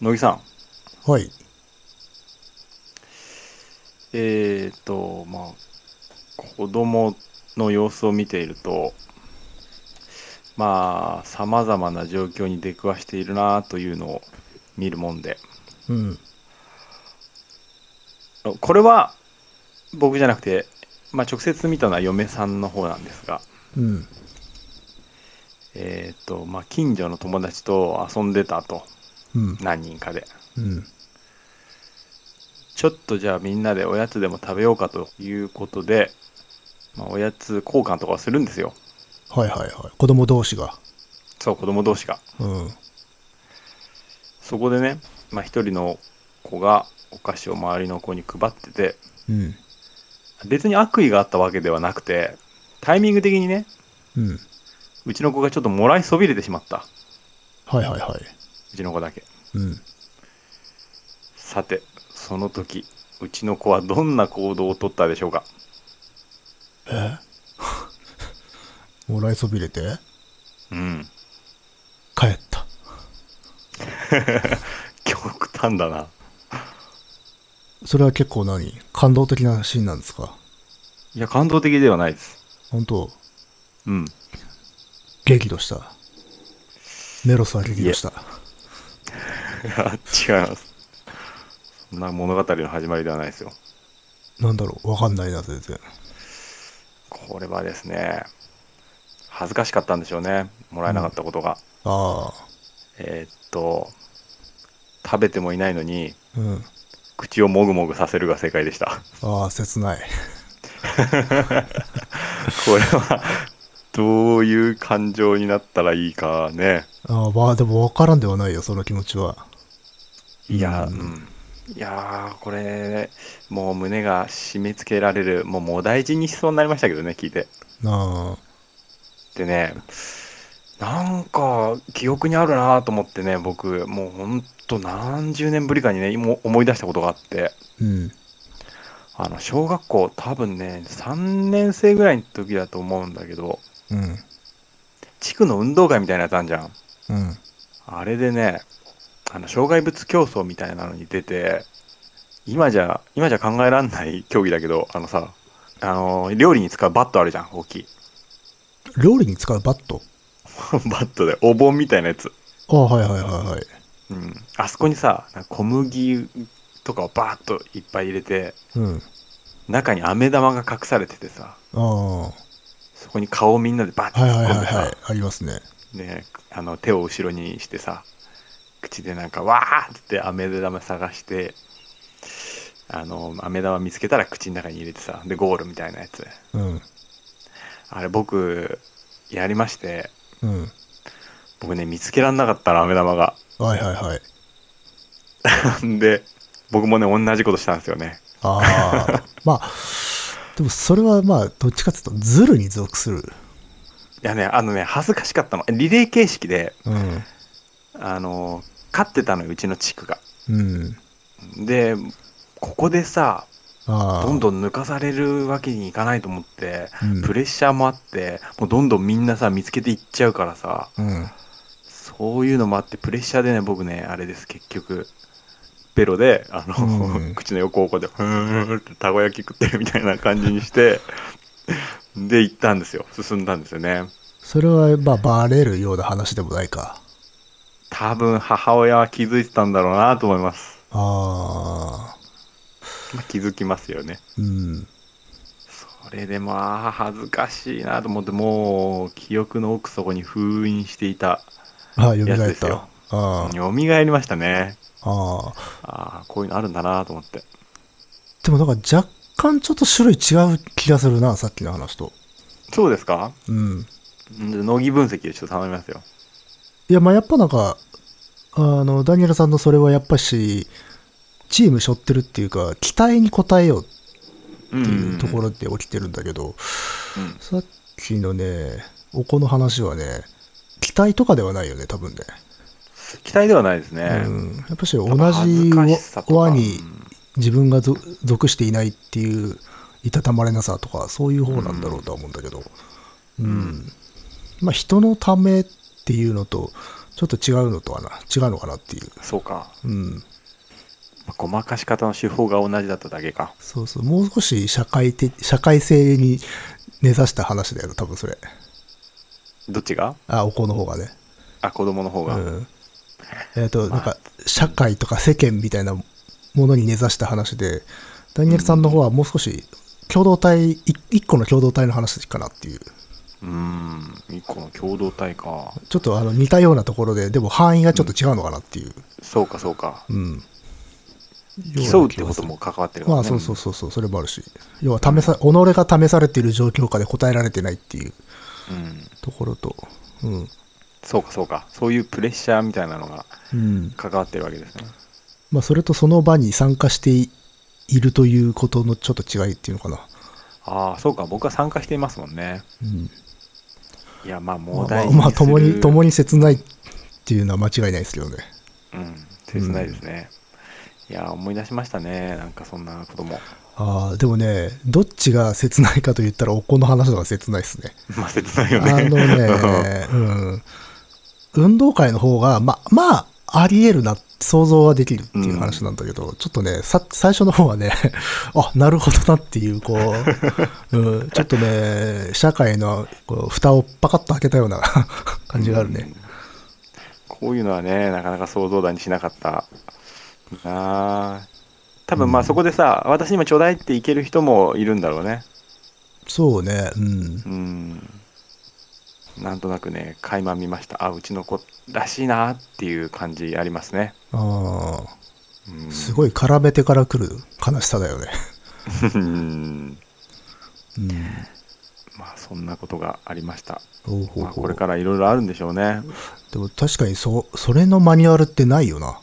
乃木さん、はい。えーっと、まあ、子供の様子を見ていると、まあ、様々な状況に出くわしているなというのを見るもんで、うん。これは僕じゃなくて、まあ、直接見たのは嫁さんの方なんですが、うん。えーっと、まあ、近所の友達と遊んでたと、うん。何人かで。うん。ちょっとじゃあみんなでおやつでも食べようかということで、まあ、おやつ交換とかをするんですよ。はいはいはい。子供同士が。そう、子供同士が。うん。そこでね、まあ、一人の子がお菓子を周りの子に配ってて、うん。別に悪意があったわけではなくて、タイミング的にね、うん。うちの子がちょっともらいそびれてしまった。はいはいはいうちの子だけ。。うん。さて、その時、うちの子はどんな行動をとったでしょうかえ もらいそびれてうん。帰った。極端だな。それは結構何感動的なシーンなんですかいや、感動的ではないです。本当うん。 激怒した。メロスは激怒した。いや違います。そんな物語の始まりではないですよ。なんだろうわかんないな、全然。これはですね、恥ずかしかったんでしょうね。もらえなかったことが。あえーっと、食べてもいないのに、あ。うん。口をもぐもぐさせるが正解で した。ああ、切ない。これは、どういう感情になったらいいかね。ああ、まあでもわからんではないよ、その気持ちは。いや、ううんん。いやー、これ、もう胸が締め付けられる、もうもう大事にしそうになりましたけどね、聞いて。ああ。でね、なんか記憶にあるなと思ってね、僕、もうほんと何十年ぶりかにね、今思い出したことがあって、うん。あの、小学校多分ね、3年生ぐらいの時だと思うんだけど、うん。地区の運動会みたいなやつあんじゃん。うん。あれでね、あの、障害物競争みたいなのに出て、今じゃ、今じゃ考えらんない競技だけど、あのさ、あの、料理に使うバットあるじゃん、大きい。 料理に使うバットバットで、お盆みたいなやつ。ああ、はいはいはいはい。うん、あそこにさなんか小麦とかをバーッといっぱい入れてうん。中に飴玉が隠されててさあそこに顔をみんなでバッあ。ては突いっはい込んはいではさい。ありますね。ねあの手を後ろにしてさ口でなんかわーって言って飴玉探してあの飴玉見つけたら口の中に入れてさでゴールみたいなやつうん。あれ僕やりましてうん。僕ね見つけらんなかったの飴玉が はいはいはい。んで僕もね同じことしたんですよねああ。 まあ、でもそれはまあ、どっちかっていうと、ズルに属する。いやねあのね恥ずかしかったのリレー形式でうん。あの勝ってたのようちの地区がうん。でここでさああ。どんどん抜かされるわけにいかないと思って、うんプレッシャーもあってもうどんどんみんなさ見つけていっちゃうからさうん。そういうのもあってプレッシャーでね僕ねあれです結局ベロであの、うん口の横をこうやってふーんってたこ焼き食ってるみたいな感じにしてで行ったんですよ進んだんですよねそれは、まあ、バレるような話でもないか。多分母親は気づいてたんだろうなと思います、ああ。まあ気づきますよねうん。それでまあ恥ずかしいなと思ってもう記憶の奥底に封印していたああ、蘇やつっですた。よああ。よみがえりましたねああ。ああこういうのあるんだなと思ってでもなんか若干ちょっと種類違う気がするな、さっきの話と。そうですかうん。ん乃木分析でちょっと頼みますよいや、まあやっぱなんか、あの、ダニエルさんのそれはやっぱし、チーム背負ってるっていうか、期待に応えよううってんいうところで起きてるんだけど、うんさっきのね、おこの話はね、期待とかではないよね、多分ね。期待ではないですね、うん。やっぱし同恥ずじかしさとか輪に自分がぞ属していないっていう、いたたまれなさとか、そういう方なんだろうとは思うんだけど、うん。まあ、人のためっていうのと、ちょっと違うのとはな、違うのかなっていう。そうか。うん。まあごまかし方の手法が同じだっただけか。そうそう。もう少し社会的、社会性に根ざした話だよな、多分それ。どっちがあ、お子の方がね。あ、子供の方うが。ん。えっ、と、なんか、社会とか世間みたいなものに根ざした話で、ダニエルさんの方はもう少し、共同体、い一個の共同体の話かなっていう。うーん。一個の共同体か。ちょっとあの似たようなところで、でも範囲がちょっと違うのかなっていう。そうか、そうか。うん。競うってことも関わってるからまね。あそうそうそうそう、それもあるし。要は試さ、己が試されている状況下で答えられてないっていううん。ところと。うん。そうか、そうか。そういうプレッシャーみたいなのがうん。関わってるわけですね。まあそれとその場に参加しているということのちょっと違いっていうのかな。ああ、そうか。僕は参加していますもんね。うん。いや、まあ、まもあう大まあ、事にする。まあ共に、共に。に切ないっていうのは間違いないですけどね。うん。切ないですね。いや、思い出しましたね。なんかそんな ことも。ああ、でもね、どっちが切ないかと言ったらお子の話の方が切ないですね。まあ、切ないよね。あの ね、うん、運動会の方が、ま、まあ、あり得るな、想像はできるっていう話なんだけど、ちょっとね、さ、最初の方はね、 あ、なるほどなっていう、こ う、うん、ちょっとね、社会の、こう、蓋をパカッと開けたような 感じがあるね。こういうのはね、なかなか想像だにしなかったなあ。多分まあそこでさ、私にもちょうだいっていける人もいるんだろうね。そうね、うんう。ん。なんとなくね、垣間見ました。あ、うちの子らしいなっていう感じありますね。あうんあ、すごい絡めてから来る悲しさだよね。うんうん。 まあそんなことがありました。ほうほ うまあ、ほうこれからいろいろあるんでしょうね。でも確かにそ、それのマニュアルってないよな。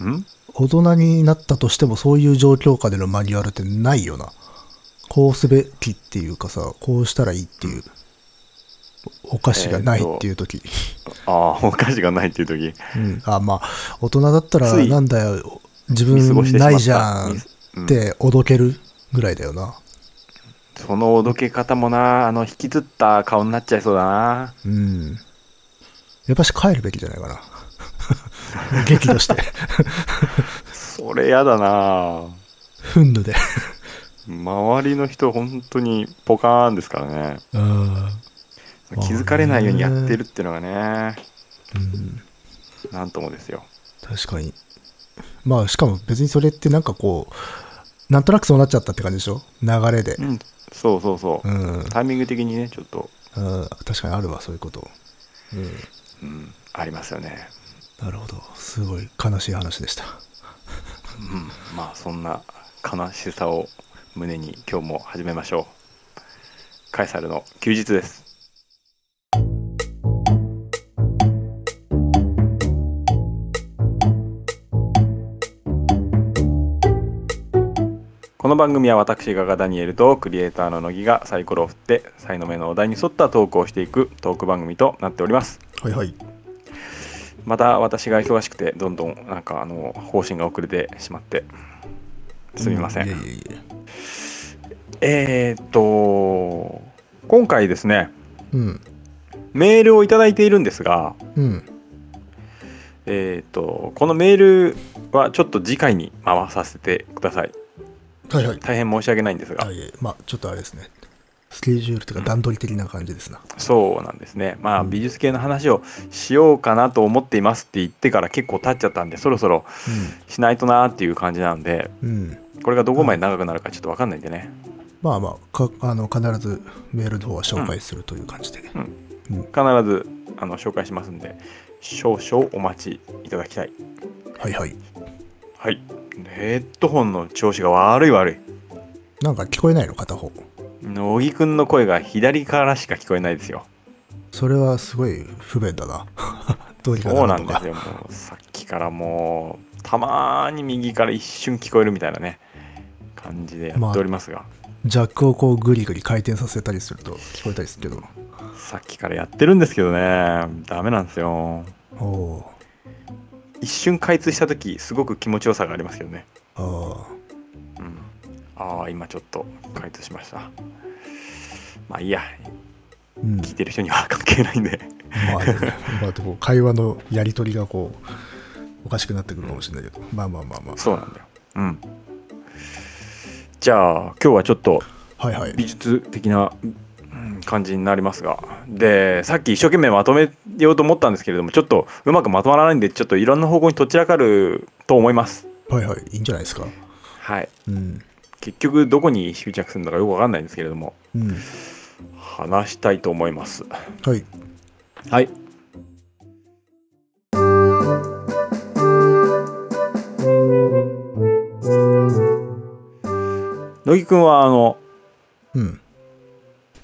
うん大人になったとしてもそういう状況下でのマニュアルってないよな。こうすべきっていうかさ、こうしたらいいっていう、お菓子がないっていう時、ああ、お菓子がないっていう時うん。あ、まあ、大人だったらついなんだよ、自見過ごして分しまった。ないじゃん見っすうんておどけるぐらいだよな。そのおどけ方もな、あの、引きずった顔になっちゃいそうだな。うん。やっぱし帰るべきじゃないかな。 激怒して、それやだな。憤怒で。周りの人、本当にポカーンですからね。うん。あ気づかれないようにやってるっていうのがね、うんなんともですよ。確かに。まあ、しかも別にそれってなんかこう、なんとなくそうなっちゃったって感じでしょ流れでう。ん、そうそうそうう。ん。うんタイミング的にね、ちょっと、確かにあるわ、そういうこと。うん。うん、ありますよね。なるほど。すごい悲しい話でした。うん、まあ、そんな悲しさを胸に今日も始めましょう。カエサルの休日です。この番組は私ガガダニエルとクリエイターの乃木がサイコロを振って才の目のお題に沿ったトークをしていくトーク番組となっておりますはいはい。また私が忙しくてどんどんなんかあの方針が遅れてしまってすみません、いえいえいえ。えーっと今回ですねうん。メールをいただいているんですがうん。えーっとこのメールはちょっと次回に回させてくださいはいはい。大変申し訳ないんですが、はいえまあ、ちょっとあれですね。スケジュールというか段取り的な感じですな。そうなんですねまあ、うん美術系の話をしようかなと思っていますって言ってから結構経っちゃったんでそろそろしないとなーっていう感じなんでうん。うん。これがどこまで長くなるかちょっと分かんないんでね、まあまあ、かあの必ずメールの方は紹介するという感じで。必ずあの紹介しますんで少々お待ちいただきたいはいはい。はいヘッドホンの調子が悪い悪いなんか聞こえないの片方。乃木くんの声が左からしか聞こえないですよそれはすごい不便だな。 どうにかそうななるんのでかすよもうさっきからもうたまーに右から一瞬聞こえるみたいなね感じでやっておりますが、ジャックをこうグリグリ回転させたりすると聞こえたりするけど。さっきからやってるんですけどねダメなんですよおお一瞬開通した時すごく気持ちよさがありますけどねー。あうん、ああ今ちょっと回答しましたまあいいやーうん聞いてる人には関係ないんでまあ、 まあ、こう会話のやり取りがこう、おかしくなってくるかもしれないけど、まあまあまあまそうなんだよ。うん。じゃあ、今日はちょっとあ。はいはい。美術的なうん感じになりますが。で、さっき一生懸命まとめようと思ったんですけれども、ちょっとうまくまとまらないんで、ちょっといろんな方向にとちらかると思います。はいはい。いいんじゃないですか。はい。うん。結局、どこに執着するのかよくわかんないんですけれども、うん。話したいと思います。はい。はい。乃木くんはあの、うん。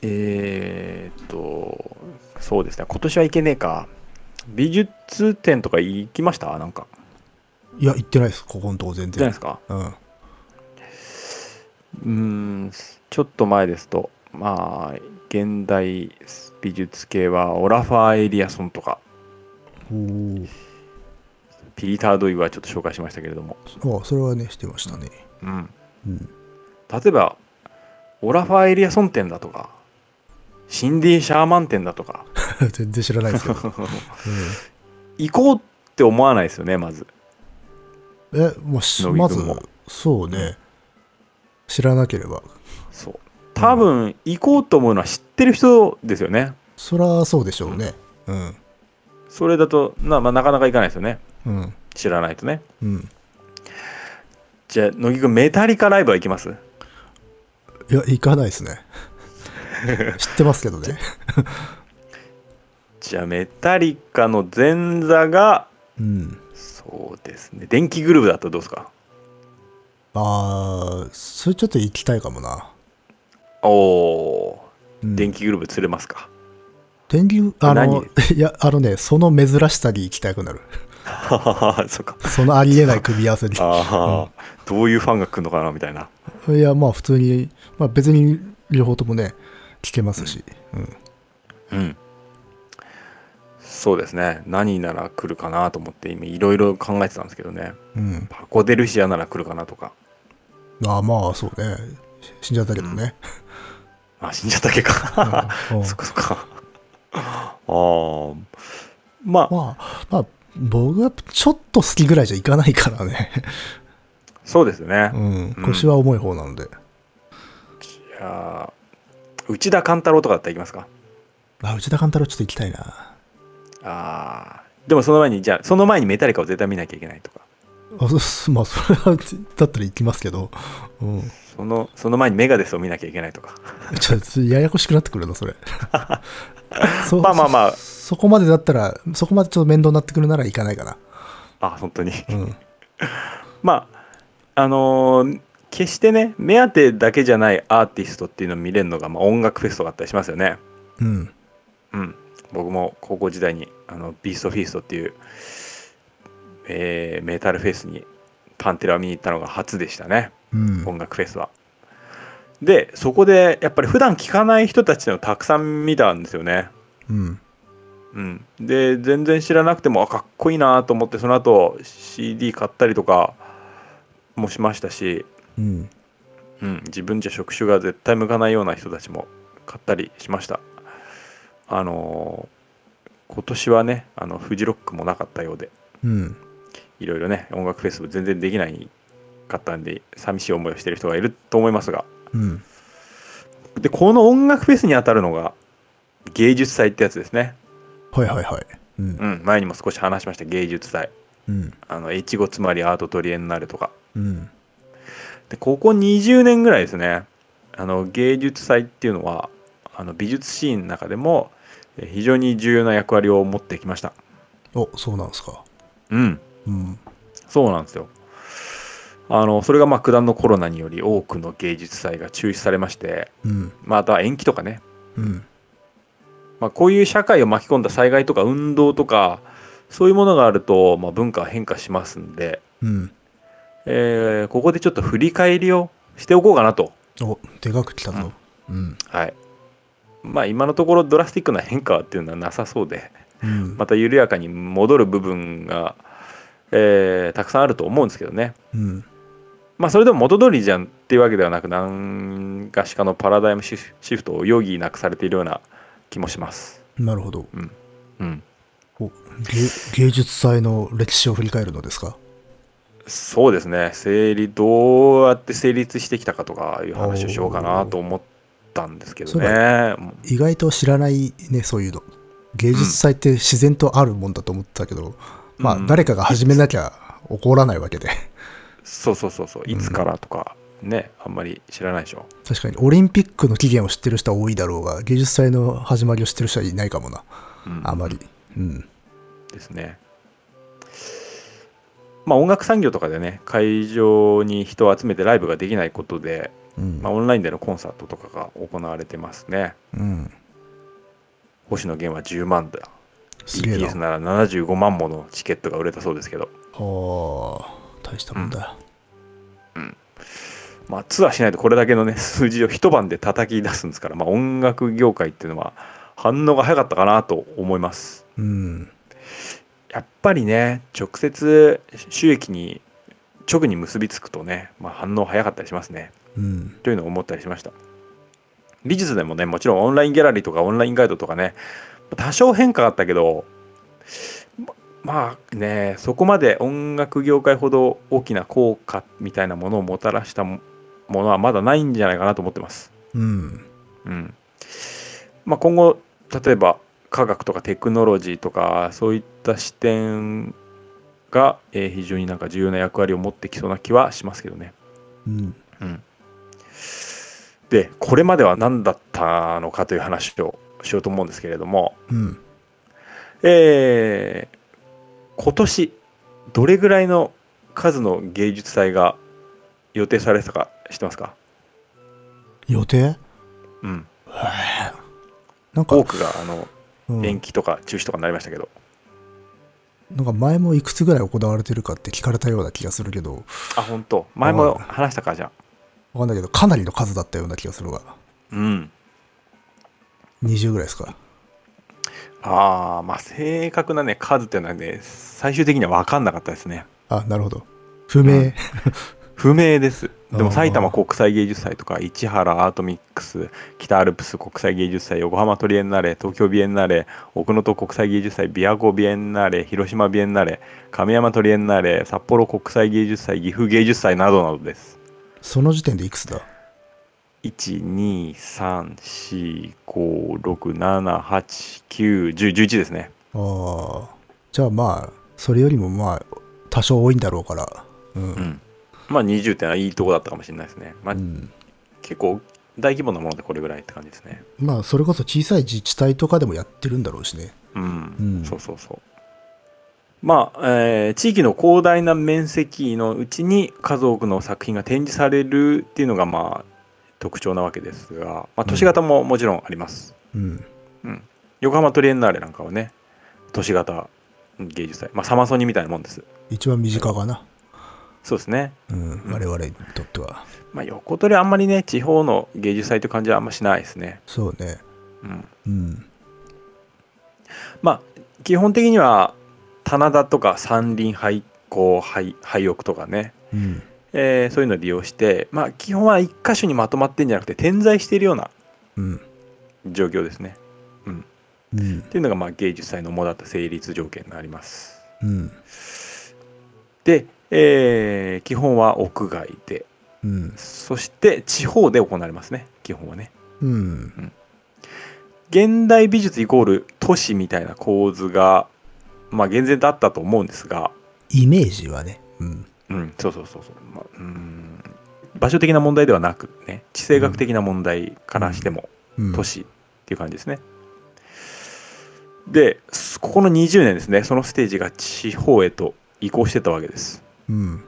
えーっと、そうですね、今年は行けねえか。美術展とか行きましたなんか。いや、行ってないです。ここのとこ全じゃないです。然か。うん。うーん、ちょっと前ですと、まあ、現代美術系はオラファー・エリアソンとか、おピーター・ドイはちょっと紹介しましたけれども。お。あ、それはね、してましたね。うん。うん。 例えばオラファーエリアソン店だとかシンディ・シャーマン店だと か全然知らないですけど。行こうって思わないですよねまずうん、え、まあし伸びまくずんも、そうね。知らなければ。そう多分行こうと思うのは知ってる人ですよねそらそうでしょうね。うん。それだとな,、まあ、なかなか行かないですよねうん。知らないとねうん。じゃあ乃木くんメタリカライブは行きますいや、行かないで すね。知ってますけどね。じゃあメタリカの前座がうん。そうですね電気グルーヴだったらどうですかあー、それちょっと行きたいかもな。おおうんー電気グルーヴ釣れますか、電流、あの何、 いや、あのね、その珍しさに行きたくなる。ははははそうかそのありえない組み合わせに。ああ、どういうファンが来るのかなみたいな。いや、まあ普通に、まあ別に両方ともね、聞けますし。うん。うん。そうですね。何なら来るかなと思って、今いろいろ考えてたんですけどね。うん。パコデルシアなら来るかなとか。ああ、まあそうね。死んじゃったけどね。あ、死んじゃったっけか。うんう んそっかそっか。ああ。まあ、まあ、まあ、僕はちょっと好きぐらいじゃいかないからね。 そうですねう。ん。腰は重い方なので。いやー内田貫太郎とかだったら行きますか。あ、内田勘太郎ちょっと行きたいな。ああ。でもその前に、じゃあ、その前にメタリカを絶対見なきゃいけないとか。あそそまあ、それは、だったら行きますけど。うん。その、その前にメガデスを見なきゃいけないとか。ちょっとややこしくなってくる な、それ。そまあまあまあそそこまでだったら、そこまでちょっと面倒になってくるなら行かないかな。あ、本当に。うん。まああのー決してね目当てだけじゃないアーティストっていうのを見れるのが、まあ、音楽フェスとかあったりしますよね。うん。うん、僕も高校時代にあのビーストフィーストっていう、えーメタルフェスにパンテラを見に行ったのが初でしたねうん。音楽フェスは。でそこでやっぱり普段聴かない人たちのをたくさん見たんですよね。うん。うん、で全然知らなくてもあかっこいいなと思ってその後 CD 買ったりとかもしましたしうん。うん、自分じゃ職種が絶対向かないような人たちも買ったりしましたあのー今年はねあのフジロックもなかったようでうん。いろいろね音楽フェスも全然できないかったんで寂しい思いをしてる人がいると思いますがうん。でこの音楽フェスに当たるのが芸術祭ってやつですねはいはいはい。うんう。ん前にも少し話しました芸術祭うん。あの越後つまりアートトリエンナーレとかうん。でここ20年ぐらいですねあの芸術祭っていうのはあの美術シーンの中でもえー非常に重要な役割を持ってきましたお、そうなんですか。うんうん。そうなんですよあのそれがまあ九段のコロナにより多くの芸術祭が中止されましてうん。また延期とかね、うん。まあ、こういう社会を巻き込んだ災害とか運動とかそういうものがあると、まあ、文化は変化しますんで、うん。えーここでちょっと振り返りをしておこうかなとお、でかく来たぞ。うん。はい。まあ今のところドラスティックな変化っていうのはなさそうで、うん。また緩やかに戻る部分が、えーたくさんあると思うんですけどね。うん。まあそれでも元通りじゃんっていうわけではなく、何がしかのパラダイムシフシフトを余儀なくされているような気もします。なるほど。うんうん。お芸芸術祭の歴史を振り返るのですかそうですね。整理、どうやって成立してきたかとかいう話をしようかなと思ったんですけどおーね。意外と知らないねそういうの芸術祭って自然とあるもんだと思ってたけど、まあうん誰かが始めなきゃ起こらないわけで そうそうそうそう。いつからとかね、あんまり知らないでしょ。確かにオリンピックの起源を知ってる人は多いだろうが芸術祭の始まりを知ってる人はいないかもなうんあまりうんですね。まあ音楽産業とかでね、会場に人を集めてライブができないことで、うん、まあ、オンラインでのコンサートとかが行われてますね。うん、星野源は10万だ。すげえな BTS なら75万ものチケットが売れたそうですけど、ああ大したもんだ、まあ、ツアーしないとこれだけのね 数字を一晩で叩き出すんですから、まあ、音楽業界っていうのは反応が早かったかなと思いますうん、やっぱりね直接収益に直に結びつくとね、まあ、反応早かったりしますねうん、というのを思ったりしました美術でもねもちろんオンラインギャラリーとかオンラインガイドとかね多少変化があったけどままあねそこまで音楽業界ほど大きな効果みたいなものをもたらしたもものはまだないんじゃないかなと思ってますうん、うんまあ今後例えば科学とかテクノロジーとかそういった視点が、えー非常になんか重要な役割を持ってきそうな気はしますけどねうん、うん、でこれまでは何だったのかという話をしようと思うんですけれども、うん、えー今年どれぐらいの数の芸術祭が予定されてたか知ってますか、予定うん、なんか多、くがあのうん延期とか中止とかになりましたけど、なんか前もいくつぐらい行われてるかって聞かれたような気がするけど、あ本当前も話したかじゃんわかんないけど、かなりの数だったような気がするが、うん20ぐらいですか。ああまあ正確なね数っていうのはね最終的には分かんなかったですねあ、なるほど。不明。不明ですであもー埼玉国際芸術祭とか市原アートミックス北アルプス国際芸術祭横浜トリエンナーレ東京ビエンナーレ奥能登国際芸術祭琵琶湖ビエンナーレ広島ビエンナーレ亀山トリエンナーレ札幌国際芸術祭岐阜芸術祭などなどですその時点でいくつだ1234567891011ですねああ。じゃあまあ、それよりもまあ、多少多いんだろうから。うん。うんまあ20点はいいとこだったかもしれないですねまあ、うん結構大規模なものでこれぐらいって感じですねまあ、それこそ小さい自治体とかでもやってるんだろうしね。うんうんそうそうそう。まあ、えー地域の広大な面積のうちに数多くの作品が展示されるっていうのが、まあ、特徴なわけですが、まあ、都市型ももちろんあります。うん。うん横浜トリエンナーレなんかはね、都市型芸術祭、まあ、サマソニみたいなもんです。一番身近かな。そうですね。うん。我々にとっては。まあ、横取りあんまりね、地方の芸術祭という感じはあんましないですね。そうね。うん、うん。まあ、基本的には、棚田とか山林廃校、廃廃屋とかね、うん。えーそういうのを利用して、まあ、基本は一箇所にまとまってんじゃなくて点在しているようなうん。状況ですね。うんっ。ていうのがまあ芸術祭の主だった成立条件になります。うん。で、えー基本は屋外でうん。そして地方で行われますね基本はね。うん。現代美術イコール都市みたいな構図が、まあ、厳然とあったと思うんですが、イメージはね。うん。うん、そうそうそうそう、まあ、うん場所的な問題ではなくね地政学的な問題からしても、うん都市っていう感じですね。で、すここの20年ですね、そのステージが地方へと移行してたわけです。うん。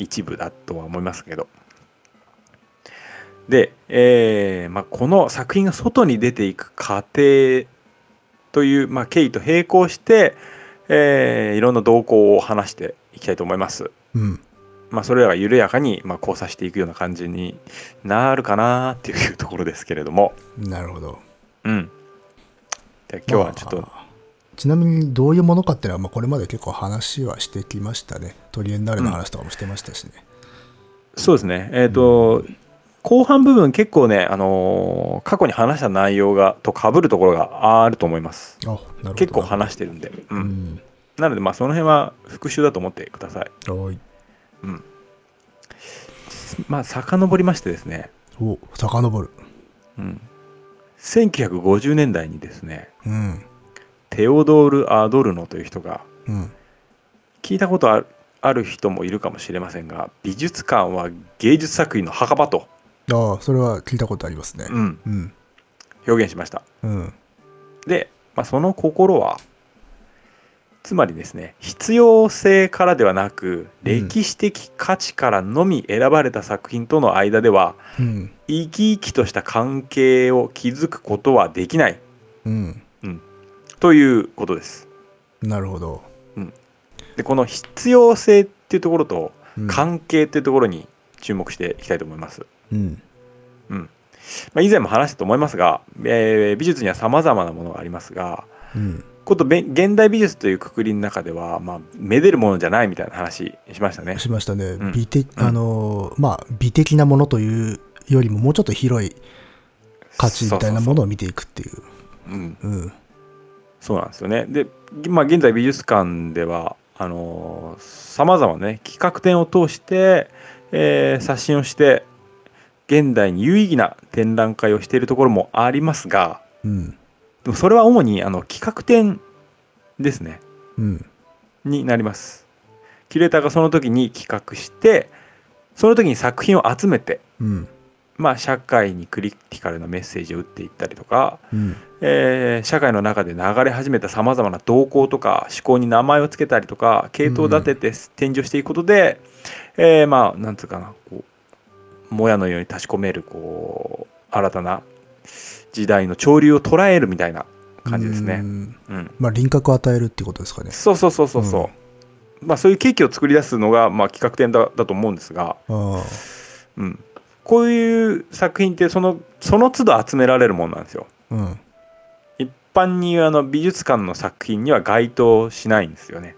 一部だとは思いますけど。で、えーまあ、この作品が外に出ていく過程という、まあ、経緯と並行して、えーいろんな動向を話していきたいと思います。うん。まあ、それらが緩やかに、まあ、交差していくような感じになるかなっていうところですけれども。なるほど。うん。で今日はちょっと、まあちなみにどういうものかっていうのは、まあ、これまで結構話はしてきましたね。トリエンナーレの話とかもしてましたしね。そうですね。えっ、と、後半部分結構ね、あのー過去に話した内容がと被るところがあると思います。あ、なるほど。結構話してるんで。う、うんん。なので、まあ、その辺は復習だと思ってください。はい。うん。まあ、遡りましてですね、お、遡る。うん、1950年代にですね、うん。テオドール・アドルノという人が、うん。聞いたことあるある人もいるかもしれませんが、美術館は芸術作品の墓場と、ああ、それは聞いたことありますね。うん、うん。表現しました。うん。で、まあ、その心はつまりですね必要性からではなくうん歴史的価値からのみ選ばれた作品との間ではうん。生き生きとした関係を築くことはできないうん。ということです。なるほど。でこの必要性っていうところとうん。関係っていうところに注目していきたいと思います。うん。まあ、以前も話したと思いますが、えー美術には様々なものがありますがうん。ことべ現代美術というくくりの中では、まあ、めでるものじゃないみたいな話しましたね。しましたねうん。美的、あのー、まあ、美的なものというよりも、もうちょっと広い価値みたいなものを見ていくっていう。そうそうそう,、うん、うん。そうなんですよねで、まあ、現在美術館ではあのさまざまね企画展を通して、えー刷新をして現代に有意義な展覧会をしているところもありますがうん。でもそれは主にあの企画展ですねうん。になりますキュレーターがその時に企画してその時に作品を集めて、うん。まあ、社会にクリティカルなメッセージを打っていったりとかうん。えー社会の中で流れ始めたさまざまな動向とか思考に名前を付けたりとか系統を立てて展示をしていくことで、えーまあなんつうかなこうもやのように立ち込めるこう新たな時代の潮流を捉えるみたいな感じですうね。ん。うん、まあ、輪郭を与えるっていうことですかね。そうそうそうそうそう、まあそういうケーキを作り出すのが、まあ、企画展だだと思うんですが、ああ。うん、こういう作品ってそのその都度集められるもんなんですよ。うん。一般にあの美術館の作品には該当しないんですよね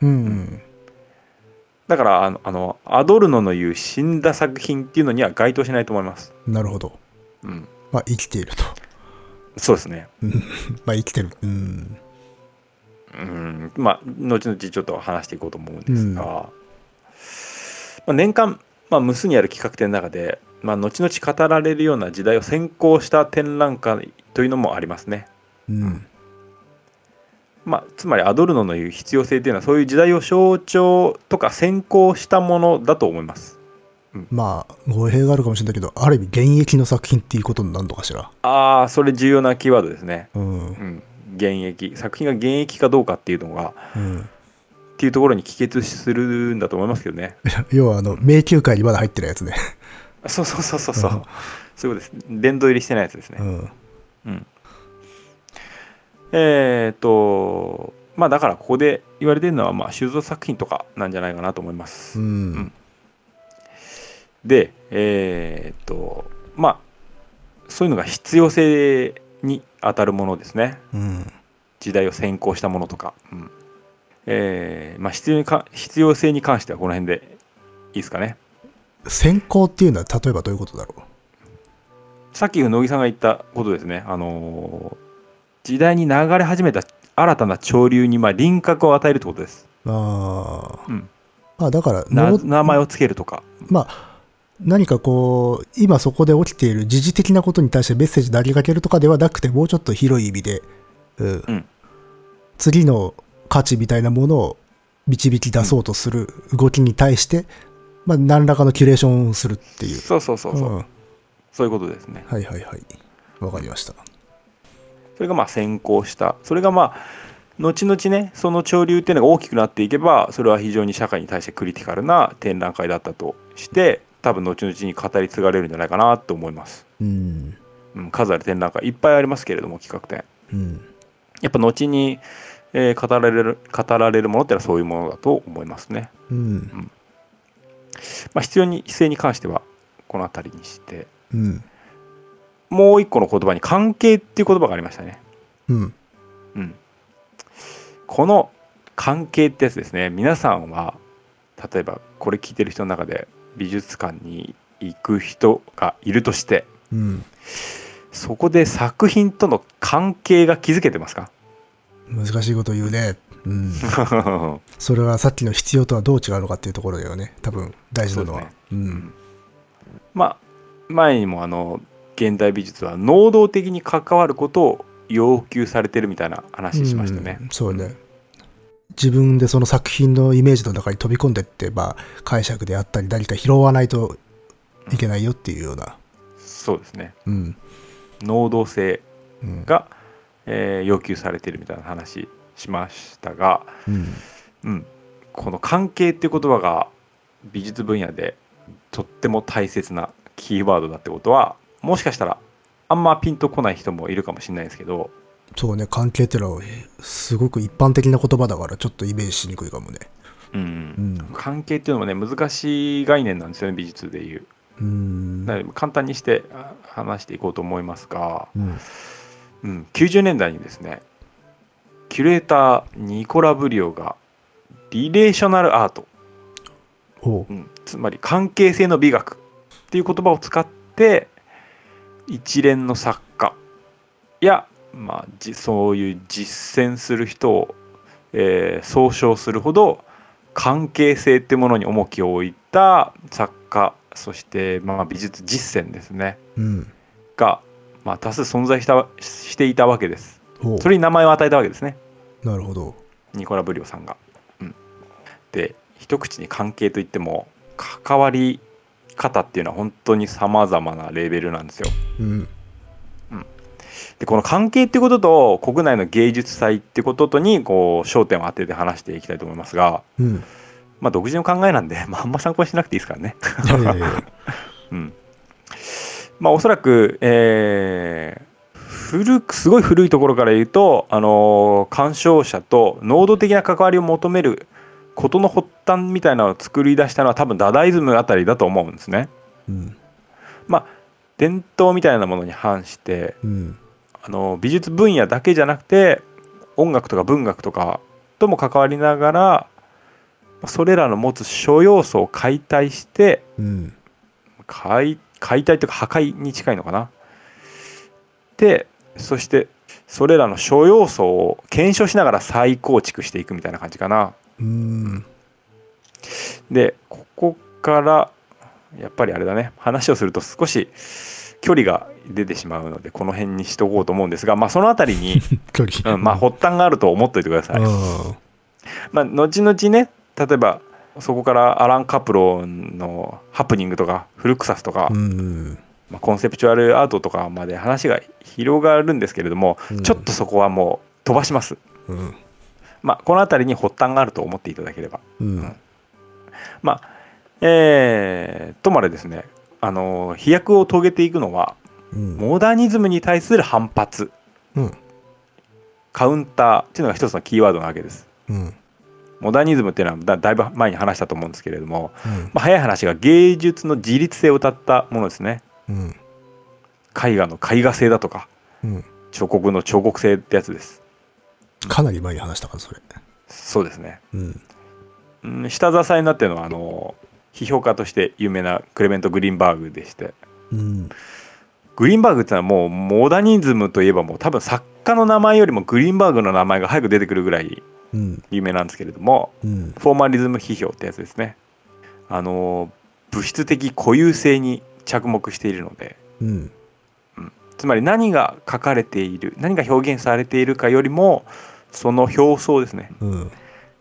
うん。だからあのあのアドルノの言う死んだ作品っていうのには該当しないと思います、なるほど。うん、まあ、生きていると。そうですねうん まあ、生きてる。うん。うんまあ後々ちょっと話していこうと思うんですが、まあ、年間、まあ、無数にある企画展の中で、まあ、後々語られるような時代を先行した展覧会というのもありますねうん。まあ、つまりアドルノの言う必要性というのはそういう時代を象徴とか先行したものだと思いますまあ、語弊があるかもしれないけど、ある意味、現役の作品っていうことになるのかしら。ああそれ重要なキーワードですね。うん。う。うんん、現役作品が現役かどうかっていうのがっていうところに帰結するんだと思いますけど ね。要は、あの、迷宮界にまだ入ってるやつね。そうそうそうそうそううんそういうことです。殿堂入りしてないやつですうね。ん。うん、えーっとまあだからここで言われてるのはまあ収蔵作品とかなんじゃないかなと思います。うん。でえーっとまあそういうのが必要性に当たるものですね。うん。時代を先行したものとか、うんえーまあ、必要にか必要性に関してはこの辺でいいですかね先行っていうのは、例えばどういうことだろさっき乃木さんが言ったことですね、あのー時代に流れ始めた新たな潮流にまあ輪郭を与えるってことです、う。ああ。うん、まあ、だから、なの名前をつけるとかまあ、何かこう、今そこで起きている時事的なことに対してメッセージ投げかけるとかではなくて、もうちょっと広い意味で、うんん次の価値みたいなものを導き出そうとする動きに対して、まあ、何らかのキュレーションをするっていう。そうそうそうそう、うんそういうことですねはいはいはい。わかりました。それがまあ先行したそれがまあ後々ねその潮流っていうのが大きくなっていけばそれは非常に社会に対してクリティカルな展覧会だったとして多分後々に語り継がれるんじゃないかなと思います、うん。うん、数ある展覧会いっぱいありますけれども企画展うん。やっぱ後に、えー語られる語られるものってのはそういうものだと思いますね、うん。まあ、必要に姿勢に関してはこの辺りにしてうん。もう一個の言葉に関係っていう言葉がありましたねうん。うん、この関係ってやつですね皆さんは例えばこれ聞いてる人の中で美術館に行く人がいるとしてうん。そこで作品との関係が築けてますか難しいこと言うね。うん。それはさっきの必要とはどう違うのかっていうところだよね。多分、大事なのは。そうでうん。 まあ前にもあの現代美術は能動的に関わることを要求されてるみたいな話しましたね。うんそうね。自分でその作品のイメージの中に飛び込んでって、まあ、解釈であったり、何か拾わないといけないよっていうような。そうですねうん。能動性うん。が、えー要求されてるみたいな話しましたが、うんうん、この関係っていう言葉が美術分野でとっても大切なキーワードだってことはもしかしたらあんまピンとこない人もいるかもしれないですけどそうね、関係ってのは、すごく一般的な言葉だから、ちょっとイメージしにくいかもね。うんうん。関係っていうのもね難しい概念なんですよね美術でいう。うん。なので簡単にしてあ話していこうと思いますが、うん。うん、90年代にですねキュレーターニコラ・ブリオがリレーショナルアート、おううん、つまり関係性の美学っていう言葉を使って一連の作家や、まあ、じそういう実践する人を、えー総称するほど関係性ってものに重きを置いた作家そして、まあ、美術実践ですねうん。が、まあ、多数存在したしていたわけですおうそれに名前を与えたわけですねなるほど。ニコラ・ブリオさんが。うん、で一口に関係といっても関わり方っていうのは本当にさまざまなレベルなんですよ。うん。でこの関係ってことと国内の芸術祭ってこととにこう焦点を当てて話していきたいと思いますが、うん。まあ、独自の考えなんで、まあ、あんま参考にしなくていいですからね。いやいやいや うんまあ、おそらく、えー古くすごい古いところから言うと、あのー鑑賞者と能動的な関わりを求めることの発端みたいなのを作り出したのは多分ダダイズムあたりだと思うんですね。うん。伝統みたいなものに反して、うん。あのー美術分野だけじゃなくて音楽とか文学とかとも関わりながらそれらの持つ諸要素を解体してうん。解解体というか破壊に近いのかな。でそしてそれらの諸要素を検証しながら再構築していくみたいな感じかな。うん。でここからやっぱりあれだね話をすると少し距離が出てしまうのでこの辺にしとこうと思うんですが、まあ、その辺りに、距離。うんまあ、発端があると思っておいてください。あまあ、後々ね例えばそこからアラン・カプロの「ハプニング」とか「フルクサス」とかあ。う、ん。まあ、コンセプチュアルアートとかまで話が広がるんですけれども、うんちょっとそこはもう飛ばします、うん。まあ、この辺りに発端があると思っていただければうん。まあえーとまでですねあのー飛躍を遂げていくのはうん。モダニズムに対する反発うん。カウンターっていうのが一つのキーワードなわけですうん。モダニズムっていうのはだだいぶ前に話したと思うんですけれども、まあ、早い話が芸術の自立性を謳ったものですねうん。絵画の絵画性だとかうん。彫刻の彫刻性ってやつですかなり前に話したから、それ。そうですねうん。うん下支えになってるのはあの批評家として有名なクレメント・グリーンバーグでしてうん。グリーンバーグってのはもうモダニズムといえばもう多分作家の名前よりもグリーンバーグの名前が早く出てくるぐらいうん。有名なんですけれどもうん。フォーマリズム批評ってやつですねあの物質的固有性に着目しているのでうん。つまり何が書かれている何が表現されているかよりもその表層ですねうん。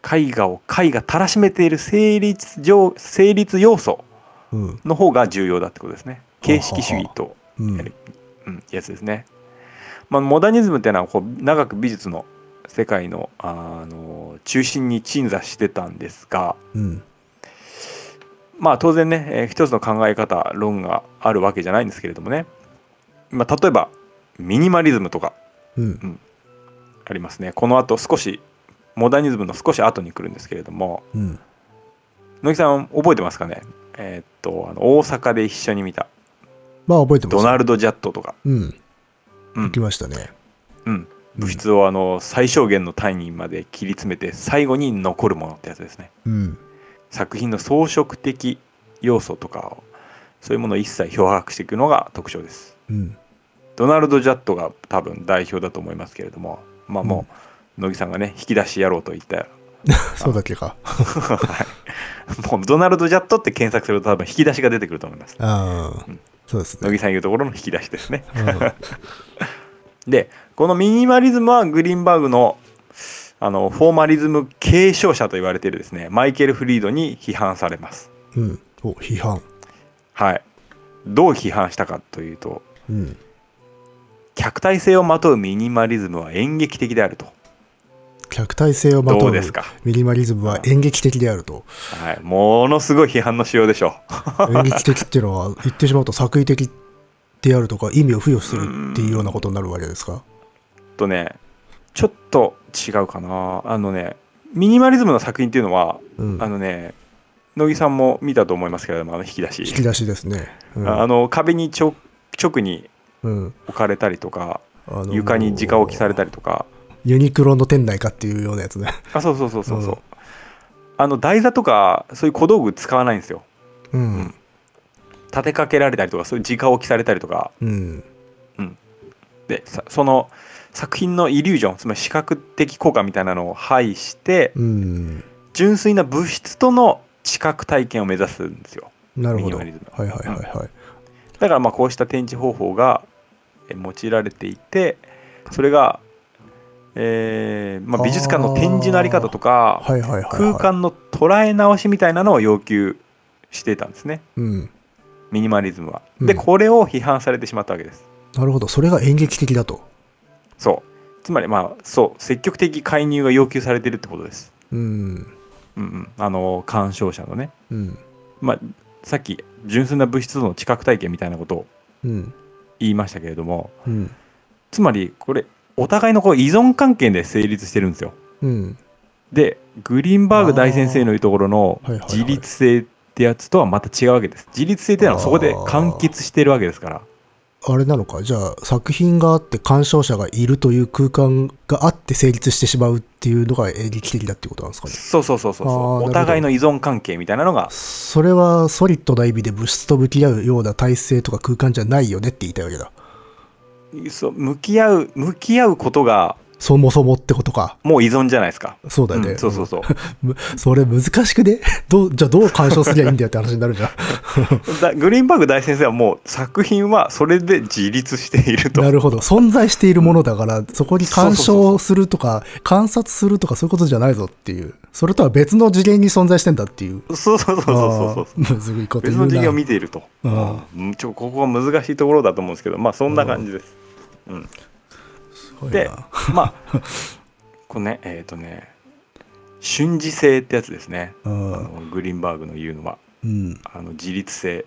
絵画を絵画たらしめている成立上成立要素うん。の方が重要だってことですねはあはあ形式主義と、うん。うん、やつですね、まあ、モダニズムっていうのはこう長く美術の世界のあの中心に鎮座してたんですがうん。まあ当然ね、えー一つの考え方論があるわけじゃないんですけれどもね、まあ、例えばミニマリズムとかうん。ありますねこの後少しモダニズムの少し後に来るんですけれどもうん。野木さん覚えてますかねえーっとあの大阪で一緒に見たまあ、覚えてます。ドナルド・ジャットとか、うん。うん行きましたね。うん、物質をあの最小限の単位まで切り詰めて最後に残るものってやつですねうん。作品の装飾的要素とかを、そういうものを一切漂白していくのが特徴ですうん。ドナルド・ジャットが多分代表だと思いますけれどもまあもう、乃木さんがね引き出しやろうと言ったそうだっけか。はい、 もうドナルド・ジャットって検索すると多分引き出しが出てくると思いますあうんそうです乃ね。木さん言うところの引き出しですねうんでこのミニマリズムはグリーンバーグのあのフォーマリズム継承者と言われているですねマイケル・フリードに批判されますうん。お、批判。はいどう批判したかというとうん。客体性をまとうミニマリズムは演劇的であると客体性をまどとううですか、ミニマリズムは演劇的であると。はい、ものすごい批判のしようでしょ演劇的っていうのは言ってしまうと作為的であるとか意味を付与するっていうようなことになるわけですかうとねちょっと違うかなあのねミニマリズムの作品っていうのはうんあ。のね乃木さんも見たと思いますけれどもあの引き出し引き出しですね。うんあの壁にちょ直にうん置かれたりとかあの床に直置きされたり。りとかユニクロの店内かっていうようなやつね。あそうそうそうそうそう、うんあの台座とかそういう小道具使わないんですようん。立てかけられたりとかそういう直置きされたりとかうん。でさその作品のイリュージョンつまり視覚的効果みたいなのを排してうん。純粋な物質との知覚体験を目指すんですよなるほど。ミはニいマリズムはいはいはい。だからまあこうした展示方法がえ用いられていてそれが、えーまあ、美術館の展示のあり方とかはいはいはいはい。空。間の捉え直しみたいなのを要求していたんですねうん。ミニマリズムは。でうんこれを批判されてしまったわけです。なるほど。それが演劇的だと。そうつまりまあそう積極的介入が要求されてるってことです。うん。うんうん、あの鑑賞者のね、うん。まあ、さっき純粋な物質との知覚体験みたいなことをうん。言いましたけれどもうん。つまりこれお互いのこう依存関係で成立してるんですよ。うん。でグリーンバーグ大先生の言うところのあーはいはいはい自律性ってやつとはまた違うわけです。自律性っていうのはそこで完結してるわけですから。あれなのかじゃあ作品があって鑑賞者がいるという空間があって成立してしまうっていうのが演劇的だってことなんですかねそうそうそうそうそあーなるうほどお互いの依存関係みたいなのがそれはソリッドな意味で物質と向き合うような体制とか空間じゃないよねって言いたいわけだそう向き合う向き合うことがそもそもってことかもう依存じゃないですか。そうだよね、うんそうそうそうむそれ難しくね どうじゃあどう鑑賞すりゃいいんだよって話にな るじゃんだグリーンバーグ大先生はもう作品はそれで自立しているとなるほど存在しているものだからそこに鑑賞するとか観察するとかそういうことじゃないぞっていうそれとは別の次元に存在してんだっていうそうそうそうそうそうそうあーむずいこと別言のうな次元を見ているとうんうんちょここは難しいところだと思うんですけどまあそんな感じですすごいでなまあこれねえっ、とね瞬時性ってやつですねうあんのグリーンバーグの言うのはうんあの自立性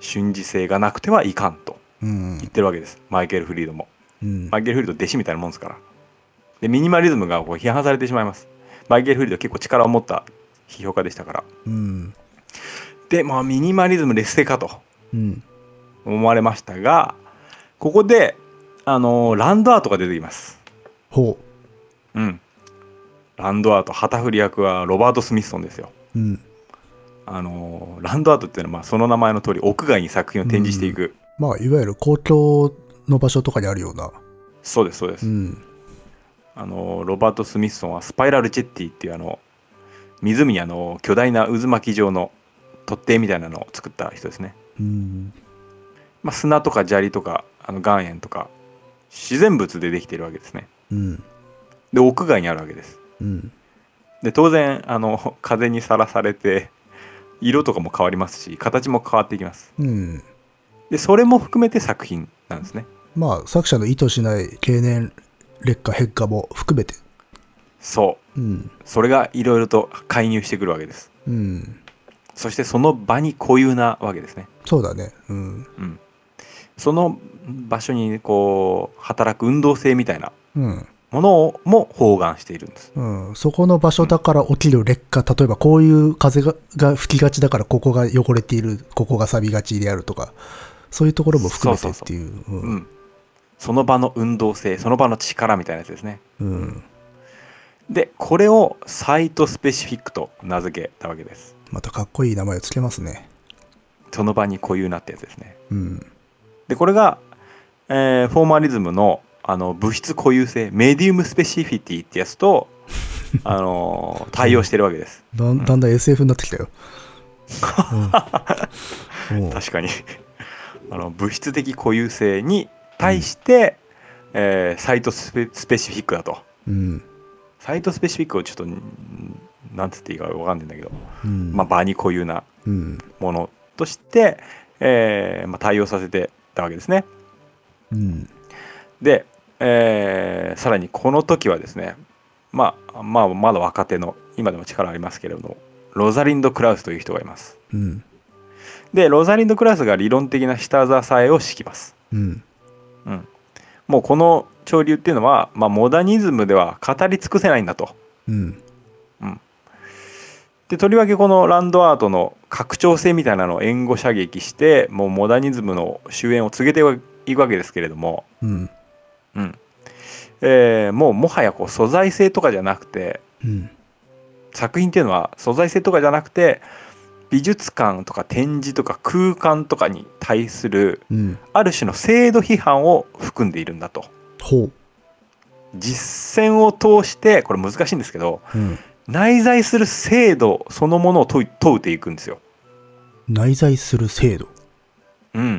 瞬時性がなくてはいかんとうん言ってるわけですマイケル・フリードもうんマイケル・フリード弟子みたいなもんですからでミニマリズムがこう批判されてしまいますマイケル・フリード結構力を持った批評家でしたからうんでまあミニマリズム劣勢かとうん思われましたがここであのーランドアートが出てきますほうんランドアート旗振り役はロバート・スミッソンですよううんあのーランドアートっていうのはまあその名前の通り屋外に作品を展示していく、まあいわゆる公共の場所とかにあるようなそうですそうです、うんあのーロバート・スミッソンはスパイラル・ジェッティっていうあの湖にあの巨大な渦巻き状の突堤みたいなのを作った人ですね、うんまあ、砂とか砂利とかあの岩塩とか自然物でできているわけですねうんで屋外にあるわけですうんで当然あの風にさらされて色とかも変わりますし形も変わっていきますうんでそれも含めて作品なんですねまあ作者の意図しない経年劣化変化も含めてそううんそれがいろいろと介入してくるわけですうんそしてその場に固有なわけですねそうだねうんうんその場所にこう働く運動性みたいなうんものをも包含しているんですうん、そこの場所だから起きる劣化例えばこういう風がが吹きがちだからここが汚れているここが錆びがちであるとかそういうところも含めてっていうううんんその場の運動性その場の力みたいなやつですねうんでこれをサイトスペシフィックと名付けたわけですまたかっこいい名前をつけますねその場に固有なってやつですね。うん。でこれが、えーフォーマリズムのあの物質固有性メディウムスペシフィティってやつとあのー対応してるわけですだんだんだん SF になってきたよ。うん、もう確かに あの物質的固有性に対して、えーサイトスペスペシフィックだとうん。サイトスペシフィックをちょっとんなんつっていいかわかんないんだけど、うん。まあ、場に固有なうん。ものとして、えーまあ、対応させてたわけですねうん。で、えーさらにこの時はですね、まあ、まあまだ若手の今でも力ありますけれどもロザリンド・クラウスという人がいますうん。でロザリンド・クラウスが理論的な下支えを敷きますうん。もうこの潮流っていうのは、まあ、モダニズムでは語り尽くせないんだとうん。でとりわけこのランドアートの拡張性みたいなのを援護射撃してもうモダニズムの終焉を告げていくわけですけれども、うん。うんえーもうもはやこう素材性とかじゃなくてうん。作品っていうのは素材性とかじゃなくて美術館とか展示とか空間とかに対するうん。ある種の制度批判を含んでいるんだとほう。実践を通してこれ難しいんですけどうん。内在する制度そのものを問い問うていくんですよ。内在する制度。うん、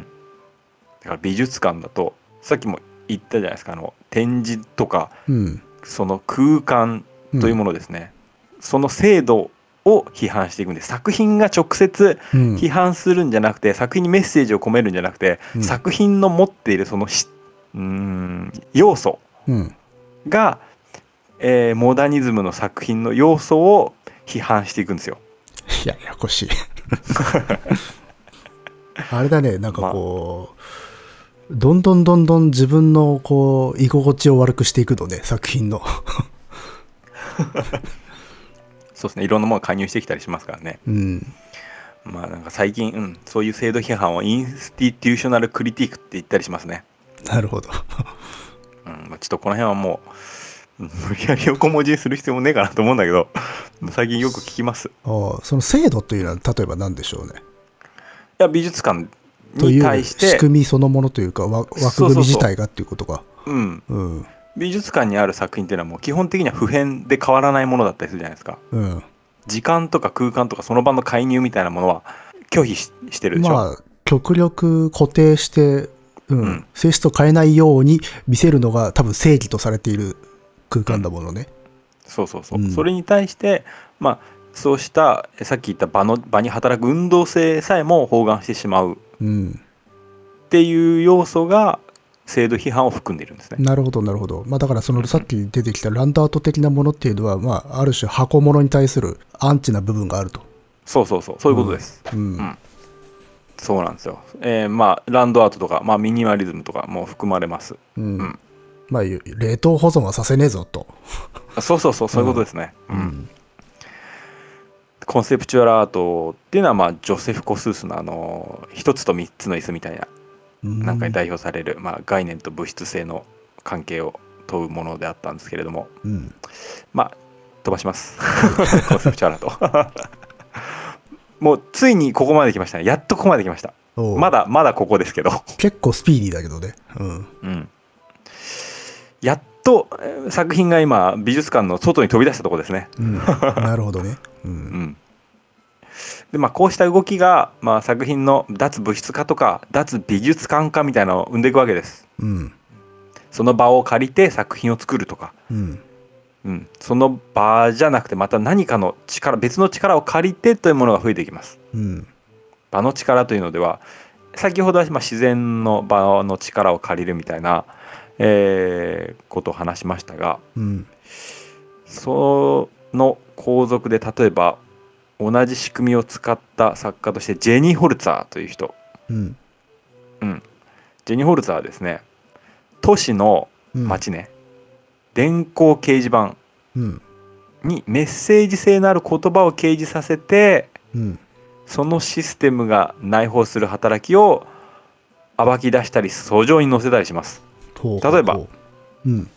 だから美術館だとさっきも言ったじゃないですかあの展示とかうん。その空間というものですね、その制度を批判していくんで作品が直接の、うん、批判するんじゃなくて、作品にメッセージを込めるんじゃなくて、うん作品の持っているそのしうーん要素うん。が、えーモダニズムの作品の要素を批判していくんですよ。いや、ややこしい。 あれだね、なんかこう、どんどんどんどん自分のこう、居心地を悪くしていくのね、作品の。 そうですねいろんなものが介入してきたりしますからね。うん。まあなんか最近、うん、そういう制度批判をインスティテューショナルクリティックって言ったりしますね。なるほど。 うんまあ、ちょっとこの辺はもううん無理やり横文字にする必要もねえかなと思うんだけど 最近よく聞きますいああその制度というのは、例えば何でしょうね。や美術館とにいう対して仕組みそのものというか、わ枠そうそう組みそう自体がっていうことか。うん、うん。美術館にある作品っていうのはもう基本的には普遍で変わらないものだったりするじゃないですかうん。時間とか空間とかその場の介入みたいなものは拒否ししてるでしょ、まあ、極力固定して、うん、うん性質を変えないように見せるのが多分正義とされている空間だものね。そうそうそう、うんそれに対してまあそうしたえさっき言った場の場に働く運動性さえも包含してしまううん。っていう要素が制度批判を含んでいるんですねなるほど、なるほど。まあ、だからそのさっき出てきたランダート的なものっていうのは、まあ、ある種箱物に対するアンチな部分があると。そうそうそうそういうことです、うん。うんそうなんですよ、えーまあランドアートとか、まあ、ミニマリズムとかも含まれますうん。うんまあ、冷凍保存はさせねえぞと。あそうそうそうそういうことですね、うんうんコンセプチュアルアートっていうのは、まあ、ジョセフ・コスースのあの一つと三つの椅子みたいななんかに代表される、まあ、概念と物質性の関係を問うものであったんですけれどもうん。まあ飛ばします コンセプチュアルアートもうついにここまで来ましたねやっとここまで来ましたおうまだまだここですけど結構スピーディーだけどね。うん。うん、やっとえー作品が今美術館の外に飛び出したところですね。うん、なるほどね。う。うんんでまあ、こうした動きが、まあ、作品の脱物質化とか脱美術館化みたいなのを生んでいくわけです。うん。その場を借りて作品を作るとか、うん。うん、その場じゃなくてまた何かの力別の力を借りてというものが増えていきます。うん。場の力というのでは先ほどはまあ自然の場の力を借りるみたいな、えーことを話しましたが、うん。その皇族で例えば同じ仕組みを使った作家としてジェニー・ホルツァーという人うん。ジェニー・ホルツァーはですね都市のうん。街ね、電光掲示板うん。にメッセージ性のある言葉を掲示させてうん。そのシステムが内包する働きを暴き出したり訴状に載せたりしますほう例えばほううん。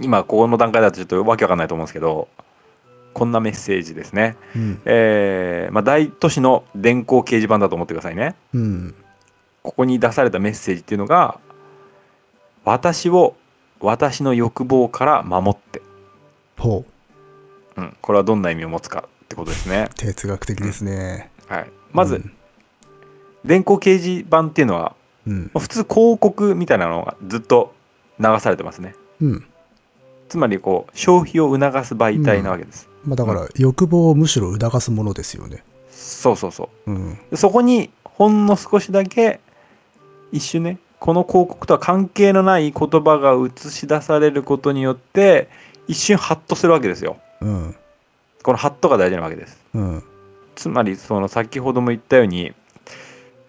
今ここの段階だとちょっとわけわかんないと思うんですけどこんなメッセージですね。うん。えーまあ、大都市の電光掲示板だと思ってくださいね。うん。ここに出されたメッセージっていうのが「私を私の欲望から守ってほうう。」ん、これはどんな意味を持つかってことですね。哲学的ですね。はい、まず、うん電光掲示板っていうのはうん。まあ普通広告みたいなのがずっと流されてますね。うん。つまりこう消費を促す媒体なわけです。まあだから、欲望をむしろ促すものですよね。そうそうそう。うん。でそこにほんの少しだけ一瞬ねこの広告とは関係のない言葉が映し出されることによって一瞬ハッとするわけですよ。うん。このハッとが大事なわけです。うん。つまりその先ほども言ったように、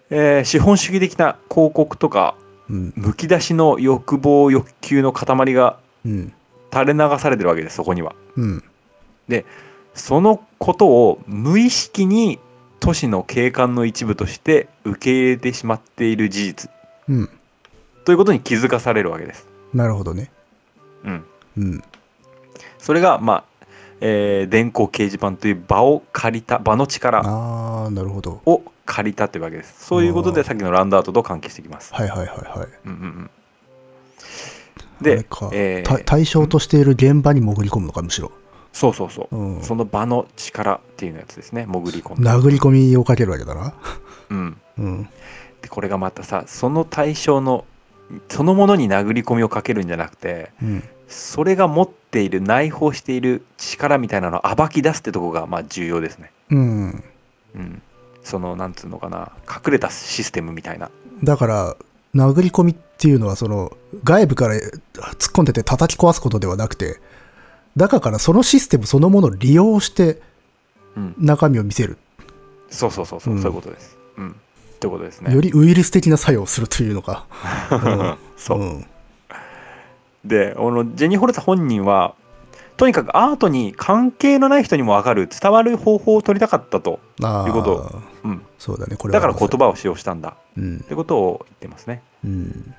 えー資本主義的な広告とかうん。むき出しの欲望欲求の塊がうん。垂れ流されてるわけですそこには。うん。そのことを無意識に都市の景観の一部として受け入れてしまっている事実うん。ということに気づかされるわけです。なるほどね。うん、うん。それが、まあえー電光掲示板という場を借りた場の力ああ、なるほど。を借りたというわけです。そういうことあでーさっきのランドアートと関係してきます。はいはいはいはい。うんうんうん、あれでか、えーた対象としている現場に潜り込むのか、むしろ。そうそうそうう、ん。その場の力っていうやつですね潜り込んだ、殴り込みをかけるわけだな。 うん、うん。でこれがまたさその対象のそのものに殴り込みをかけるんじゃなくてうん。それが持っている内包している力みたいなのを暴き出すってとこがまあ重要ですね、うん。うん、そのなんつうのかな隠れたシステムみたいなだから、殴り込みっていうのは、その、外部からえー突っ込んでて叩き壊すことではなくて、中からそのシステムそのものを利用してうん中身を見せる。そうそうそうそう、うんそういうことですうんということですねよりウイルス的な作用をするというのか。 そう、ん。であのジェニー・ホルツ本人はとにかくアートに関係のない人にも分かる伝わる方法を取りたかったと、ああ。いうことうん、そうだね、これだはから言葉を使用したんだうんっ。てことを言ってますねうん。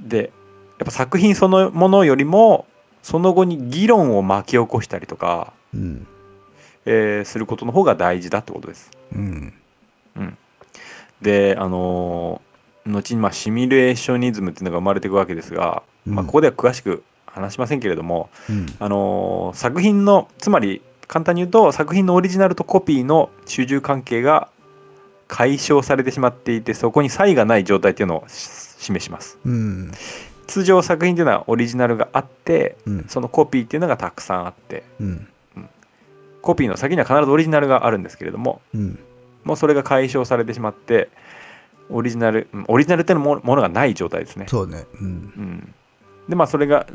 でやっぱ作品そのものよりもその後に議論を巻き起こしたりとか、うん。えーすることの方が大事だってことですうん。であのー後にまあシミュレーショニズムっていうのが生まれていくわけですが、まあ、うんここでは詳しく話しませんけれども、うん。あのー作品のつまり簡単に言うと作品のオリジナルとコピーの主従関係が解消されてしまっていてそこに差異がない状態というのをし示しますうん。通常作品というのはオリジナルがあってうん。そのコピーっていうのがたくさんあってうん。コピーの先には必ずオリジナルがあるんですけれどもうん。もうそれが解消されてしまってオリジナルうんオリジナルっていうもものがない状態ですねそうね。うん。うん、でまあそれが、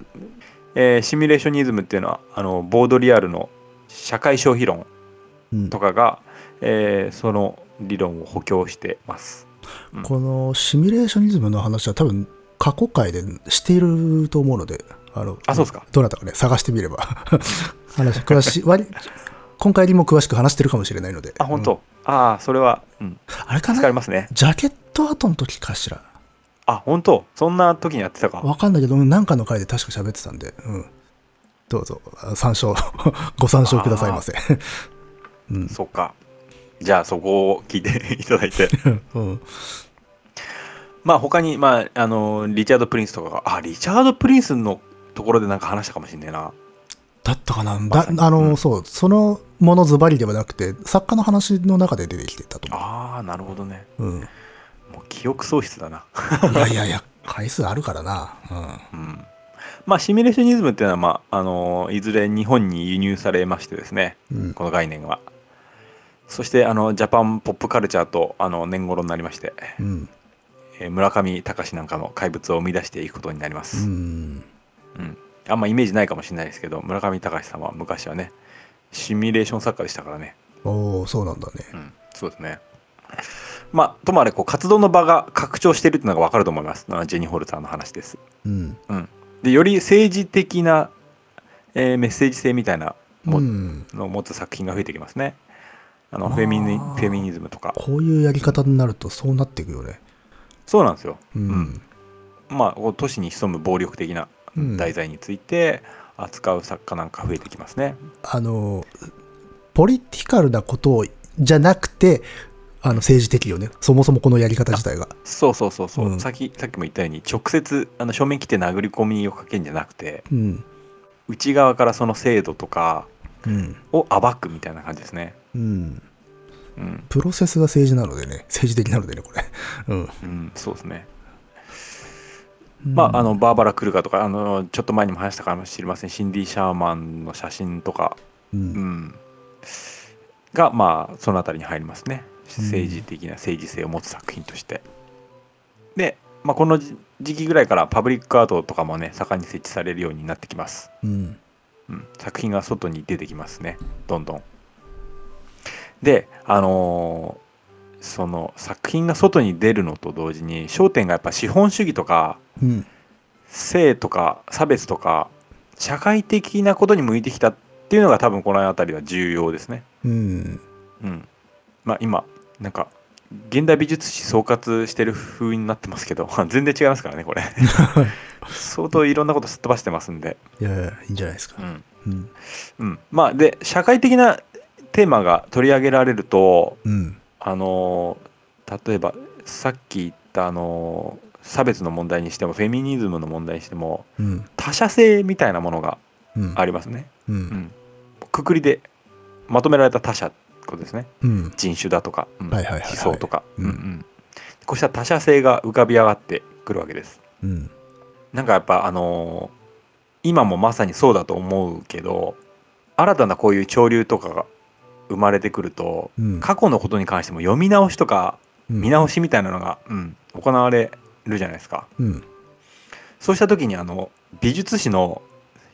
えーシミュレーショニズムっていうのはあのボードリアルの社会消費論うんとかが、えーその理論を補強してます。このシミュレーショニズムの話は多分過去回でしていると思うので、あの、あそうですかどなたかね、探してみれば。 話、詳しい、割り今回にも詳しく話してるかもしれないので。あ本当、うんああそれは、うん、あれか使えなますね。ジャケットアートの時かしら。あ本当そんな時にやってたか。わかんないけど、うんなんかの回で確か喋ってたんで、うん。どうぞ、あ参照、 ご参照くださいませ。 うん。 そっかじゃあそこを聞いて いただいてうん。まあ他にまああのリチャード・プリンスとかがあリチャード・プリンスのところでなんか話したかもしれないな。だったかな、まさにだあの、うんそう、そのものズバリではなくて、作家の話の中で出てきてたと思ああなるほどね。う。うん。もう記憶喪失だな。 いやいやいや、回数あるからな。うんまあ、シミュレーショニズムっていうのは、まああのいずれ日本に輸入されましてですねうん。うん。この概念はそしてあのジャパンポップカルチャーとあの年頃になりまして、うん。えー村上隆なんかの怪物を生み出していくことになりまうす、ん。うんあんまイメージないかもしれないですけど村上隆さんは昔はねシミュレーション作家でしたからね、おおそうなんだね。うん、そうですねまあともあれこう活動の場が拡張しているっていうのが分かると思いますあのジェニー・ホルターの話ですうん。でより政治的な、えーメッセージ性みたいなもうん。のを持つ作品が増えてきますね。あのあーフェミニフェミニズムとかこういうやり方になると、そうなっていくよね。そうなんですよ。ううんん。まあこう都市に潜む暴力的なうん題材について扱う作家なんか増えてきますね。あの、ポリティカルなことをじゃなくて、あの政治的よね。そもそもこのやり方自体が。そうそうそうそう、うんさっきさっきも言ったように直接あの正面切って殴り込みをかけるんじゃなくてうん。内側からその制度とかうん。を暴くみたいな感じですね。うん。うん、プロセスが政治なのでね、政治的なのでね、これ。うん。うん、そうですね。まあ、あのバーバラ・クルカとかあのちょっと前にも話したかもしれませんシンディ・シャーマンの写真とか、う、うんん、がまあその辺りに入りますね政治的な政治性を持つ作品として。で、まあ、この時時期ぐらいからパブリックアートとかもね盛んに設置されるようになってきます。うん。うん、作品が外に出てきますねどんどん。であのーその作品が外に出るのと同時に焦点がやっぱ資本主義とかうん。性とか差別とか社会的なことに向いてきたっていうのが多分この辺りは重要ですね。うん。うん、まあ今なんか現代美術史総括してる風になってますけど 全然違いますからねこれ相当いろんなことすっ飛ばしてますんで、いやいや、いいんじゃないですかう。ん、うん。うん、まあで社会的なテーマが取り上げられるとうん。あのー例えばさっき言ったあのー差別の問題にしてもフェミニズムの問題にしてもうん。他者性みたいなものがうん。ありますね、う。うんん、くくりでまとめられた他者ってことですねうん。人種だとか、うんはいはいはいはい思想とか、うんこうした他者性が浮かび上がってくるわけですうん。なんかやっぱあのー今もまさにそうだと思うけど新たなこういう潮流とかが生まれてくるとうん。過去のことに関しても読み直しとかうん見直しみたいなのが、うん行われるじゃないですかうん。そうした時にあの美術史の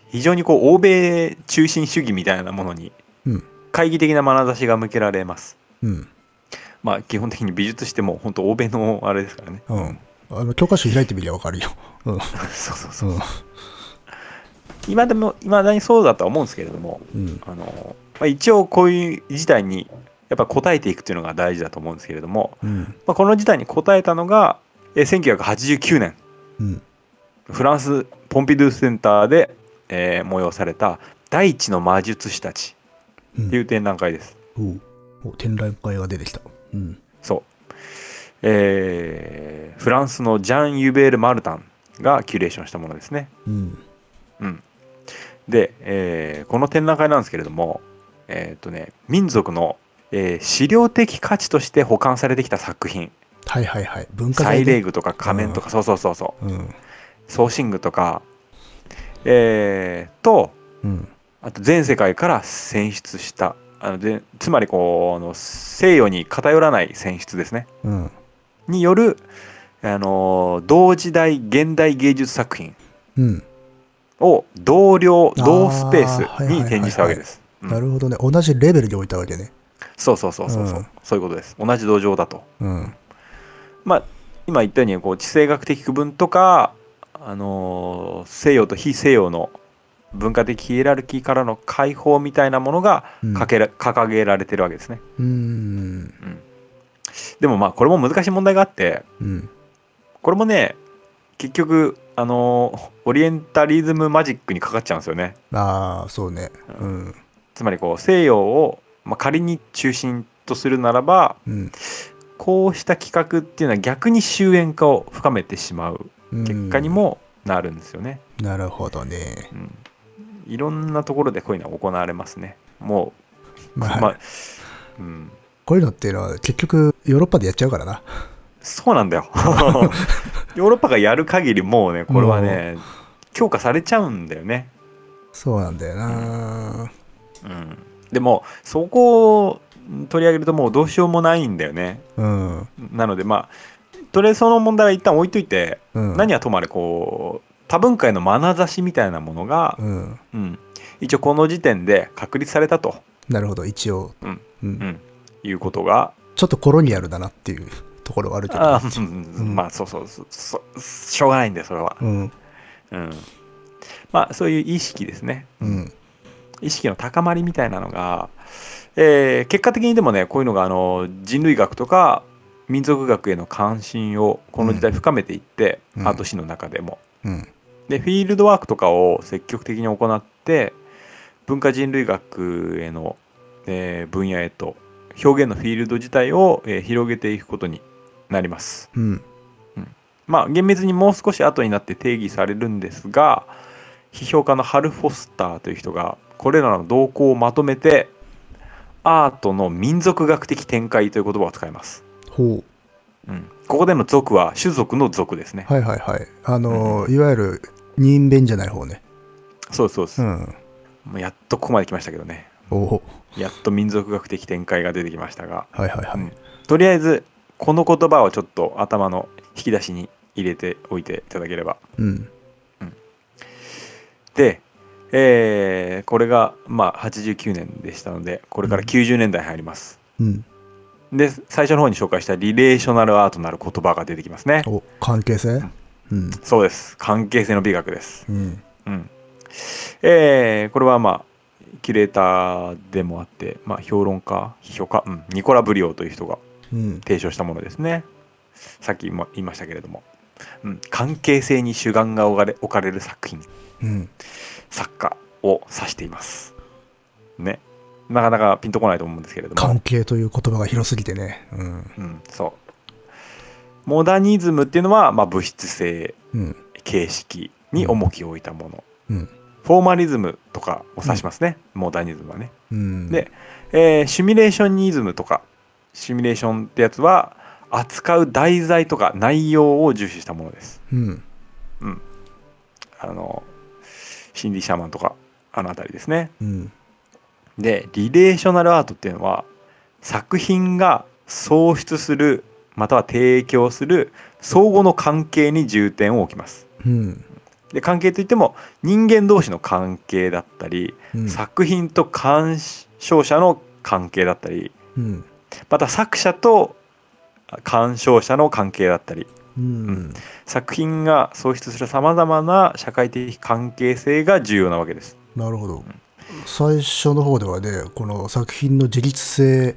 非常にこう欧米中心主義みたいなものにうん懐疑的な眼差しが向けられます、うん。まあ基本的に美術史ってもう本当欧米のあれですからねうん。あの、教科書開いてみりゃわかるよ。うん。そうそうそうそう。 今でもいまだにそうだとは思うんですけれどもうん。あの、まあ、一応こういう事態にやっぱ答えていくっていうのが大事だと思うんですけれども、うん。まあ、この事態に答えたのがえー1989年うん。フランスポンピドゥセンターで、えー催された「第一の魔術師たち」うっていん。う展覧会です。おお、展覧会が出てきた。うん。そうえーフランスのジャン・ユベール・マルタンがキュレーションしたものですね。うん。うん、で、えーこの展覧会なんですけれども、えーっとね、民族の、えー資料的価値として保管されてきた作品はいはいはい。文化サ財イレーで。グとか仮面とかそうそうそうそううん。ソーシングとか、えーとうん。あと全世界から選出したあのでつまりこうあの西洋に偏らない選出ですねうん。によるあの同時代現代芸術作品うん。を同量あー同スペースはいはいはいにはい展示したわけです。うんなるほどね。同じレベルで置いたわけね。そうそうそうそうそう、うんそういうことです同じ土壌だと。うん。まあ今言ったようにこう地政学的区分とか、あの西洋と非西洋の文化的ヒエラルキーからの解放みたいなものがうんかけら、掲げられてるわけですね。うん。うんでもまあこれも難しい問題があってうん。これもね結局あのオリエンタリズムマジックにかかっちゃうんですよねああ、そうね。うん。つまりこう西洋を、まあ、仮に中心とするならばうん。こうした企画っていうのは逆に終焉化を深めてしまう結果にもなるんですよね、うん。なるほどね。うんいろんなところでこういうのは行われますねもう、まあ、まあうん、こういうのっていうのは結局ヨーロッパでやっちゃうからな。そうなんだよヨーロッパがやる限りもうねこれはね強化されちゃうんだよねそうなんだよな。うん、でもそこを取り上げるともうどうしようもないんだよねうん。なのでまあとりあえずその問題は一旦置いといて、うん。何はともあれこう多文化への眼差しみたいなものがう、ん。うん一応この時点で確立されたと、なるほど、一応。うんううんん、いうことが、ちょっとコロニアルだなっていうところはあるけど。あーうんうんまあそうそうそそしょうがないんだよそれは、うん。うん、まあそういう意識ですねうん。意識の高まりみたいなのが、えー結果的にでもねこういうのがあの人類学とか民族学への関心をこの時代深めていって、うんアート史の中でも。うん。でフィールドワークとかを積極的に行って文化人類学へのえー分野へと表現のフィールド自体を、えー広げていくことになります。うん。まあ厳密にもう少し後になって定義されるんですが批評家のハル・フォスターという人がこれらの動向をまとめてアートの民族学的展開という言葉を使います。ほう。うん、ここでの族は種族の族ですね。はいはいはい。あのー、いわゆる、人弁じゃない方ね。そうですそうですう。ん。もうやっとここまで来ましたけどね。おお。やっと民族学的展開が出てきましたが、はいはいはい。とりあえずこの言葉をちょっと頭の引き出しに入れておいていただければうん。で、えーこれがまあ89年でしたのでこれから90年代に入ります、うん。で最初の方に紹介したリレーショナルアートなる言葉が出てきますねお、関係性うん。そうです関係性の美学ですうん。うんえーこれはまあキュレーターでもあって、まあ、評論家批評家、うん、ニコラ・ブリオという人がうん。提唱したものですねさっきも言いましたけれども、うん、関係性に主眼が置かれ置かれる作品うん。作家を指しています。ね。なかなかピンとこないと思うんですけれど関も。係という言葉が広すぎてね。うん。うん、そう。モダニズムっていうのは、まあ、物質性、うん。形式に重きを置いたもの。うん。フォーマリズムとかを指しますね。モダニズムはね。うん。でえーシミュレーショニズムとか、シミュレーションってやつは、扱う題材とか内容を重視したものです。うん。あの、心理シャーマンとか、あのあたりですね。うん。でリレーショナルアートっていうのは作品が創出するまたは提供する相互の関係に重点を置きます。うん。で関係といっても人間同士の関係だったり、うん。作品と鑑賞者の関係だったりうん。また作者と鑑賞者の関係だったりうん。作品が創出するさまざまな社会的関係性が重要なわけです。なるほど。最初の方ではね、この作品の自律性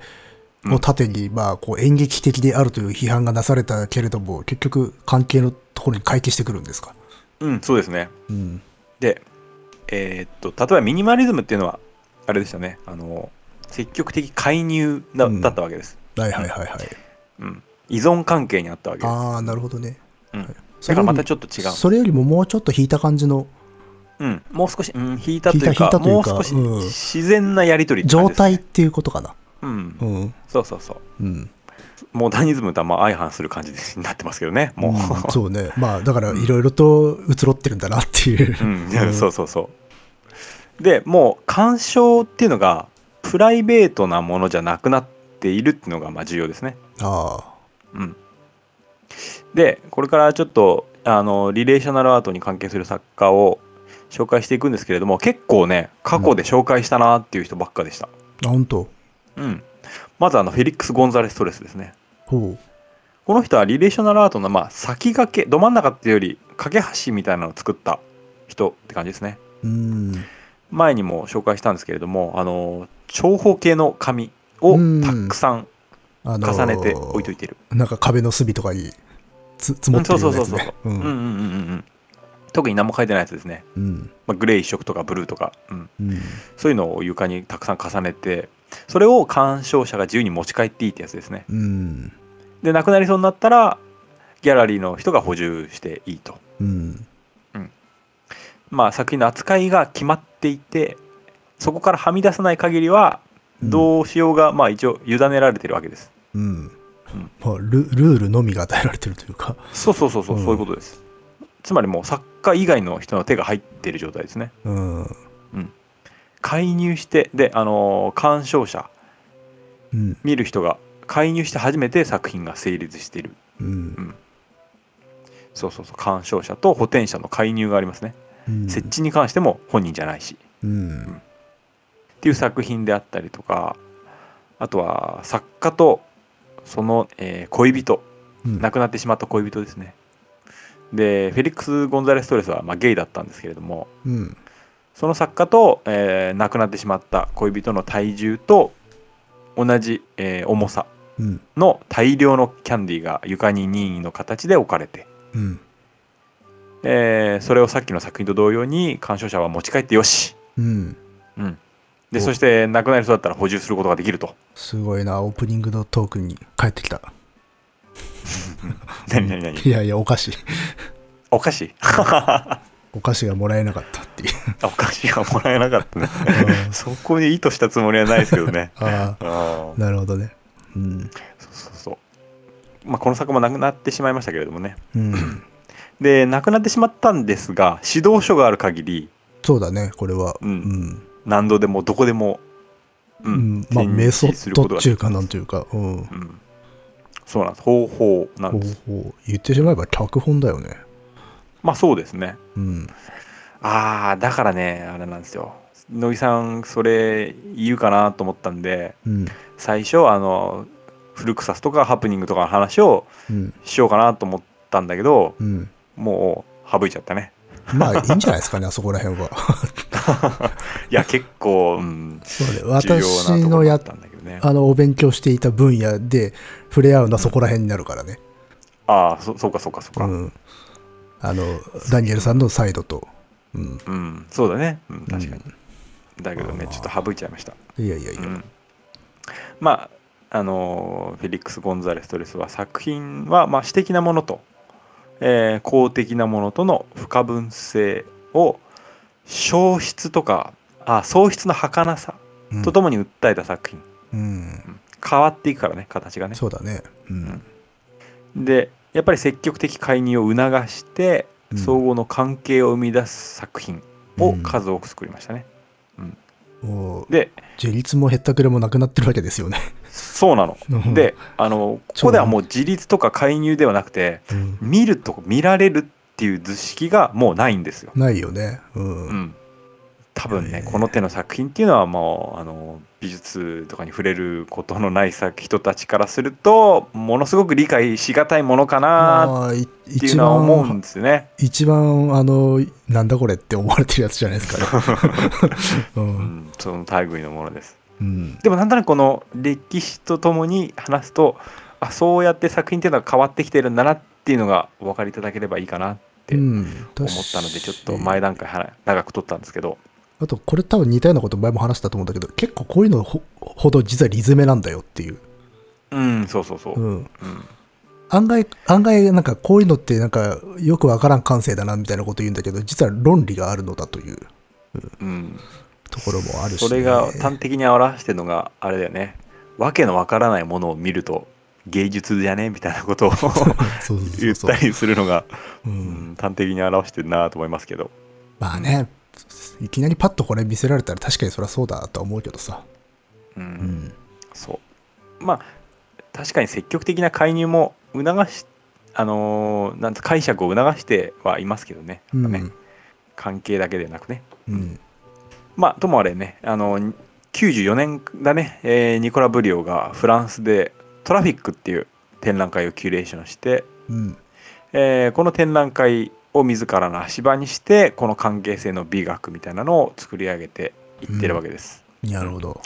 を盾に、まあ、こう演劇的であるという批判がなされたけれども、結局、関係のところに回帰してくるんですか。うん、そうですねうん。で、えーっと例えばミニマリズムっていうのはあれでしたねあの積極的介入だ,、うんだったわけです、はいはいはいはい。うん、依存関係にあったわけですああ、なるほどね。うんはいだからまたちょっと違う、それよりももうちょっと引いた感じのうん、もう少し、うん、引いたという引いかた引いたといもううか少しうん自然なやり取りって感状じですね態っていうことかな。うん、うん。そうそうそううん。モダニズムとはまあ相反する感じになってますけどねもう、んそうね。まあ、だから、いろいろと移ろってるんだなっ ていう。 うん、うんそうそうそうでもう鑑賞っていうのがプライベートなものじゃなくなっているっていうのがまあ重要ですねあうん、でこれからちょっとあのリレーショナルアートに関係する作家を紹介していくんですけれども結構ね過去で紹介したなっていう人ばっかでした、あ。あ、本当。うんまずあのフェリックス・ゴンザレス・トレスですねほう。この人はリレーショナルアートのまあ先駆けど真ん中っていうより架け橋みたいなのを作った人って感じですねうん。前にも紹介したんですけれどもあの長方形の紙をたくさんあの重ねて置いといてる、なんか壁の隅とかにつ積もってるようなやつね。ううんうんんうんうんうん特に何も書いてないやつですねうんまあ、グレー一色とかブルーとか、うん、うんそういうのを床にたくさん重ねてそれを鑑賞者が自由に持ち帰っていいってやつですねうんでなくなりそうになったらギャラリーの人が補充していいと、うんまあ、作品の扱いが決まっていてそこからはみ出さない限りはどうしようが、まあ一応委ねられてるわけですうんまあ、ルルールのみが与えられてるというか、そうそうそうそう、うんそういうことですつまりもう作家以外の人の手が入っている状態ですねうん介入してであのー鑑賞者うん見る人が介入して初めて作品が成立しているうんそうそうそう鑑賞者と補填者の介入がありますね、うん設置に関しても本人じゃないしうんっていう作品であったりとかあとは作家とその、えー恋人うん亡くなってしまった恋人ですねでフェリックス・ゴンザレス・トレスは、まあ、ゲイだったんですけれどもうんその作家と、えー亡くなってしまった恋人の体重と同じ、えー重さうんの大量のキャンディーが床に任意の形で置かれてうんえーそれをさっきの作品と同様に鑑賞者は持ち帰ってよし、うんうん、でそして亡くなりそうだったら補充することができるとすごいな、オープニングのトークに帰ってきた。何何何 いやいや、お菓子。お菓子お菓子がもらえなかったっていう。 お菓子がもらえなかったねうんそこに意図したつもりはないですけどねあ ああ、なるほどね。うん。そうそうそう、まあ、この作もなくなってしまいましたけれどもねうん。でなくなってしまったんですが指導書がある限りそうだね、これは。うんうん。何度でもどこでも、ううんまあ、メソ展示ッするドこっとがていうか、なんていうか、ううん。ん、そうなんです方法なん方です法。言ってしまえば脚本だよね。まあそうですねうん。ああだからねあれなんですよ乃木さんそれ言うかなと思ったんでうん。最初あの古草とかハプニングとかの話をうん。しようかなと思ったんだけどうん。もう省いちゃったねまあ、いいんじゃないです かね、あそこら辺は。い や結構、うん、そう重ね。要な私とこのろだやっ、たんだけどねあの、お勉強していた分野で触れ合うのはそこら辺になるからね。ああそそうかそうかそううかん。あの、ダニエルさんのサイドと。うん。うん、そうだね、うん、確かに、だけどねまあちょっと省いちゃいましたいやいやいや。うんまああのフェリックス・ゴンザレス・トレスは作品は、まあ、私的なものと、えー公的なものとの不可分性を消失とかあ喪失の儚さうんとともに訴えた作品、うん。変わっていくからね形がねそうだね。うん。でやっぱり積極的介入を促してうん相互の関係を生み出す作品をうん数多く作りましたね、もう、で自立もへったくれもなくなってるわけですよね。そうなのうんであのここではもう自立とか介入ではなくてうん見ると見られるっていう図式がもうないんですよ。ないよね。うん。うん、多分ね、えーこの手の作品っていうのはもうあの美術とかに触れることのない作人たちからするとものすごく理解しがたいものかなまあ、いっていう一のは思うん番、ですよね。一番、あの、なんだこれって思われてるやつじゃないですかね。 う。うんん、その類のものです。うん。でもなんとなくこの歴史とともに話すとあそうやって作品っていうのは変わってきてるんだなっていうのがお分かりいただければいいかなってうん、思ったのでちょっと前だ段し階は長く取ったんですけどあと、これ多分似たようなこと前も話したと思うんだけど、結構こういうのほほど実はリズメなんだよっていう。うんそうそうそう、うん。うん案外、案外、なんかこういうのってなんかよくわからん感性だなみたいなこと言うんだけど、実は論理があるのだといううん、ところもあるし、それが端的に表してるのがあれだよねわけのわからないものを見ると芸術じゃねみたいなことをそうそうそ言うっそうたりするのが、う。うんん、端的に表してるなと思いますけどまあね、いきなりパッとこれ見せられたら確かにそりゃそうだとは思うけどさ。うん、うん。そうまあ確かに積極的な介入も促しあのーなんつ解釈を促してはいますけどね,、うんね関係だけでなくねうん。まあともあれねあの94年だね、えーニコラ・ブリオがフランスで「トラフィック」っていう展覧会をキュレーションして、うん。えーこの展覧会を自らの足場にしてこの関係性の美学みたいなのを作り上げていってるわけです。なるほど。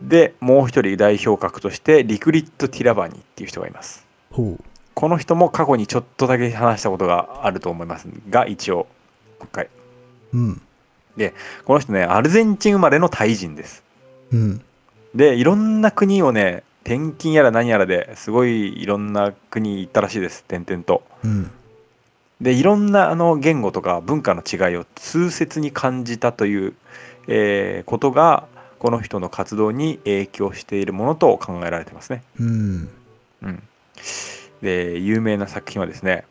でもう一人代表格としてリクリット・ティラバニっていう人がいます。ほう。この人も過去にちょっとだけ話したことがあると思いますが一応今回うん。この人ねアルゼンチン生まれのタイ人です。うん。でいろんな国をね転勤やら何やらですごいいろんな国行ったらしいです点々と。うん。でいろんなあの言語とか文化の違いを痛切に感じたという、えーことがこの人の活動に影響しているものと考えられてますね。うん。うん、で有名な作品はですね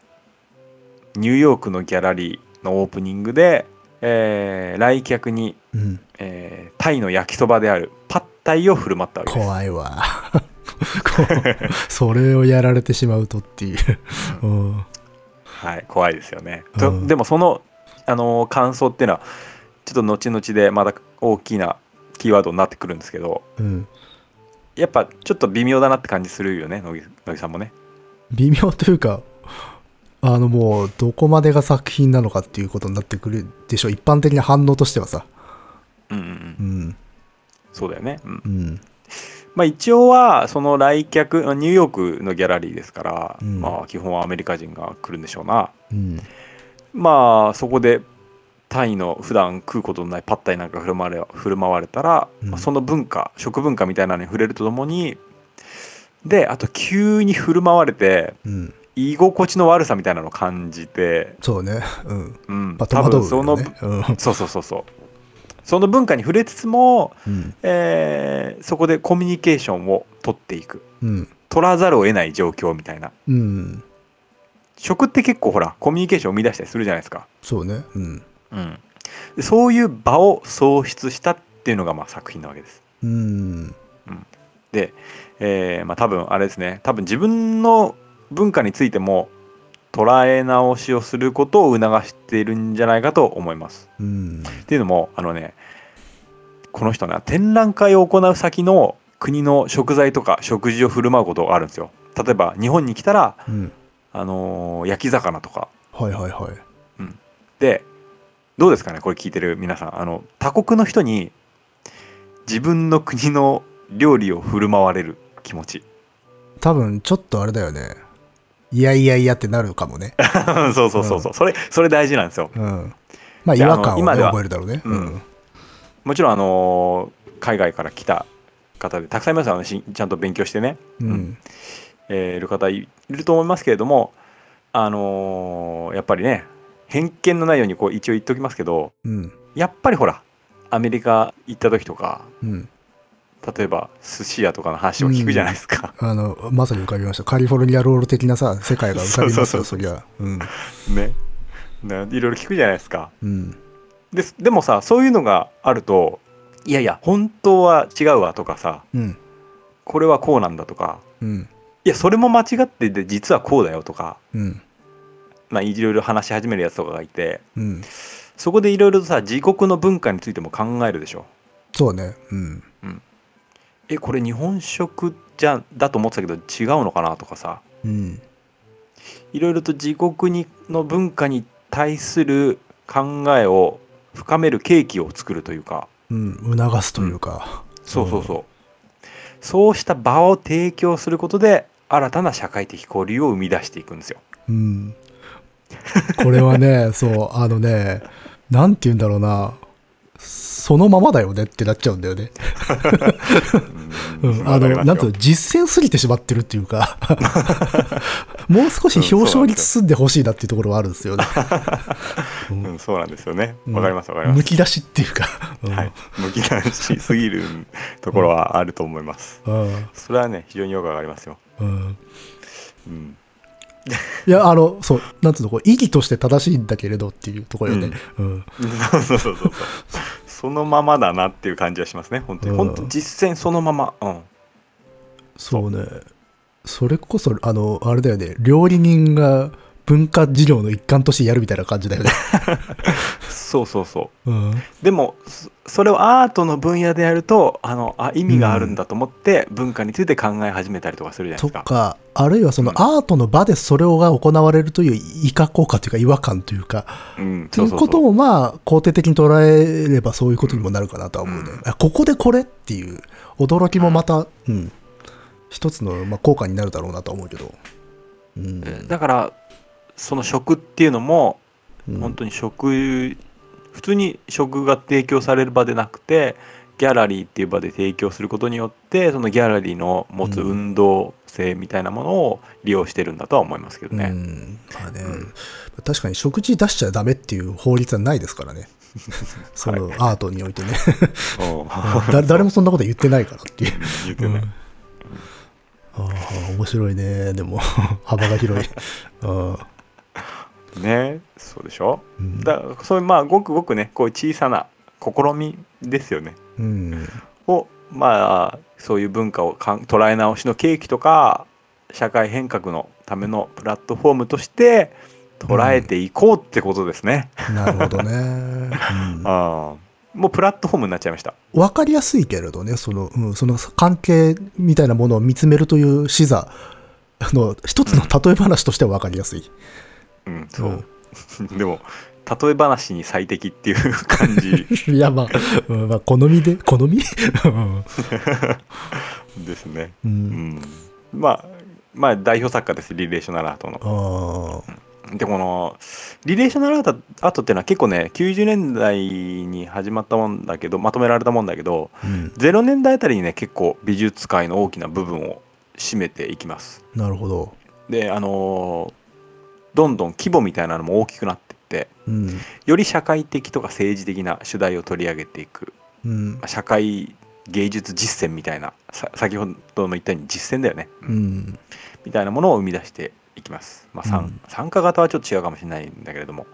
ニューヨークのギャラリーのオープニングで、えー来客に、うん。えータイの焼きそばであるパッタイを振る舞ったわけです。怖いわ。こうそれをやられてしまうとっていう。うん。はい、怖いですよね。とうんでもその、あのー感想っていうのはちょっと後々でまだ大きなキーワードになってくるんですけどうん。やっぱちょっと微妙だなって感じするよね乃木乃木さんもね。微妙というか、あのもう、どこまでが作品なのかっていうことになってくるでしょう。一般的な反応としてはさ。うんうんう、うんん。そうだよね。うんうん。まあ、一応はその来客ニューヨークのギャラリーですから、うんまあ、基本はアメリカ人が来るんでしょうな。うん。まあそこでタイの普段食うことのないパッタイなんか振る舞われ振る舞われたら、うんまあその文化食文化みたいなのに触れるとともにであと急に振る舞われてうん。居心地の悪さみたいなのを感じて、そうね。うん。うんまあ、戸多惑う分そよの、ね。そうそうそうそうその文化に触れつつも、うん。えーそこでコミュニケーションを取っていくうん。取らざるを得ない状況みたいなうん。食って結構ほらコミュニケーションを生み出したりするじゃないですか、そうね。うん。うん、でそういう場を創出したっていうのがまあ作品なわけです。うん。で、えーまあ、多分あれですね多分自分の文化についても捉え直しをすることを促しているんじゃないかと思います。うん。っていうのもあのねこの人ね展覧会を行う先の国の食材とか食事を振る舞うことがあるんですよ。例えば日本に来たら、うん。あのー焼き魚とかはいはいはい。でどうですかねこれ聞いてる皆さんあの他国の人に自分の国の料理を振る舞われる気持ち 多分、ちょっとあれだよね。いやいやいやってなるか もね。そうそうそうそう、それそれ大事なんですようん。まあ、違であの和感を今ねでは覚えるだろうね。うんもちろんあのー海外から来た方でたくさんいますよあのしちゃんと勉強してね、うん。うんえーいる方いると思いますけれどもあのーやっぱりね偏見のないようにこう一応言っておきますけどうん。やっぱりほらアメリカ行った時とかうん。例えば寿司屋とかの話を聞くじゃないですか、あの、まさに浮かびました。カリフォルニアロール的なさ、世界が浮かびましたそうよ、そそうそうりゃ。うん。ねないろいろ聞くじゃないですかうん。ででもさそういうのがあるといやいや本当は違うわとかさうん。これはこうなんだとかうん。いやそれも間違ってて実はこうだよとか、うん。まあ、いろいろ話し始めるやつとかがいてうん。そこでいろいろとさ自国の文化についても考えるでしょそうね。うん。えこれ日本食じゃだと思ってたけど違うのかなとかさうん。いろいろと自国にの文化に対する考えを深める契機を作るというかうん。促すというか。そうそうそう、そうした場を提供することで新たな社会的交流を生み出していくんですよ。うん。これは ね、そう、あのね、なんて言うんだろうな。そのままだよねってなっちゃうんだよね。うん、あわかりの、ますよなんと実践すぎてしまってるっていう か、もう少し表彰に包んでほしいなっていうところはあるんですよね。うんそうなんですよね。うんわかりますわかりまむす。き出しっていうか。うんはい、無気なしすぎるところはあると思います。うんそれはね非常によくわかりますよ。うんうん、いや、あの、そう、なんつうの、こう意義として正しいんだけれどっていうところよね。うん。そうそうそうそう。そのままだなっていう感じはしますね。本当に、うん本当実践そのまま。うん。そうね。それこそ、あの、あれだよね、料理人が文化事業の一環としてやるみたいな感じだよ ね。そうそうそう。うん。でもそそれをアートの分野でやるとあのあ意味があるんだと思って文化について考え始めたりとかするじゃないでとすか。か、あるいはそのうんアートの場でそれが行われるという威嚇効果というか違和感というか、うん、ということををまあ肯定的に捉えればそういうことにもなるかなとは思うね、うんあここでこれっていう驚きもまた、うん一つのまあ効果になるだろうなとは思うけど、うんだからその食っていうのもうん本当に食、普通に食が提供される場でなくてギャラリーっていう場で提供することによってそのギャラリーの持つうん運動性みたいなものを利用してるんだとは思いますけどうね。んまあねうん確かに食事出しちゃダメっていう法律はないです からねそのアートにおいてね うんだ 誰もそんなこと言ってないからっていう、言ってうんないああ面白いねでも 幅が 広いああねそうでしょうんだそういうまあごくごくねこう小さな試みですよね。うんをまあそういう文化をかん捉え直しの契機とか社会変革のためのプラットフォームとして捉えていこうってことですね。なるほどね、うん あーもうプラットフォームになっちゃいました。わかりやすいけれどね、その、うん、その関係みたいなものを見つめるという視座の一つの例え話としてはわかりやすい。うん、そう、 でも例え話に最適っていう感じうんいや、まあ、うんまあ、好みで、好み ですね。う。うんん、まあまあ代表作家ですリレーショナルアートの。ああ、でこのリレーショナルアートアートっていうのは結構ね90年代に始まったもんだけどまとめられたもんだけどうん。 0年代あたりにね結構美術界の大きな部分を占めていきますなるほど。であのーどんどん規模みたいなのも大きくなっていってうん。より社会的とか政治的な主題を取り上げていくうんまあ。社会芸術実践みたいなさ先ほども言ったように実践だよね、うん。みたいなものを生み出していきます、まあ参うん参加型はちょっと違うかもしれないんだけれども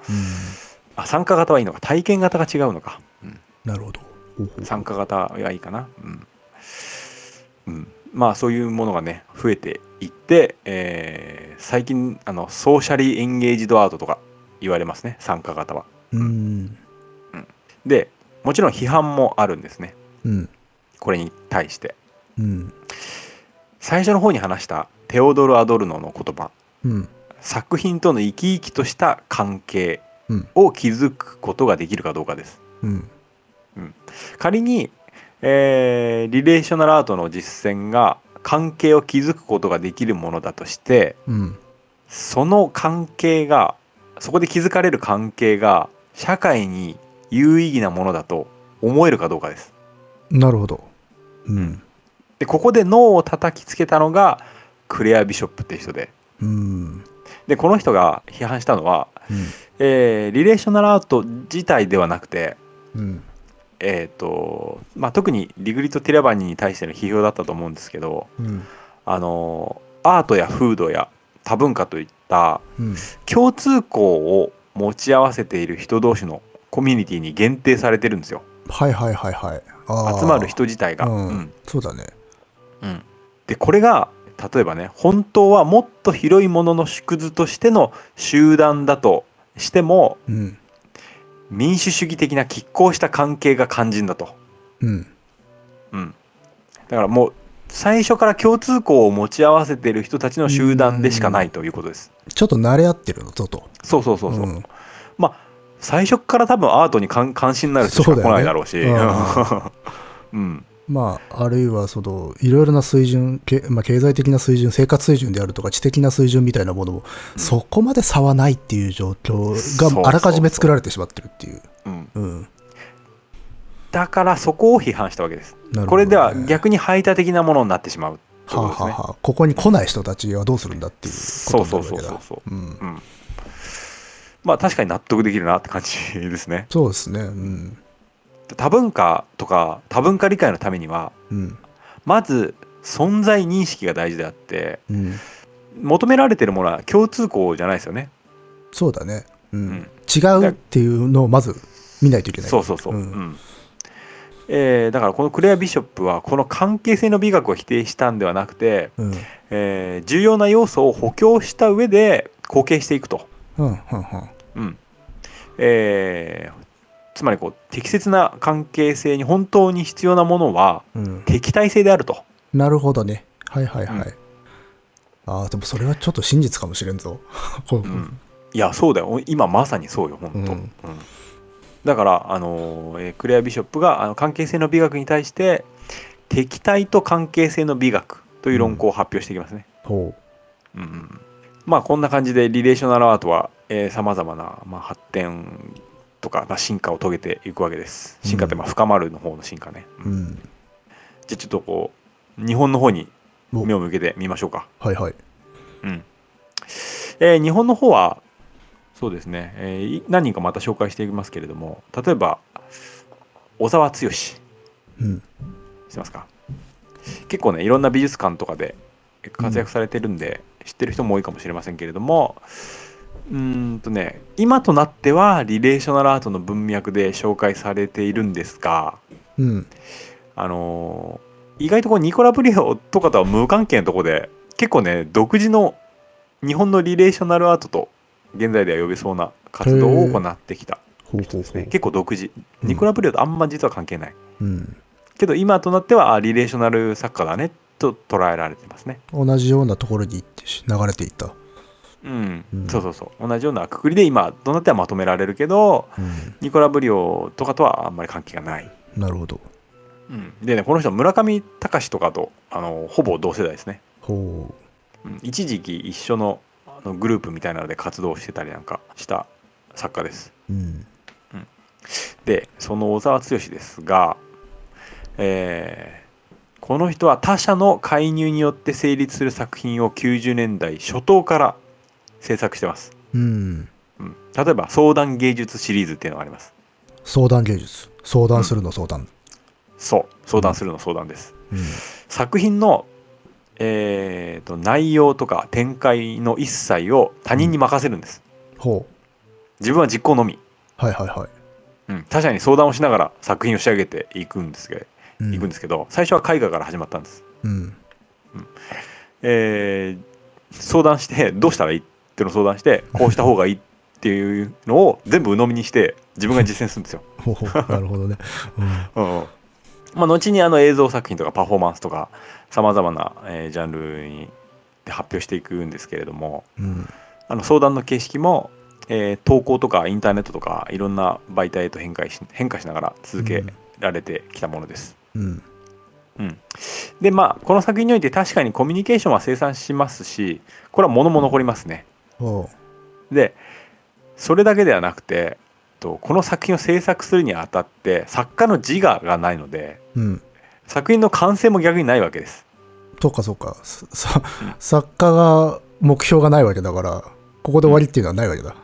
あ参加型はいいのか体験型が違うのか、うなるほど。ほうほん、う参加型がいいかな、うんうん、まあそういうものがね増えていって、えー最近あのソーシャリーエンゲージドアートとか言われますね参加型はうん。でもちろん批判もあるんですねうん。これに対してうん。最初の方に話したテオドル・アドルノの言葉うん。作品との生き生きとした関係うんを築くことができるかどうかですうん。仮に、えーリレーショナルアートの実践が関係を築くことができるものだとしてうん。その関係がそこで築かれる関係が社会に有意義なものだと思えるかどうかですなるほど。うん。でここで脳を叩きつけたのがクレア・ビショップって人でうん。でこの人が批判したのはうんえーリレーショナルアート自体ではなくて、うん。えーとまあ、特にリグリット・ティラバニーに対しての批評だったと思うんですけど、うん。あのーアートや風土や多文化といったうん。共通項を持ち合わせている人同士のコミュニティに限定されてるんですよはいはいはいはい。あー集まる人自体が。うんうんそうだね。うんでこれが例えばね本当はもっと広いものの縮図としての集団だとしてもうん。民主主義的な拮抗した関係が肝心だと。うん。うん、だからもう最初から共通項を持ち合わせている人たちの集団でしかないということです。ちょっと慣れ合ってるのとと。そうそうそうそう。んまあ最初から多分アートに関関心になる人しか来ないだろうし。そうだよ うん、まあ、あるいはその、いろいろな水準、けまあ、経済的な水準、生活水準であるとか、知的な水準みたいなものも、そこまで差はないっていう状そうそう況そうがあらかじめ作られてしまってるっていう。うん、うん。だからそこを批判したわけです。なるほどねこれでは逆に排他的なものになってしまうというはこあとですはね。あはあここに来ない人たちはどうするんだっていうそこうそとうになそるうわけそうそだ。う。うんうん、まあ確かに納得できるなって感じですね。そうですね。うん。多文化とか多文化理解のためにはうん。まず存在認識が大事であってうん。求められてるものは共通項じゃないですよね。そうだね。ううんん。違うっていうのをまず見ないといけない。そうそうそう。ううんんえーだからこのクレア・ビショップはこの関係性の美学を否定したんではなくて、うん。うん。えー重要な要素を補強した上で貢献していくと、うん。うん。うんえーつまりこう適切な関係性に本当に必要なものはうん。敵対性であるとなるほどね。はいはいはうい。ああ、でもそれはちょっと真実かもしれんぞ。 こううんいやそうだよ今まさにそうよ本当、うんうんだからあのーえークレア・ビショップがあの関係性の美学に対して敵対と関係性の美学という論考を発表していきますね、ほうんうんまあこんな感じでリレーショナルアートはさまざまな、まあ、発展とか、まあ、進化を遂げていくわけです進化ってまあ深まるの方の進化ね、う。うん。じゃあちょっとこう日本の方にお目を向けてみましょうかはいはい。うんえー日本の方はそうですね、えーい何人かまた紹介していきますけれども例えば小沢剛しうん。てますか結構ねいろんな美術館とかで活躍されてるんで、知ってる人も多いかもしれませんけれどもうーんとね今となってはリレーショナルアートの文脈で紹介されているんですがうん。あのー意外とこうニコラ・ブリオとかとは無関係のとこで結構ね独自の日本のリレーショナルアートと現在では呼べそうな活動を行ってきた、ほうほうほね、結構独自うんニコラ・ブリオとあんま実は関係ない、う。うん。けど今となってはあリレーショナル作家だねと捉えられてますね同じようなところに行ってし流れていった。うん、うんそうそうそう同じようなくくりで今となってはまとめられるけどうん。ニコラ・ブリオとかとはあんまり関係がない、なるほど。うん、でねこの人村上隆とかとあのほぼ同世代ですねほうん一時期一緒のあのグループみたいなので活動してたりなんかした作家です。うん。で、その小沢剛ですが、えーこの人は他者の介入によって成立する作品を90年代初頭から制作してます。うん。うん、例えば相談芸術シリーズっていうのがあります。相談芸術。相談するの相談。そう、相談するの相談です。うん。作品の、えーと内容とか展開の一切を他人に任せるんです。ほ自分は実行のみ。う。はいはいはうん、他者に相談をしながら作品を仕上げていくんですけど、い。うん。いくんですけど最初は絵画から始まったんです。うん。えー相談してどうしたらいいっていうのを相談してこうした方がいいっていうのを全部鵜呑みにして自分が実践するんですよ。ほうほう。なるほどね。うん。うんうんまあ、後にあの映像作品とかパフォーマンスとかさまざまな、えージャンルにで発表していくんですけれどもうん。あの相談の形式も、えー投稿とかインターネットとかいろんな媒体へと変化し変化しながら続けられてきたものです。うん。うん、でまあこの作品において確かにコミュニケーションは生産しますしこれは物も残りますね。ほでそれだけではなくてとこの作品を制作するにあたって作家の自我がないのでう。うん。作品の完成も逆にないわけです。そうかそうか。ささ作家が目標がないわけだから、ここで終わりっていうのはないわけだ。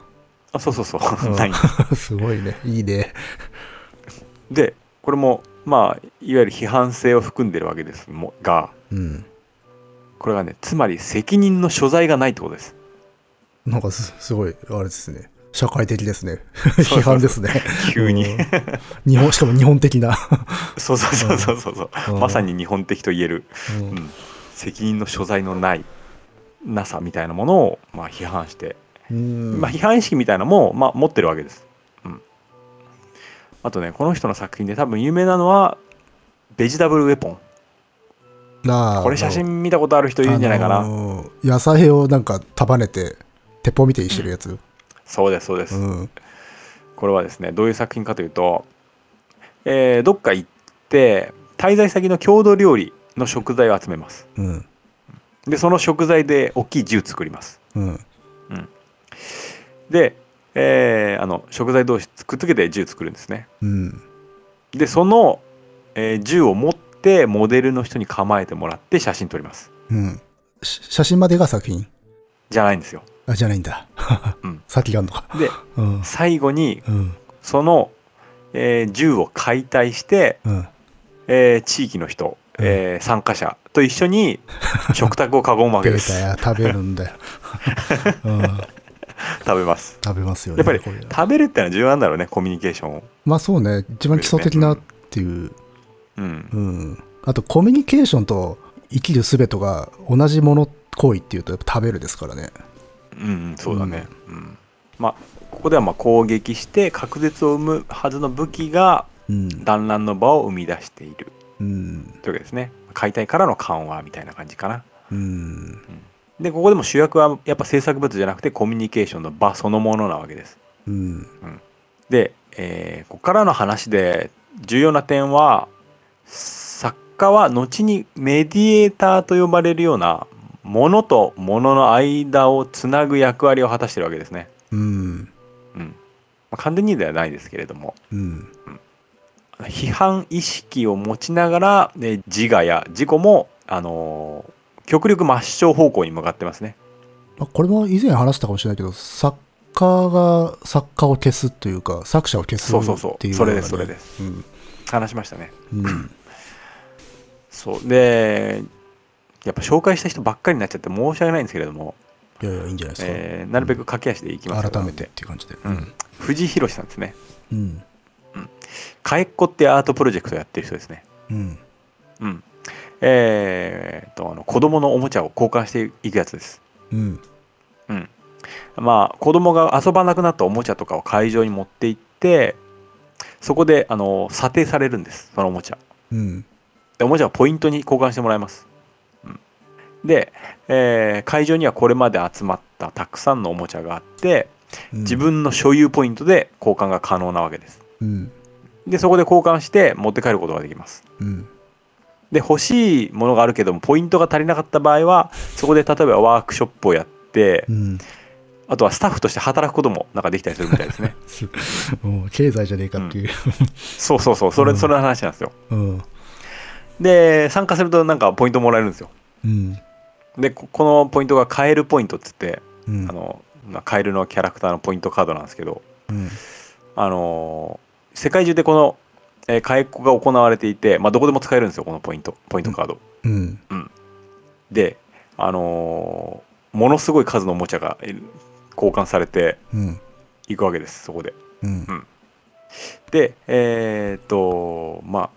あそうそうそうう んない。すごいね。いいね。でこれもまあいわゆる批判性を含んでるわけですもがうん。これがねつまり責任の所在がないってことです。なんかすすごい、あれですね。社会的ですね。うそう批判ですね。急にうん。日本、しかも日本的な。 そうそうそうそうそううんまさに日本的と言えるうんうん、責任の所在のないなさみたいなものをまあ批判して、うんまあ、批判意識みたいなのもまあ持ってるわけです、うん、あとねこの人の作品で多分有名なのはベジタブルウェポンなあこれ写真見たことある人いるんじゃないかな、あのー野菜をなんか束ねて、鉄砲みたいにしてるやつ。そうですそうです、うん。これはですねどういう作品かというと、えーどっか行って滞在先の郷土料理の食材を集めますうん。でその食材で大きい銃作りますうん。で、えーあの食材同士くっつけて銃作るんですねうん。でその、えー銃を持ってモデルの人に構えてもらって写真撮りますうん。し写真までが作品じゃないんです よあ、じゃないんだ。うん先があるのか。でうん。最後にうん。その、えー銃を解体して、うん。えー地域の人、えー参加者と一緒 に食卓を囲むわけ出でたすよ。食べるんだよ。うん。食べます食べますよやね。っぱりこれ食べるってのは重要なんだろうねコミュニケーションをまあそうね。一番基礎的なっていう。うんうん。あと、コミュニケーションと生きるすべとが同じもの行為っていうと、やっぱ食べるですからね。うん、うん、そうだね、うん、まあここではまあ攻撃して隔絶を生むはずの武器がうん。団らんの場を生み出しているうん。というわけですね解体からの緩和みたいな感じかなうん。でここでも主役はやっぱ制作物じゃなくてコミュニケーションの場そのものなわけですうん。で、えーここからの話で重要な点は作家は後にメディエーターと呼ばれるようなものとものの間をつなぐ役割を果たしてるわけですね、うん。うんまあ、完全にではないですけれどもうん。批判意識を持ちながら、ね、自我や自己も、あのー極力抹消方向に向かってますね。まあこれも以前話したかもしれないけど、作家が作家を消すというか、作者を消すそうそうそうっていうそのがれね、ですそれですうん。話しましたね。うん。そうでやっぱ紹介した人ばっかりになっちゃって申し訳ないんですけれども、いやいや、いいんじゃないですか。えーなるべく駆け足でいきますけど改めてっていう感じで。うん藤井博さんですねうん。 「かえっこ」ってアートプロジェクトやってる人ですね。うん。うんえーっとあの子供のおもちゃを交換していくやつです。うん。うん、まあ子供が遊ばなくなったおもちゃとかを会場に持って行ってそこであの査定されるんですそのおもちゃうん。でおもちゃをポイントに交換してもらいます、うん、で、えー会場にはこれまで集まったたくさんのおもちゃがあってうん自。分の所有ポイントで交換が可能なわけですうん。でそこで交換して持って帰ることができますうん。で欲しいものがあるけどもポイントが足りなかった場合はそこで例えばワークショップをやって、うん。あとはスタッフとして働くこともなんかできたりするみたいですねすもう経済じゃねえかっていう。そうそうそうそれそれの話なんですようん。で参加するとなんかポイントもらえるんですようん。でここのポイントがカエルポイントっつって、うんあ。のまあカエルのキャラクターのポイントカードなんですけどうんあのー世界中でこの、えー、カエコが行われていて、まあ、どこでも使えるんですよこのポイントポイントカード、うん。であのーものすごい数のおもちゃがえー交換されてうん。いくわけですそこでうん。でえーっとまあ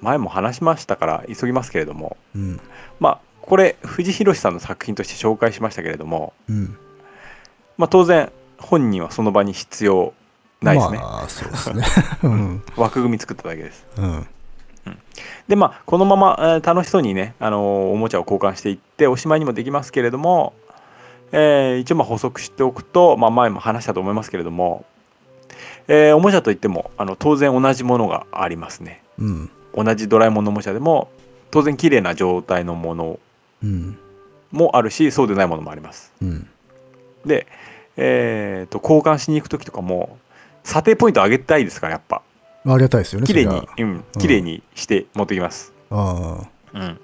前も話しましたから急ぎますけれどもうん。まあこれ藤博さんの作品として紹介しましたけれども、うん。まあ、当然本人はその場に必要ないですね、まあ、そうですね。 うん。枠組み作っただけですうん。でまあこのまま、えー楽しそうにね、あのーおもちゃを交換していっておしまいにもできますけれども、えー一応まあ補足しておくと、まあ、前も話したと思いますけれども、えーおもちゃといってもあの当然同じものがありますねうん。同じドラえもんのおもちゃでも当然綺麗な状態のものうん。もあるしそうでないものもありますうん。で、えーと交換しに行く時とかも査定ポイント上げたいですからやっぱありがたいですよね。綺麗それにがうん綺麗にして持ってきます、ああ。うん、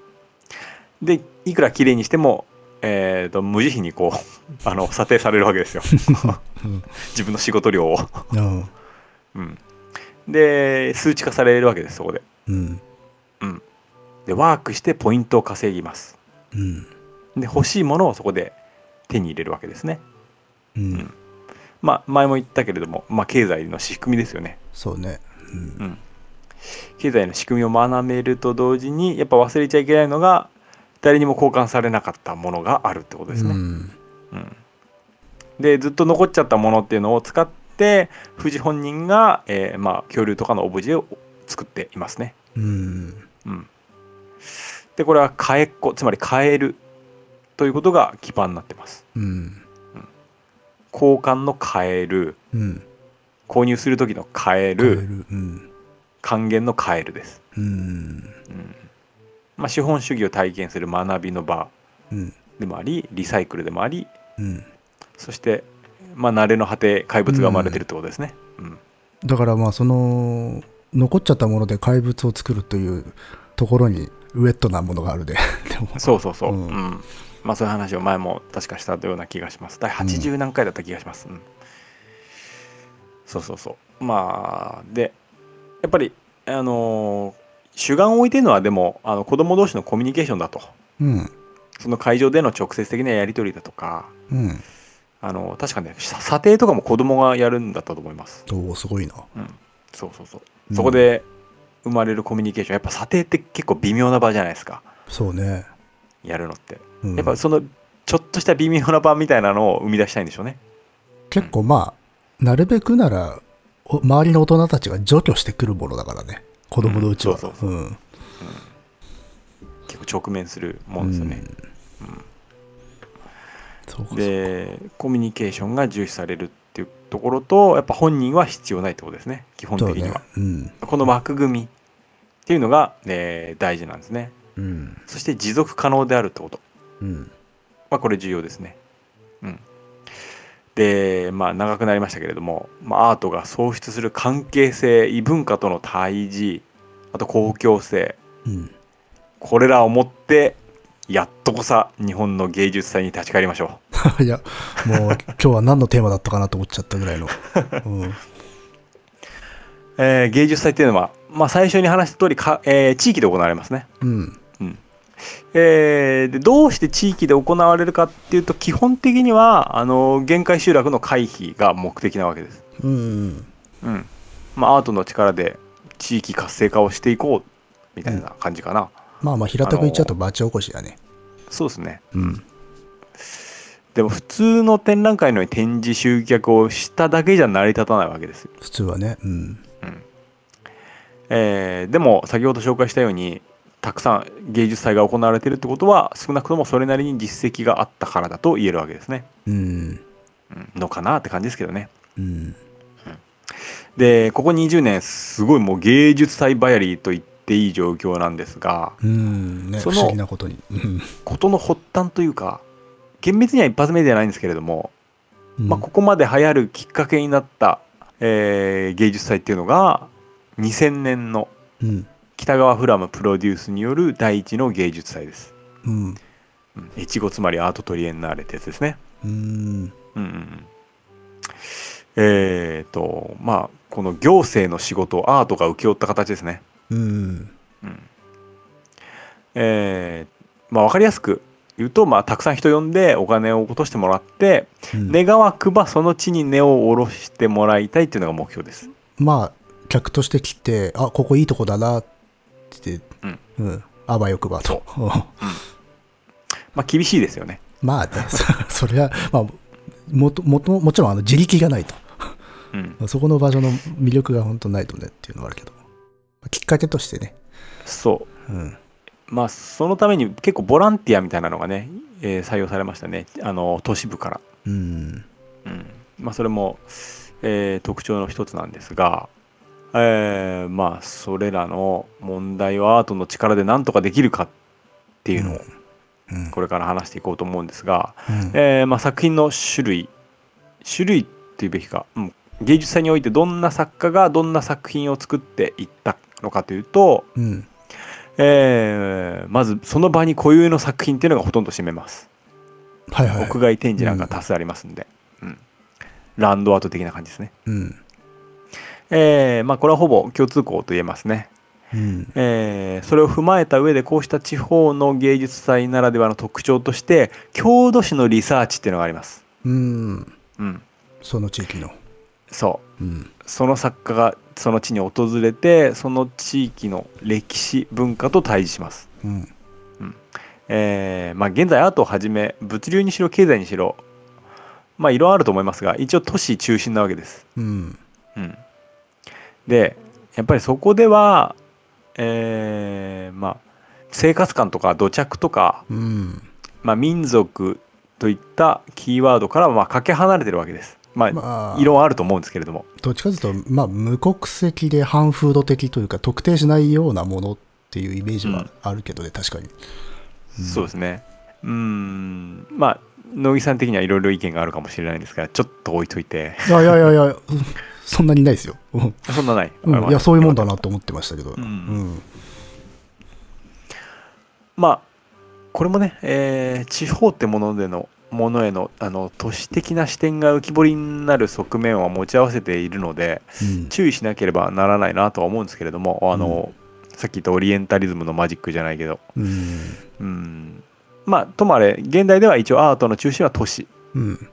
でいくら綺麗にしても、えー、と無慈悲にこう あの査定されるわけ ですようん自分の仕事量を、うん。うん、で数値化されるわけですそこでうん。でワークしてポイントを稼ぎますうん。で欲しいものをそこで手に入れるわけですねうん。まあ前も言ったけれども、まあ、経済の仕組みですよねそうね。うん。経済の仕組みを学べると同時にやっぱ忘れちゃいけないのが誰にも交換されなかったものがあるってことですね、うん。うんでずっと残っちゃったものっていうのを使って富士本人が、えーまあ、恐竜とかのオブジェを作っていますね。うん。うん、でこれはカエっ子つまりカエルということが基盤になってます。うん。交換のカエルうん。購入する時のカエ買えルる。うん。還元のカエルです。うん。うんまあ、資本主義を体験する学びの場うん。でもありリサイクルでもありうん。そして、まあ、慣れの果て怪物が生まれてるってことですね。うんだからまあその残っちゃったもので怪物を作るというところにウェットなものがあるででもそうそうそう、ううんんまあそういう話を前も確かしたような気がします第80何回だった気がします、うんそうそうそうまあでやっぱりあのー主眼を置いてるのはでもあの子供同士のコミュニケーションだとうんその会場での直接的なやり取りだとかうんあの確かねさ査定とかも子供がやるんだったと思います、おおすごいな、うん、そうそうそううんそこで生まれるコミュニケーションやっぱ査定って結構微妙な場じゃないですかそうね、やるのってうんやっぱそのちょっとした微妙な版みたいなのを生み出したいんでしょうね。結構まあなるべくならお周りの大人たちが除去してくるものだからね子供のうちはうんそううそん結構直面するもんですよね。そうかでコミュニケーションが重視されるっていうところとやっぱ本人は必要ないってことですね基本そ的うにねは。うんこの枠組みっていうのが、えー大事なんですね。うんそして持続可能であるってこと。うんまあ、これ重要ですね。うん、でまあ長くなりましたけれども、まあ、アートが創出する関係性異文化との対峙あと公共性 うんこれらをもってやっとこさ日本の芸術祭に立ち返りましょいやもう今日は何のテーマだったかなと思っちゃったぐら いの、うん、う、えー芸術祭っていうのは、まあ、最初に話した通りか、えー地域で行われますね、うんうんえーでどうして地域で行われるかっていうと基本的にはあの限界集落の回避が目的なわけです、うんうんまあ、アートの力で地域活性化をしていこうみたいな感じかな、まあまあ平たく言っちゃうと町おこしだねそうですねうんでも普通の展覧会のように展示集客をしただけじゃ成り立たないわけです普通はねうんえーでも先ほど紹介したようにたくさん芸術祭が行われているってことは少なくともそれなりに実績があったからだと言えるわけですね、うんうんのかなって感じですけどねうんでここ20年すごいもう芸術祭バヤリーと言っていい状況なんですがうんね、そ不の思議なことに。うん事の発端というか厳密には一発目ではないんですけれども、うんまあ、ここまで流行るきっかけになった、えー芸術祭っていうのが2000年のうん。北川フラムプロデュースによる第一の芸術祭です。うん。うん越後つまりアートトリエンナーレってやつですね。うん。うんうんうん、えっ、とまあこの行政の仕事をアートが請け負った形ですね。うん。うんえーまあ、分かりやすく言うと、まあ、たくさん人呼んでお金を落としてもらって、うん願わくばその地に根を下ろしてもらいたいっていうのが目標です。まあ、客として来て、あ、ここいいとこだなって、うん。うん。あばよくばと。まあ、厳しいですよね。 まあね、そそ れは、まあ、もと、もと、もちろんあの自力がないと。うん、そこの場所の魅力が本当ないとねっていうのはあるけど。きっかけとしてね。そうん。う、まあ、そのために結構ボランティアみたいなのがね、えー採用されましたねあの都市部から。うん。うんまあ、それも、えー特徴の一つなんですが、えーまあそれらの問題をアートの力で何とかできるかっていうのをうん。これから話していこうと思うんですが、うんえーまあ、作品の種類種類っていうべきか、うん、芸術祭においてどんな作家がどんな作品を作っていったのかというと、うん。えーまずその場に固有の作品っていうのがほとんど占めます。はいはい。屋外展示なんか多数ありますんで、うんランドアート的な感じですね。うん。えーまあ、これはほぼ共通項と言えますね、うん。えーそれを踏まえた上でこうした地方の芸術祭ならではの特徴として郷土史のリサーチっていうのがありますうん。うんその地域の。そううん。その作家がその地に訪れてその地域の歴史文化と対峙します、うん。えーまあ、現在アートをはじめ物流にしろ経済にしろまあいろいろあると思いますが一応都市中心なわけですうん。うん、でやっぱりそこではえーまあ生活感とか土着とか、うん。まあ、民族といったキーワードからはまあかけ離れてるわけです。まあ、まあ、異論はあると思うんですけれども、どっちかというと、まあ、無国籍で反風土的というか、特定しないようなものっていうイメージはあるけどね、確かに。そうですねうんまあ野木さん的にはいろいろ意見があるかもしれないんですがちょっと置いといていやいやいやいや、うんそんなにないですよ。うんそんなない、うん、いや、そういうもんだなと思ってましたけど。んうん。まあこれもね、えー地方ってものでのものへのあの都市的な視点が浮き彫りになる側面は持ち合わせているのでうん注意しなければならないなとは思うんですけれどもあの、さっき言ったオリエンタリズムのマジックじゃないけどうん。うんまあともあれ現代では一応アートの中心は都市うん。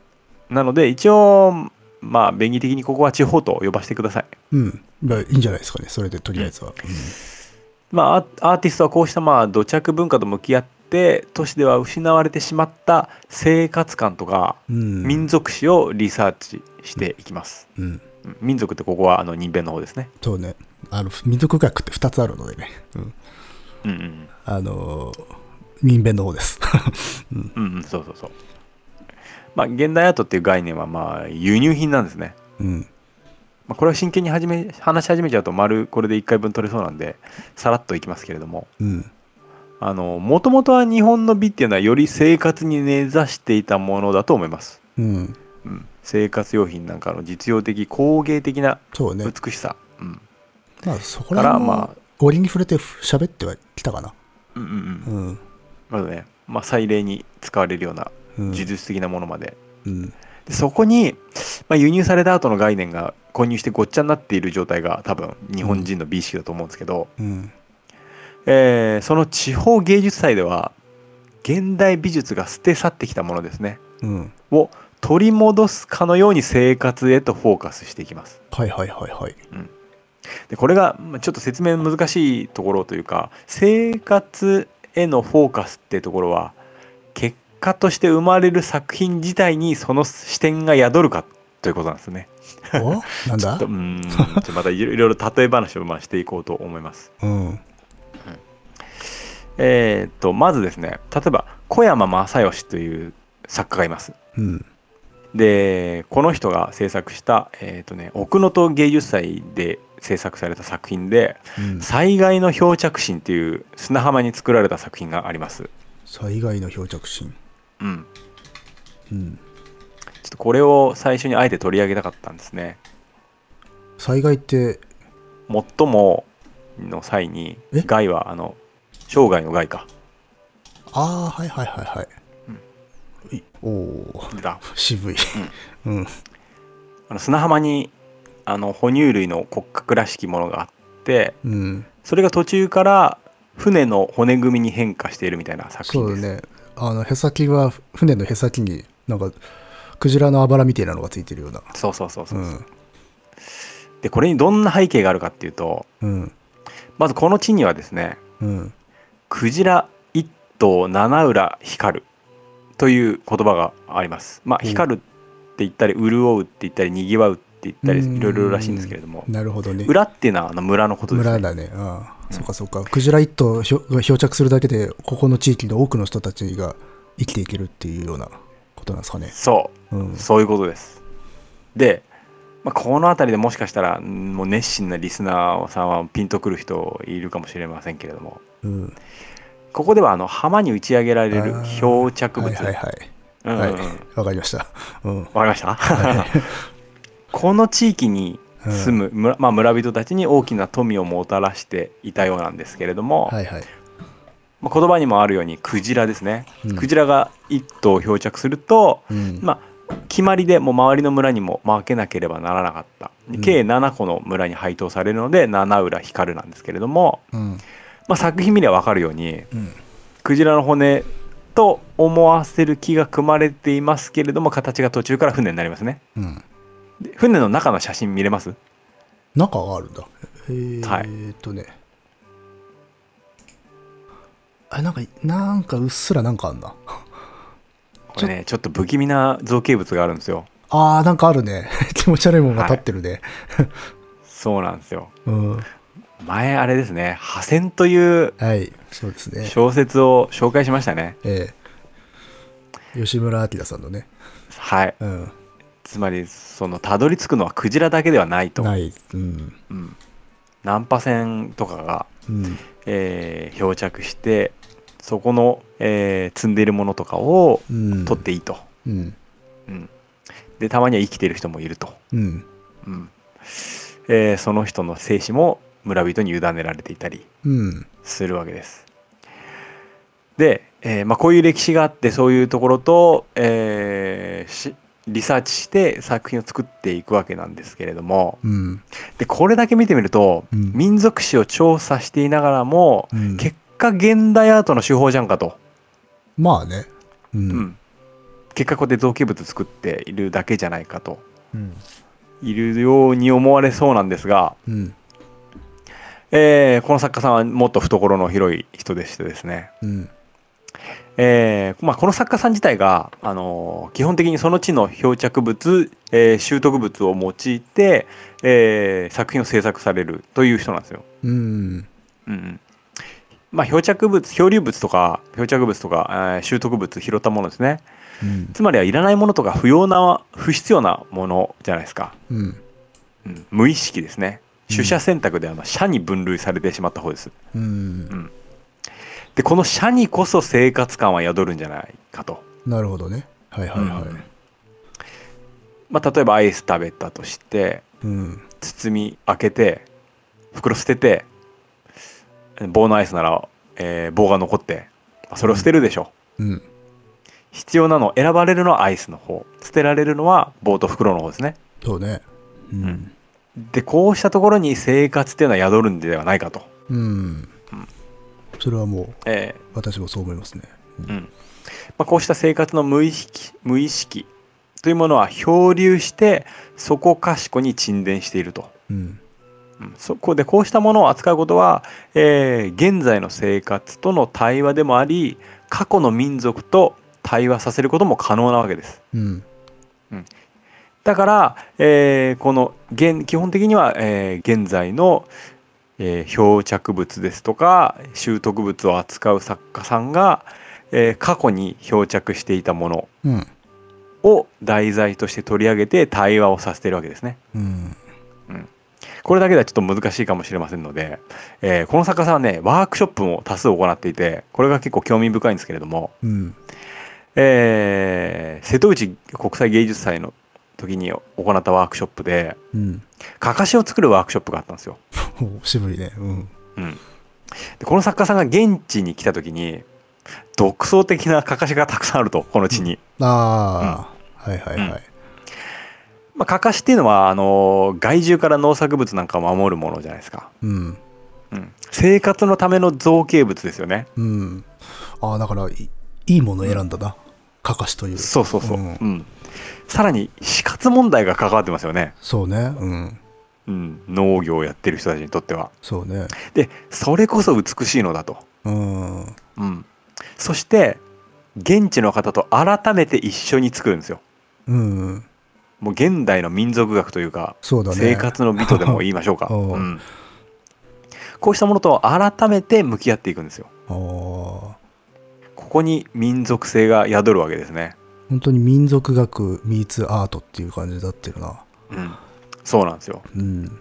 なので一応まあ便宜的にここは地方と呼ばせてください。うん。まあ、いいんじゃないですかね、それでとりあえずは。まあ、アアーティストはこうしたまあ土着文化と向き合って都市では失われてしまった生活感とかうん。民族史をリサーチしていきます、うん。うん民族ってここはあの人弁の方ですね、そうね。あの、民族学って2つあるのでね。うん。うんうんあのー、民弁の方です。 うん。うんうん、そうそうそうまあ現代アートっていう概念はまあ輸入品なんですね、うん。まあ、これを真剣に始め話し始めちゃうと丸これで1回分取れそうなんでさらっといきますけれどもうん。あの元々は日本の美っていうのはより生活に根ざしていたものだと思いますうん。うん、生活用品なんかの実用的工芸的なそうね。美しさ、うん、まあ、そこからら辺はまあ折に触れて喋ってはきたかな。うんうんううんん。まずね、まあ、祭礼に使われるようなうん。呪術的なものまで,、うん。でそこに、まあ、輸入された後の概念が混入してごっちゃになっている状態が多分日本人の美意識だと思うんですけど、うん。えーその地方芸術祭では現代美術が捨て去ってきたものですねうん。を取り戻すかのように生活へとフォーカスしていきます。はいはいは いはい。でこれがまあちょっと説明難しいところというか生活へのフォーカスってところは結果として生まれる作品自体にその視点が宿るかということなんですね。おなんちょ だっとうーんちょっとまたいろいろいろ例え話をまあしていこうと思います。うん。 えー、とまずですね例えば小山正義という作家がいます。うん。でこの人が制作した、えーとね、奥能登芸術祭で制作された作品でうん災害の漂着心っていう砂浜に作られた作品があります。災害の漂着心。うん、うん。ちょっとこれを最初にあえて取り上げたかったんですね。災害って、最もの際にえ害はあの生涯の害かああ、はいはいはいはい。いおお出た渋い。うん。あの砂浜にあの哺乳類の骨格らしきものがあってうん。それが途中から船の骨組みに変化しているみたいな作そ品うでだす、ね。あの、へさきは、船のへさきに、なんか、クジラのあばらみたいなのがついてるような。そうそうそうそうう、ん。でこれにどんな背景があるかっていうとうん。まずこの地にはですねうん。クジラ一頭七浦光るという言葉がありますまあうん光るって言ったり潤うって言ったりにぎわうって言ったりうんいろいろらしいんですけれどもなるほどね。浦っていうのはあの村のことですね村だね。ああ、そうかそうか。クジラ一頭ひょが漂着するだけで、ここの地域の多くの人たちが生きていけるっていうようなことなんですかね。そううん。そういうことです。で、まあ、この辺りでもしかしたらんもう熱心なリスナーさんはピンとくる人いるかもしれませんけれどもうん。ここではあの浜に打ち上げられるあー漂着は物いはいはい。うんうんはいうんわ、。わかりました。 うん。かりましたこの地域に住む村,、まあ、村人たちに大きな富をもたらしていたようなんですけれども、はいはい。まあ、言葉にもあるようにクジラですね、うんクジラが一頭漂着するとうん。まあ、決まりでもう周りの村にも負けなければならなかった、うん計7個の村に配当されるので七浦光なんですけれども、うん。まあ、作品見れば分かるようにうん。クジラの骨と思わせる木が組まれていますけれども形が途中から船になりますねうん。で船の中の写真見れます中があるんだ。えはいーっとね。あなんか、なんかうっすらなんかあんな。これねちょっと不気味な造形物があるんですよあー、なんかあるね。 気持ち悪いものが立ってるね。そうなんですようん。前あれですね「破線」というはい、そうですね。小説を紹介しましたねええ吉村明さんのね。はいうん。つまりそのたどり着くのはクジラだけではないとない。うん。うん、ナンパ船とかが、うん。えー漂着してそこの、えー積んでいるものとかをうん。取っ。ていいと、うん。うんでたまには生きてる人もいると、うん。うんえーその人の生死も村人に委ねられていたりうん。するわけです。で、えーまあ、こういう歴史があってそういうところと、えーしリサーチして作品を作っていくわけなんですけれどもうん。でこれだけ見てみると、うん民族史を調査していながらも、うん。結果現代アートの手法じゃんかと、まあね。う。うんん結果こうやって造形物作っているだけじゃないかとうん。いるように思われそうなんですが、うん。えーこの作家さんはもっと懐の広い人でしてですね、うん。えーまあ、この作家さん自体が、あのー基本的にその地の漂着物、えー習得物を用いて、えー作品を制作されるという人なんですよ。うん。うんうんまあ、漂着物漂流物とか漂着物とか、えー拾得物拾ったものですねうん。つまりはいらないものとか不要な不必要なものじゃないですか、うん。うん、無意識ですねうん取捨選択であの社に分類されてしまった方ですうん。でこの社にこそ生活感は宿るんじゃないかと、なるほどね。はいはいはうんまあ、例えばアイス食べたとしてい。うん。包み開けて袋捨てて棒のアイスなら、えー棒が残ってまあそれを捨てるでしょう、うん。必要なの選ばれるのはアイスの方捨てられるのは棒と袋の方ですねそうね。う。でこうしたところに生活っていうのは宿るんではないかと、うん。それはもう、え私もそう思いますね。ーうんまあ、こうした生活の無意識無意識というものは漂流してそこかしこに沈殿していると、うん。うんそこでこうしたものを扱うことは、えー現在の生活との対話でもあり過去の民族と対話させることも可能なわけですうん。だから、えーこの現基本的には、えー現在の、えー漂着物ですとか拾得物を扱う作家さんが、えー過去に漂着していたものうん。を題材として取り上げて対話をさせているわけですね。うん。これだけではちょっと難しいかもしれませんので、えーこの作家さんはねワークショップも多数行っていてこれが結構興味深いんですけれども、うん。ええー瀬戸内国際芸術祭の時に行ったワークショップで、うん。かかしを作るワークショップがあったんですよ。お渋いね。うん。うん、でこの作家さんが現地に来た時に独創的なかかしがたくさんあるとこの地に。ああ、はいはいはい。まあ、かかしっていうのはあの害獣から農作物なんかを守るものじゃないですか。うん。うん、生活のための造形物ですよね。うん。ああ、だからい、いいものを選んだな。かかしという。そうそうそう。ううんんさらに死活問題が関わってますよね、そうね。うん。うん、農業をやってる人たちにとっては。そうね。でそれこそ美しいのだと。うん。あうん、そして現地の方と改めて一緒に作るんですよ。うん。もう現代の民族学というかそうだね。生活の美とでも言いましょうか、うんうんこうしたものと改めて向き合っていくんですよああ。ここに民族性が宿るわけですね、本当に民族学、ミーツアートっていう感じだってるな。うん、そうなんですようん。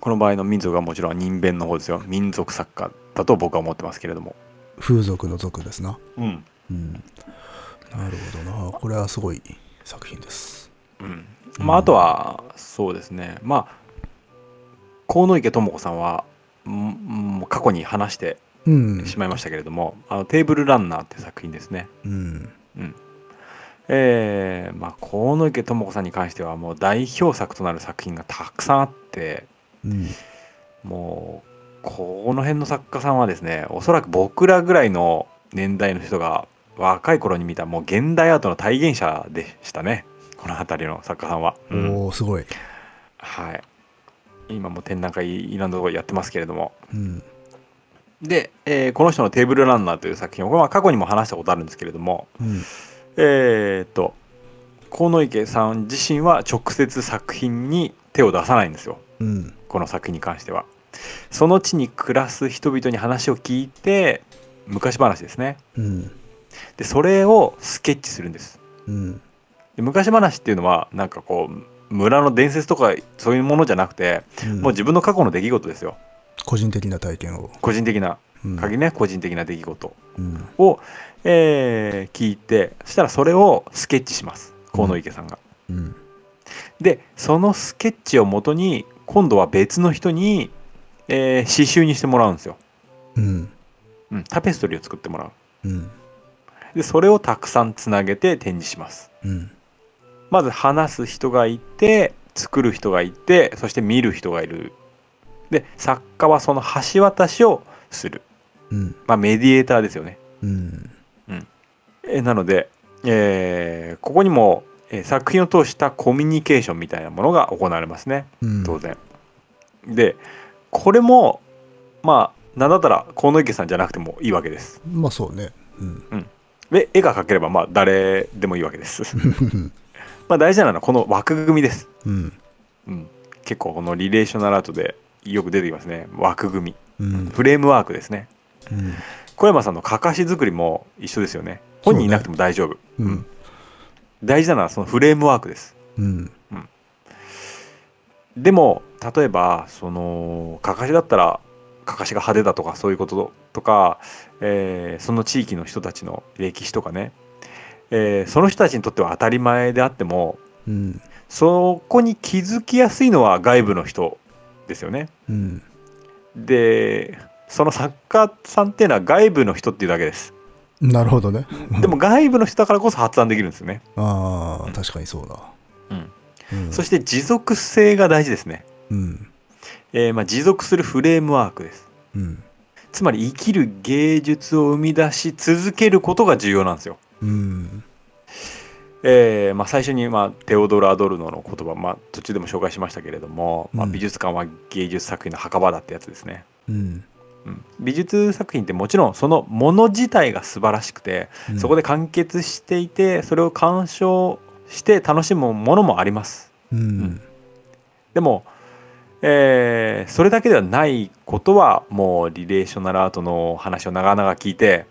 この場合の民族はもちろん人弁の方ですよ民族作家だと僕は思ってますけれども、風俗の族ですな。うんうん。なるほどな。これはすごい作品です。うんまあ、あとはそうですねまあ河野池智子さんはうんうん過去に話してうん。しまいましたけれども「あのテーブルランナー」って作品ですねうん。えーまあ、河野池智子さんに関してはもう代表作となる作品がたくさんあってうん。もうこの辺の作家さんはですねおそらく僕らぐらいの年代の人が若い頃に見たもう現代アートの体現者でしたねこの辺りの作家さんは、うんおおすごい。はい、今も展覧会いろんなところやってますけれどもうん。で、えーこの人の「テーブルランナー」という作品をこれは過去にも話したことあるんですけれども、うん。えーっと河野池さん自身は直接作品に手を出さないんですようん。この作品に関してはその地に暮らす人々に話を聞いて昔話ですねうん。でそれをスケッチするんですうん。で昔話っていうのはなんかこう村の伝説とかそういうものじゃなくてもう自分の過去の出来事ですよ個人的な体験を。個人的なうん限りね個人的な出来事うん。を、えー聞いてそしたらそれをスケッチします河野池さんが。うん。でそのスケッチをもとに今度は別の人に、えー刺繍にしてもらうんですよ、うん。うん、タペストリーを作ってもらううん。でそれをたくさんつなげて展示しますうん。まず話す人がいて作る人がいてそして見る人がいるで作家はその橋渡しをする、うん。まあ、メディエーターですよねうん。えーなので、えーここにも、えー作品を通したコミュニケーションみたいなものが行われますねうん。当然。でこれもまあなんだったら河野池さんじゃなくてもいいわけです。まあそうね。うん。で絵が描ければまあ誰でもいいわけです。うん。 まあ大事なのはこの枠組みです。うん。うん、結構このリレーショナルアートでよく出てきますね枠組うみん。フレームワークですね。小山さんのかかし作りも一緒ですよね。本人いなくても大丈夫。ううんん。大事なのはそのフレームワークです。うん。でも例えばそのかかしだったらかかしが派手だとかそういうこととか、えーその地域の人たちの歴史とかね、えーその人たちにとっては当たり前であってもうん。そこに気づきやすいのは外部の人ですよね。うん。でその作家さんっていうのは外部の人っていうだけです。なるほどね。でも外部の人だからこそ発案できるんですよね。ああ、確かにそうだ。うんうん。そして持続性が大事ですね。うん。えーまあ、持続するフレームワークです。うん。つまり生きる芸術を生み出し続けることが重要なんですよ。うん。えーまあ、最初に、まあ、テオドル・アドルノの言葉、まあ、途中でも紹介しましたけれども、まあ、うん美術館は芸術作品の墓場だってやつですね、うん。うん、美術作品ってもちろんそのもの自体が素晴らしくて、そこで。で完結していてそれを鑑賞して楽しむものもありますうん。でも、えーそれだけではないことはもうリレーショナルアートの話を長々聞いて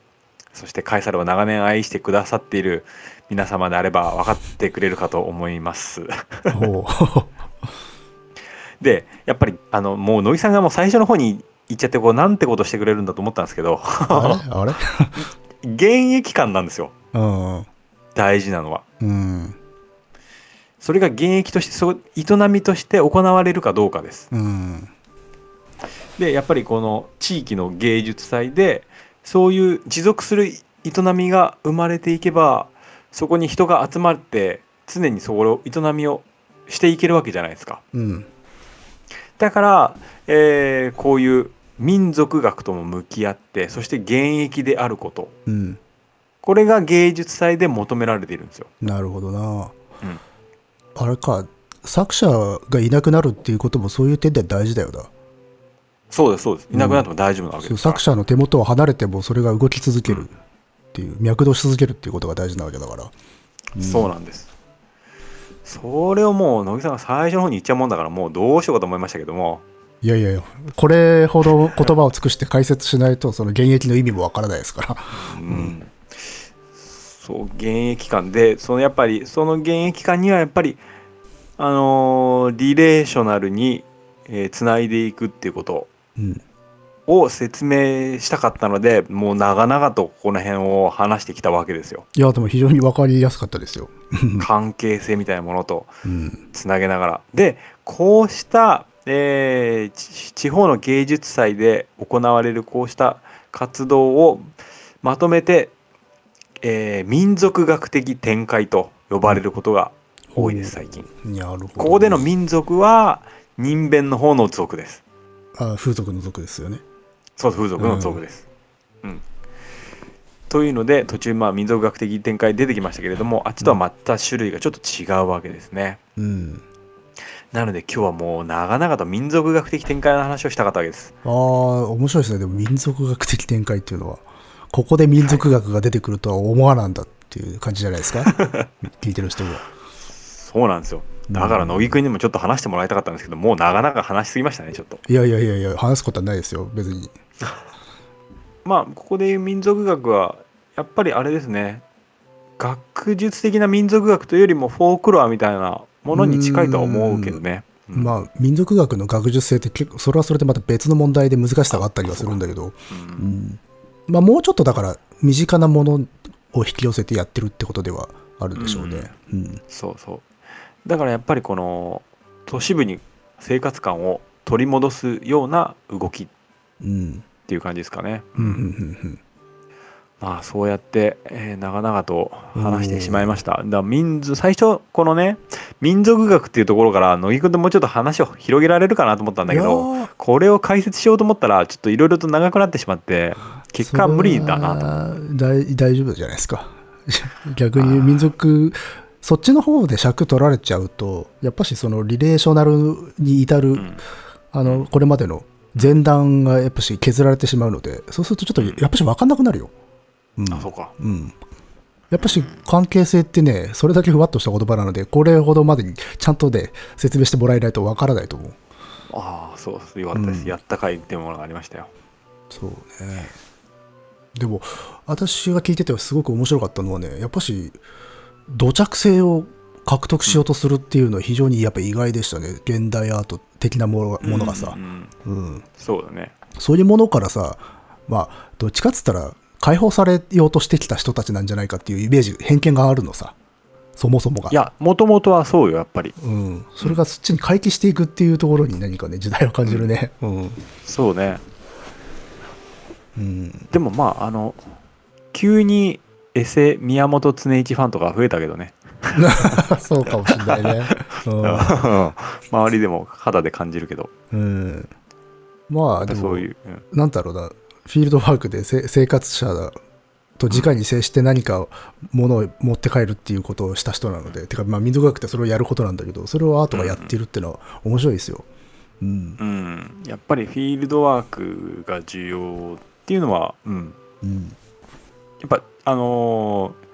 そしてカエサルを長年愛してくださっている皆様であれば分かってくれるかと思います。 ほでやっぱりあのもう乃木さんがもう最初の方に言っちゃってこうなんてことしてくれるんだと思ったんですけど あれあれ現役感なんですよ。うん。大事なのはうん。それが現役としてそう営みとして行われるかどうかですうん。でやっぱりこの地域の芸術祭でそういう持続する営みが生まれていけばそこに人が集まって常にそこを営みをしていけるわけじゃないですかうん。だから、えーこういう民族学とも向き合ってそして現役であることうん。これが芸術祭で求められているんですよなるほどな。うんあれか、作者がいなくなるっていうこともそういう点では大事だよな。そうですそうですいなくなっても大丈夫なわけそでうすから、作者の手元を離れてもそれが動き続けるっていう、脈動し続けるっていうことが大事なわけだから。そうなんですそれをもう乃木さんが最初の方に言っちゃうもんだからもうどうしようかと思いましたけどもいやいやいや、これほど言葉を尽くして解説しないと、その現役の意味もわからないですから。うんそう現役感でそのやっぱりその現役感にはやっぱりあのーリレーショナルにえーつないでいくっていうことうん。を説明したかったのでもう長々とこの辺を話してきたわけですよいや、でも非常にわかりやすかったですよ。関係性みたいなものとうん。つなげながらでこうした、えーち地方の芸術祭で行われるこうした活動をまとめて、えー民族学的展開と呼ばれることが多いです最近なるほど。ここでの民族は人弁の方の族ですあ風俗の族ですよね。そう風俗の族です、うんというので途中まあ民族学的展開出てきましたけれどもあっちとはまた種類がちょっと違うわけですね、うん。なので今日はもう長々と民族学的展開の話をしたかったわけです。ああ、面白いですね。でも民族学的展開っていうのは、ここで民族学が出てくるとは思わなんだっていう感じじゃないで すか。聞いてる人も。そうなんですよ。だから乃木くんにもちょっと話してもらいたかったんですけど、もう長々話しすぎましたね、ちょっと。いやいやいやいや、話すことはないですよ、別に。まあ、ここで言う民族学は、やっぱりあれですね、学術的な民族学というよりもフォークロアみたいなものに近いとは思うけどね。うんまあ、民族学の学術性って結構、それはそれでまた別の問題で難しさがあったりはするんだけど、うんうんまあ、もうちょっとだから、身近なものを引き寄せてやってるってことではあるでしょうね。うん。そうそう。だからやっぱりこの都市部に生活感を取り戻すような動きっうん。ていう感じですかね。うん。うん。うん。まあそうやって、えー長々と話してしまいました。だから民族最初このね民族学っていうところから乃木君ともうちょっと話を広げられるかなと思ったんだけどいやーこれを解説しようと思ったらちょっといろいろと長くなってしまって結果無理だなと。と大大丈夫じゃないですか 逆に民族そっちの方で尺取られちゃうとやっぱしそのリレーショナルに至る、んあのこれまでの前段がやっぱし削られてしまうのでそうするとちょっとやっぱし分かんなくなるよ、うんあそうか。うん、やっぱし関係性ってねそれだけふわっとした言葉なのでこれほどまでにちゃんとで、説明してもらえないと分からないと思うああそうですよかったです。うんやったかいっていうものがありましたよ。そうね。でも、私が聞いててすごく面白かったのはね、やっぱし、土着性を獲得しようとするっていうのは非常にやっぱ意外でしたね。現代アート的なものがものがさう、んうん。そうだね。そういうものからさ、まあ、どっちかっつったら、解放されようとしてきた人たちなんじゃないかっていうイメージ、偏見があるのさ。そもそもが。いやもともとはそうよやっぱり。うん。それがそっちに回帰していくっていうところに何かね、時代を感じるね。うん。そうね。うん。でもまああの急にエセ宮本恒一ファンとか増えたけどね。 そうかもしれないね。 うん。周りでも肌で感じるけどうん、まあでもそういう、うんなんだろうなフィールドワークでせ生活者と直に接して何かものを持って帰るっていうことをした人なので、てかまあ民族学ってそれをやることなんだけどそれをアートがやってるっていうのは面白いですよ。うんうんやっぱりフィールドワークが重要っていうのは、うん、うんやっぱあのー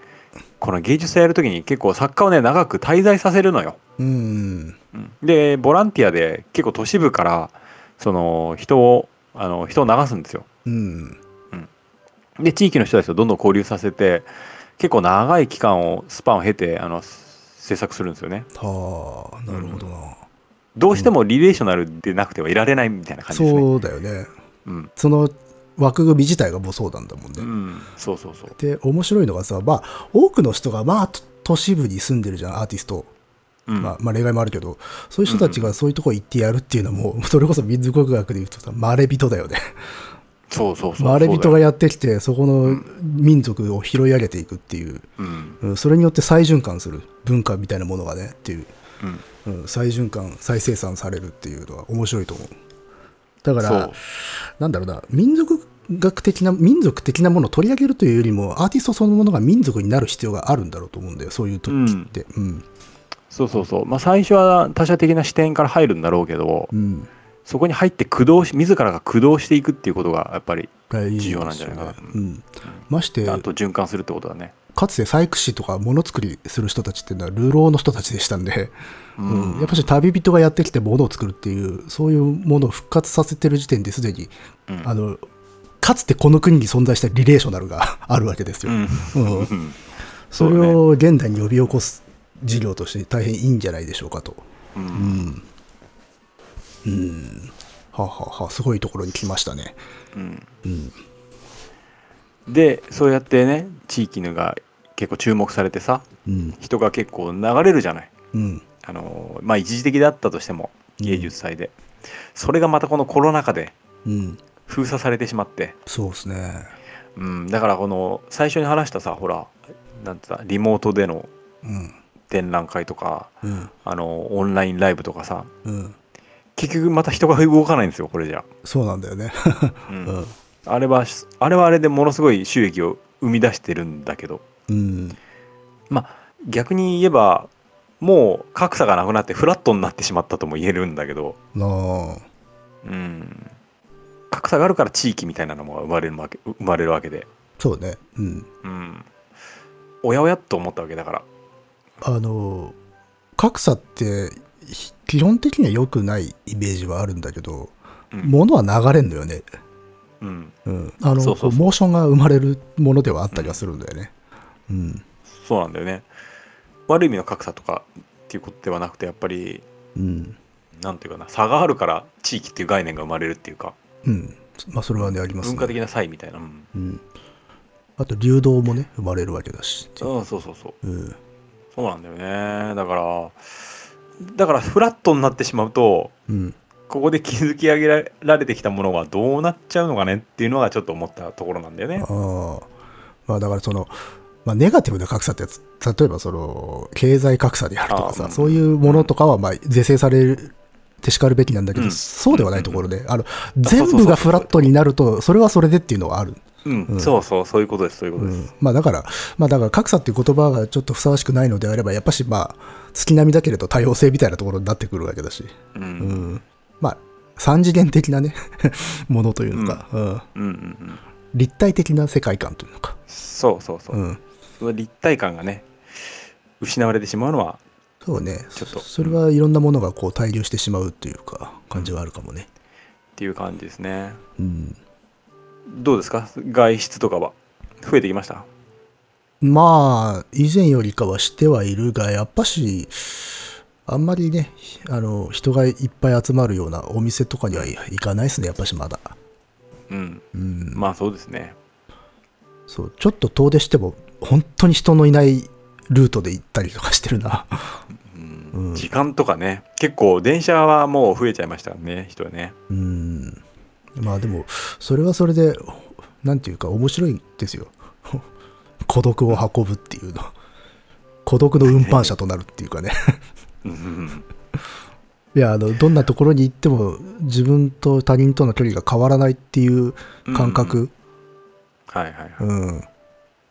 この芸術祭やるときに結構作家をね長く滞在させるのよ、うんうんでボランティアで結構都市部からその人をあの人を流すんですようんで地域の人たちとどんどん交流させて結構長い期間をスパンを経てあの制作するんですよねはあなるほどな、どうしてもリレーショナルでなくてはいられないみたいな感じですねそうだよねうんその枠組み自体がもうそうなんだもんうね。ん、そうそうそう。で、面白いのがさ、まあ、多くの人が、まあ、都都市部に住んでるじゃん、アーティスト。うん、まあ、まあ、例外もあるけど、そういう人たちがそういうとこ行ってやるっていうのも、 それこそ民族学で言うとさ、まれ人だよね。そう そうそう。まれ人そうだがよやってきて、そこの民族を拾い上げていくっていう、うん、うんそれによって再循環する文化みたいなものがね、っていう、うん、うん再循環、再生産されるっていうのは面白いと思う。だかそらう、なんだろうな、民族学的な、民族的なものを取り上げるというよりも、アーティストそのものが民族になる必要があるんだろうと思うんだよ、そういう時って。うん。そうそうそう。まあ最初は他者的な視点から入るんだろうけど、うん。そこに入って駆動し、自らが駆動していくっていうことがやっぱり、重要なんじゃないかなですよねうん。まして、ちゃんと循環するってことだね。かつて細工師とかものづくりする人たちっていうのは流浪の人たちでしたんで、うんやっぱし旅人がやってきて物を作るっていうそういうものを復活させてる時点ですでに、うんあのかつてこの国に存在したリレーショナルがあるわけですよ、うんうんうんそれを現代に呼び起こす事業として大変いいんじゃないでしょうかとううんん、うん、はあはあはあすごいところに来ましたねうんうんでそうやってね地域のが結構注目されてさうん人が結構流れるじゃないうんあのーまあ一時的だったとしても芸術祭で、それがまたこのコロナ禍でうん封鎖されてしまって、そうですねうん、だからこの最初に話したさほらなんて言ったリモートでのうん展覧会とかうんあのーオンラインライブとかさうん結局また人が動かないんですよこれじゃ、そうなんだよねうん うんあれはあれはあれでものすごい収益を生み出してるんだけどうん、まあ逆に言えばもう格差がなくなってフラットになってしまったとも言えるんだけど、なあ、うん、格差があるから地域みたいなのも生まれるわけ生まれるわけで、そうね。うん。うん、おやおやっと思ったわけだから、あの、格差って、ひ基本的には良くないイメージはあるんだけど、うんものは流れんのよね。うん、うん。あの、そうそうそうこうモーションが生まれるものではあったりはするんだよね。うん。そうなんだよね悪い意味の格差とかっていうことではなくてやっぱりうん。なんていうかな差があるから地域っていう概念が生まれるっていうかうん。まあ、それはね、あります、ね。文化的な差異みたいな、うん、うん。あと、流動もね、生まれるわけだし。うんそうそうそううん。そうなんだよねだからだからフラットになってしまうとうん。ここで築き上げられてきたものはどうなっちゃうのかねっていうのがちょっと思ったところなんだよね。ああ。まあだからその、まあ、ネガティブな格差ってやつ、例えばその、経済格差であるとかあさ、あうんそういうものとかは、まあ、是正されてしかるべきなんだけど、うんそうではないところで、あの、そうそう全そう部がフラットになると、それはそれでっていうのはある。うん、そうそう、そういうことです、そういうこうとです。ん、まあだから、まあだから格差っていう言葉がちょっとふさわしくないのであれば、やっぱしまあ、月並みだけれど多様性みたいなところになってくるわけだし、うん、う、うんん。まあ、三次元的なね、 ものというのか、うん、うん、うん。立体的な世界観というのか、そうそうそうう。ん。その立体感がね、失われてしまうのは、そうね。ちょっとそそれはいろんなものがこう滞留してしまうというか、感じはあるかもね。っていう感じですね。うん。どうですか外出とかは。増えてきましたまあ、以前よりかはしてはいるが、やっぱし、あんまりね、あの、人がいっぱい集まるようなお店とかにはい行かないですね、やっぱしまだ。うん。うん。まあそうですね。そう、ちょっと遠出しても、本当に人のいないルートで行ったりとかしてるな。うんうん時間とかね、結構電車はもう増えちゃいましたね、人はね。うん。まあでも、それはそれで、なんていうか、面白いですよ。 孤独を運ぶっていうの。孤独の運搬車となるっていうかね。 うんうんいや、あの、どんなところに行っても、自分と他人との距離が変わらないっていう感覚。はいはいはい。うん。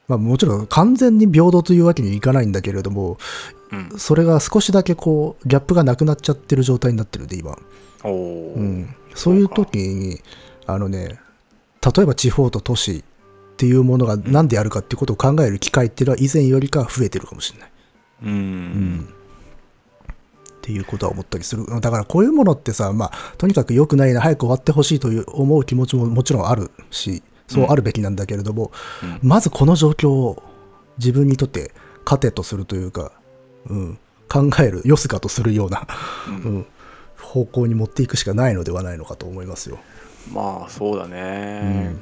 まあもちろん完全に平等というわけにいかないんだけれども、うん、それが少しだけこう、ギャップがなくなっちゃってる状態になってるんで、今。おお、うん、そういう時にあのね例えば地方と都市っていうものが何であるかっていうことを考える機会っていうのは以前よりかは増えてるかもしれない、うん。うん。っていうことは思ったりするだからこういうものってさ、まあ、とにかく良くないな早く終わってほしいという思う気持ちももちろんあるしそうあるべきなんだけれども、うまずこの状況を自分にとって糧とするというか、うん、考えるよすがとするような、ううんん、方向に持っていくしかないのではないのかと思いますよ。まあそうだね、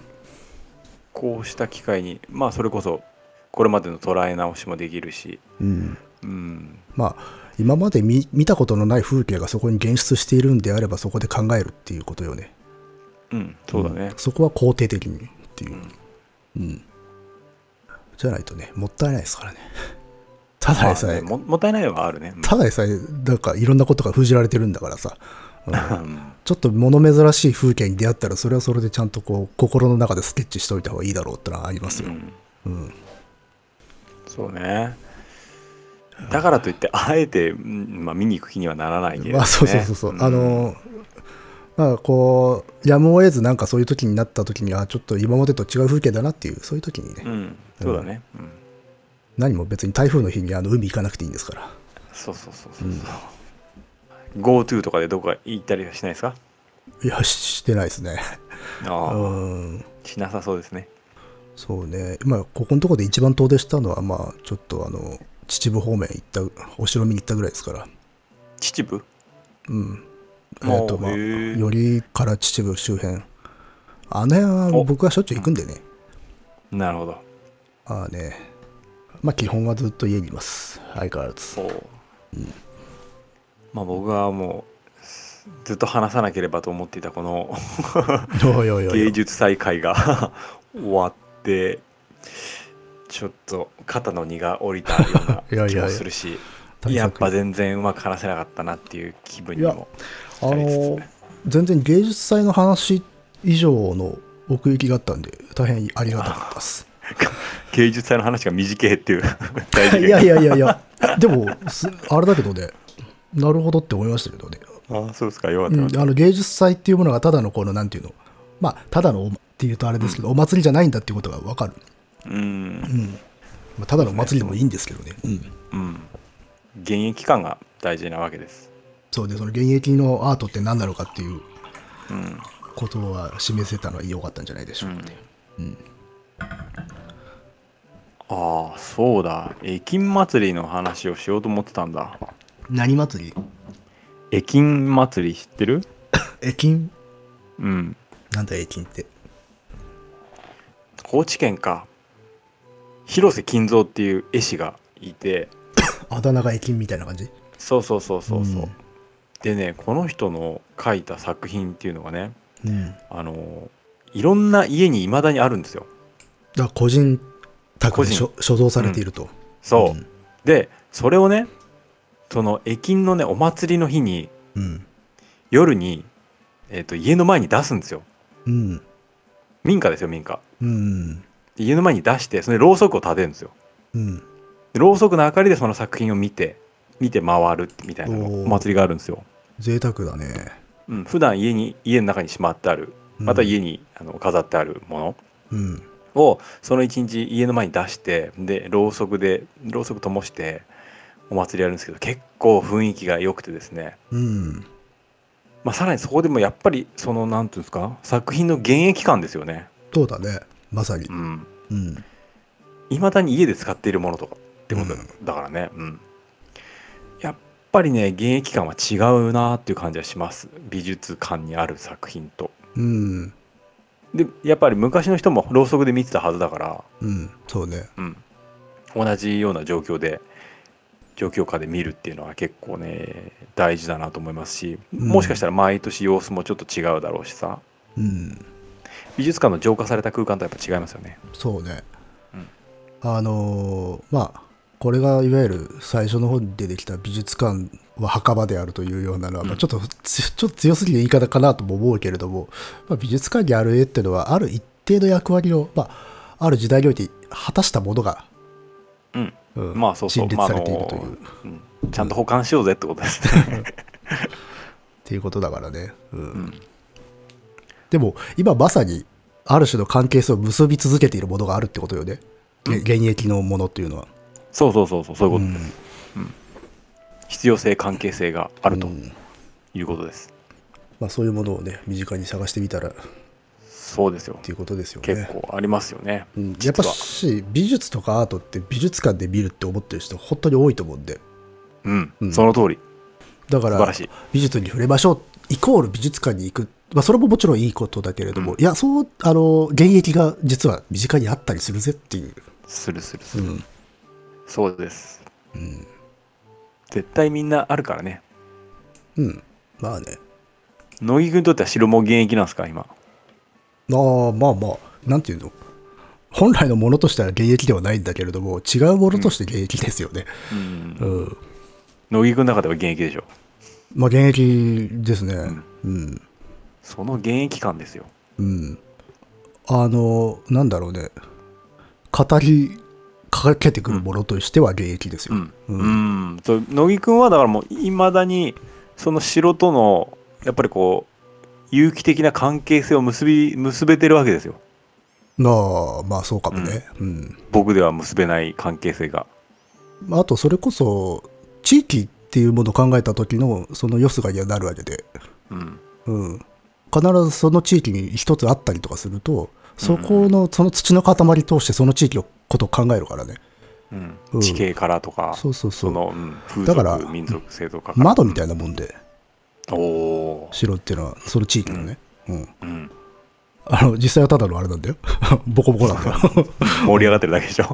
こうした機会にまあそれこそこれまでの捉え直しもできるし、うん。うん、まあ、今まで見見たことのない風景がそこに現出しているんであれば、そこで考えるっていうことよね。うん、そうだね、んそこは肯定的にっていう。うん。じゃないとね、もったいないですからね。 ただでさまあえね、ももったいないのはあるね、うんただでさえ、なんかいろんなことが封じられてるんだからさ。うんうんちょっと物珍しい風景に出会ったら、それはそれでちゃんとこう、心の中でスケッチしておいた方がいいだろうってのはありますよ。うん。そうねだからといってあえて、うんまあ、見に行く気にはならないけれど、ねまあ、そうそうそうそう、んあのなんかこうやむを得ずなんかそういう時になった時にあちょっと今までと違う風景だなっていうそういう時にね、うんそうだね、うん、何も別に台風の日にあの海行かなくていいんですからそうそうそうそうそう、GoTo とかでどこか行ったりはしないですかいやししてないですねうああんしなさそうですねそうねまあここのところで一番遠出したのはまあちょっとあの秩父方面行ったお城見に行ったぐらいですから秩父うんえっ、あーとまあへーよりから秩父周辺あの辺は僕はしょっちゅう行くんでねなるほどああね。まあ基本はずっと家にいます。相変わらず。そう、まあ僕はもうずっと話さなければと思っていたこの おいおいおい芸術再会が 終わってちょっと肩の荷が下りたよう いやないやい気やもするし対策やっぱ全然うまく話せなかったなっていう気分にもあなりつつ の、全然芸術祭の話以上の奥行きがあったんで、大変ありがたかったです。芸術祭の話が短いっていう 大事い件やいやいやいや、でも、すあれだけどね、なるほどって思いましたけどね。あそうですかよかったよかっうん、た、あの芸術祭っていうものがただのこの、なんていうの、まあ、ただのおっていうとあれですけど、お祭りじゃないんだっていうことがわかる。うんまあ、ただのお祭りでもいいんですけどね。うんうん現役感が大事なわけですそうで、その現役のアートって何なのかっていううんことは示せたのは良かったんじゃないでしょうかね。ああそうだ駅祭りの話をしようと思ってたんだ何祭り駅祭り知ってる駅金うんなんだ駅金って。高知県か広瀬金蔵っていう絵師がいてあだ名が駅金みたいな感じそうそうそうそうそう、うんでねこの人の描いた作品っていうのがねうん。だかあのいろんな家にいまだにあるんですよら個人宅個で人所所蔵されていると。そう、うんでそれをねその駅員のねお祭りの日にうん。夜に、えー、と家の前に出すんですようん。民家ですよ民家うん。で家の前に出してそれでろうそくを立てるんですようん。でろうそくの明かりでその作品を見て見て回るみたいなおーお祭りがあるんですよ、贅沢だね。うん、普段家に家の中にしまってあるうんまた家にあの飾ってあるもうん。のをその一日家の前に出してでろうそくでろうそく灯してお祭りやるんですけど結構雰囲気が良くてですね、うん。まあ、さらにそこでもやっぱりその何ていうんですか作品の現役感ですよねそうだね。まさにう。んうん。いまだに家で使っているものとかってことだ,、うんからね、うん、やっぱりね現役感は違うなっていう感じはします美術館にある作品とうん。でやっぱり昔の人もろうそくで見てたはずだから、うん。そうね。うん、同じような状況で状況下で見るっていうのは結構ね大事だなと思いますしうんもしかしたら毎年様子もちょっと違うだろうしさうん。美術館の浄化された空間とやっぱ違いますよねそうね。うんあのーまあこれがいわゆる最初の方に出てきた美術館は墓場であるというようなのは、まあうんちょっとつちょっと強すぎる言い方かなとも思うけれども、まあ、美術館にある絵っていうのはある一定の役割を、まあ、ある時代において果たしたものが、うんうんまあそうそう陳列されているという、まああのうんちゃんと保管しようぜってことですね、っていうことだからね、うんうんでも今まさにある種の関係性を結び続けているものがあるってことよね、げ現役のものっていうのは。そうそうそうそうそういうこと、うん必要性関係性があるとうんいうことです、まあ、そういうものをね身近に探してみたらっそうですよていうことですよね。結構ありますよね、うんやっぱ実はし美術とかアートって美術館で見るって思ってる人本当に多いと思うんでうん、うんその通りだか素晴ららしい美術に触れましょうイコール美術館に行く、まあ、それももちろんいいことだけれども、いや、そう、あの、現役が実は身近にあったりするぜっていう。するするすうる、ん。そうですうん。絶対みんなあるからねうん。まあね。乃木君にとっては城も現役なんですか今ああ、まあまあ、なんていうの。本来のものとしては現役ではないんだけれども、違うものとして現役ですよね。うんうん。乃木君の中では現役でしょまあ、現役ですね。うん。その現役感ですようん。あの、なんだろうね。語りかけてくるものとしては現役ですうよ。ん、ううんんそう乃木君はだからもういまだにその城とのやっぱりこう有機的な関係性を結び結べてるわけですよなあ、まあそうかもね。うん。僕では結べない関係性がまああと、それこそ、地域っていうものを考えた時の、そのよすがにはなるわけで。うんうん、必ずその地域に一つあったりとかすると、そこの、その土の塊通してその地域のことを考えるからね。うんうん地形からとか、そうそうそ。そうの、うん、風だから俗民族性とかから窓みたいなもんで、おおー、城っていうのは、その地域のね。うん。うん、あの、実際はただのあれなんだよ。 ボコボコなんだよ。 盛り上がってるだけでしょ、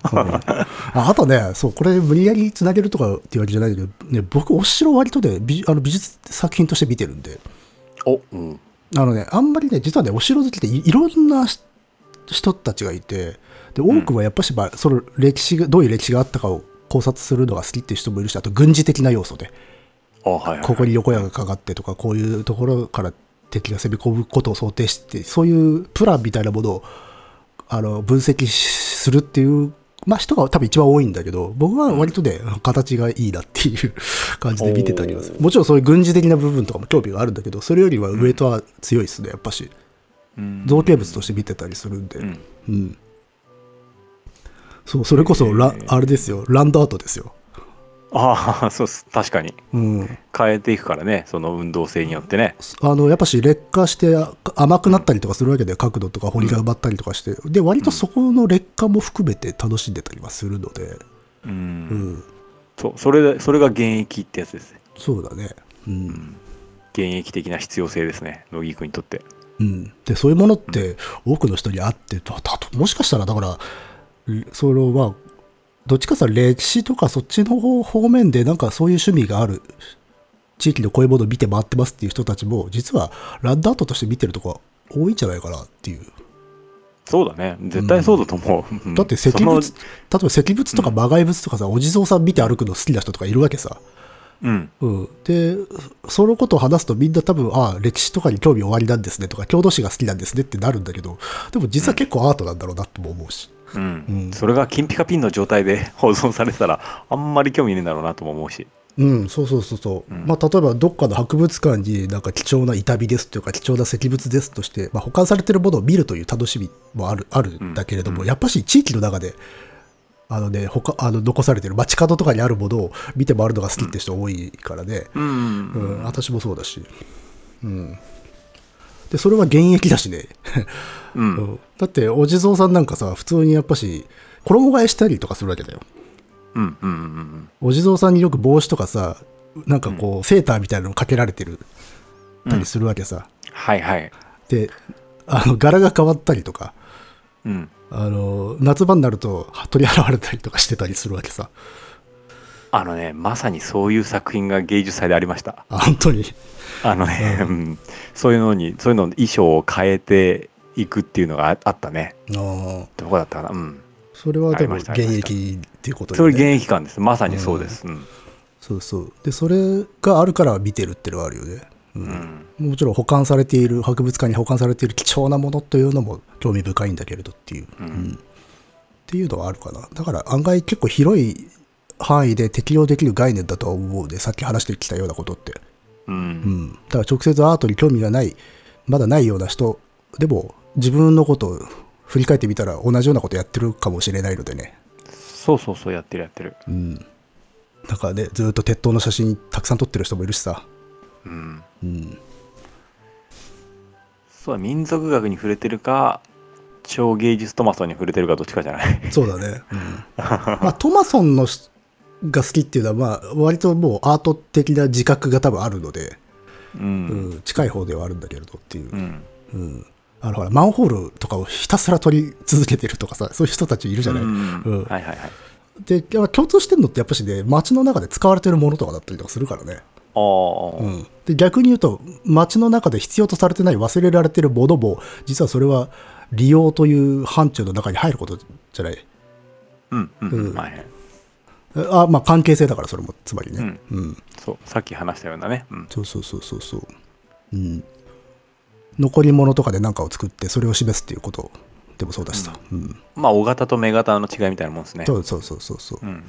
ああとね、そう、これ無理やりつなげるとかっていうわけじゃないけど、ね、僕、お城割とね、美あの美術作品として見てるんで、 お、うん、あのね、あんまりね、実はね、お城好きっていいろんなし人たちがいて、で、多くはやっぱし、まあその歴史が、どういう歴史があったかを考察するのが好きっていう人もいるし、あと軍事的な要素で、あはい、はい、ここに横山がかかってとか、こういうところから敵が攻め込むことを想定して、そういうプランみたいなものを、あの、分析しするっていう、まあ人が多分一番多いんだけど、僕は割とね、形がいいなっていう感じで見てたりはする。もちろんそういう軍事的な部分とかも興味があるんだけど、それよりは上とは強いですね、やっぱし。うん造形物として見てたりするんで、ううんんそうそれこそラ、えあれですよランドアートですよ、あ あそうっす確かにうん、変えていくからねその運動性によってねあのやっぱし劣化してあ甘くなったりとかするわけで角度とか彫りが埋まったりとかしてで割とそこの劣化も含めて楽しんでたりはするので、うん、うん、そうそれそれが現役ってやつですねそうだねうん、現役的な必要性ですね乃木君にとってうん、でそういうものって多くの人にあってたたともしかしたらだからそのまあどっちかさ歴史とかそっちの方方面でなんかそういう趣味がある地域のこういうものを見て回ってますっていう人たちも実はランダートとして見てるとこ多いんじゃないかなっていうそうだね絶対そうだと思う、うんだって石物例そえば石仏とか魔外仏とかさ、お地蔵さん見て歩くの好きな人とかいるわけさ、のうんうん、でそのことを話すとみんな多分ああ歴史とかに興味おありなんですねとか郷土史が好きなんですねってなるんだけどでも実は結構アートなんだろうなとも思うし、うんうんそれが金ピカピンの状態で 保存されてたらあんまり興味ねえんだろうなとも思うしうん、そうそうそうそう、うんまあ、例えばどっかの博物館になんか貴重な痛みですというか貴重な石仏ですとして、まあ、保管されてるものを見るという楽しみもあるあるんだけれども、うんやっぱし地域の中であの、ね、他あの残されてる街角とかにあるものを見て回るのが好きって人多いからね、うん、うん私もそうだし、うん、でそれは現役だしね、ううんん、 だってお地蔵さんなんかさ普通にやっぱし衣替えしたりとかするわけだようんうんうんお地蔵さんによく帽子とかさなんかこうセーターみたいなのかけられてるうんたりするわけさ、はいはいであの柄が変わったりとかうんあの夏場になると取り払われたりとかしてたりするわけさあのねまさにそういう作品が芸術祭でありましたあ本当にあのね、うん、そういうのにそういうの衣装を変えていくっていうのがああったねあーどこだったかなうんそれはでもありました現役っていうことそれで、現ね、役感ですまさにそうですうん、そうそうでそれがあるから見てるってのはあるよね、うんうんもちろん保管されている博物館に保管されている貴重なものというのも興味深いんだけれどっていう、うんっていうのはあるかな。だから案外結構広い範囲で適用できる概念だとは思うで、さっき話してきたようなことって。ううんん。だから直接アートに興味がない、まだないような人でも自分のことを振り返ってみたら同じようなことやってるかもしれないのでね。そうそうそうやってるやってる、うん。なんかね、ずっと鉄塔の写真たくさん撮ってる人もいるしさ。うん、うん。そうだ民族学に触れてるか超芸術トマソンに触れてるかどっちかじゃないそうだね。まあ、トマソンのしが好きっていうのは、まあ、割ともうアート的な自覚が多分あるので、ううんん、近い方ではあるんだけれどっていうう、んうん、あのほらマンホールとかをひたすら取り続けてるとかさそういう人たちいるじゃない、うんうんはいはいはいでやっぱ共通してるのってやっぱしね街の中で使われてるものとかだったりとかするからね、あーうん、で逆に言うと街の中で必要とされてない忘れられてるものも実はそれは利用という範疇の中に入ることじゃないうんうんうんはいはいあまあ関係性だからそれもつまりね、うんそうさっき話したようなねうんそうそうそうそうそううん残り物とかで何かを作ってそれを示すっていうことでもそうだしさ、うんまあ大型と目型の違いみたいなもんですねそうそうそうそうそううん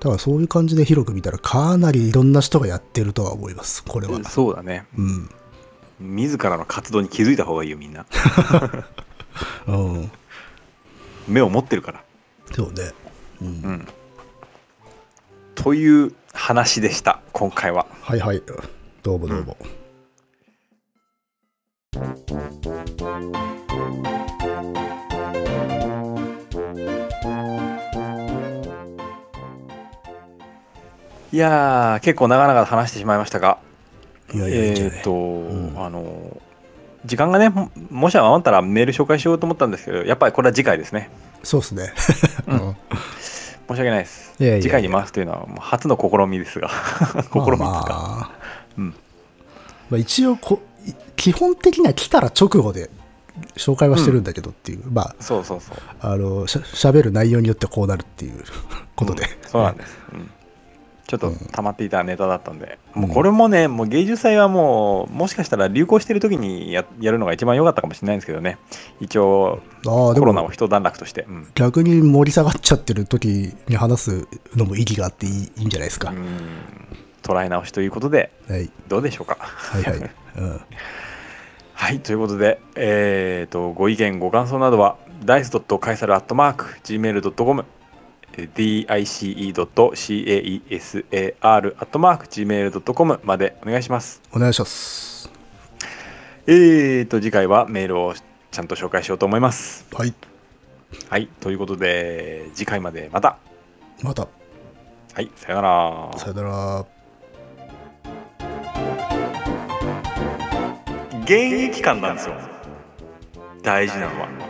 だからそういう感じで広く見たらかなりいろんな人がやってるとは思いますこれはそうだねうん、自らの活動に気づいた方がいいよみんなうん、目を持ってるからそうねうんうんという話でした今回ははいはいどうもどうも、いやー結構長々と話してしまいましたがいやいやいいんじゃえないーっと、んあの時間がねももし余ったらメール紹介しようと思ったんですけどやっぱりこれは次回ですねそうですねうん うん申し訳ないですいやいやいや次回に回すというのはもう初の試みですが 試みですか、まあうんまあ一応こい基本的には来たら直後で紹介はしてるんだけどっていう、まそうそうそうああのしゃしゃべる内容によってこうなるっていうことで、そうなんです、うんちょっと溜まっていたネタだったんで、もうこれもねもう芸術祭はもうもしかしたら流行してる時にややるのが一番良かったかもしれないんですけどね一応 ああコでロナをも一段落として、うん逆に盛り下がっちゃってる時に話すのも意義があっていいいいんじゃないですか、うん捉え直しということではいどうでしょうか はいはい、うん、はい、ということで、えー、とご意見、ご感想などは dice.caesar.gmail.com dice.caesar.gmail.com までお願いします。お願いしますえーと、次回はメールをちゃんと紹介しようと思います。はいはい、ということで、次回までまた。またはい、さよなら。さよなら現役感なんですよ。大事なのは。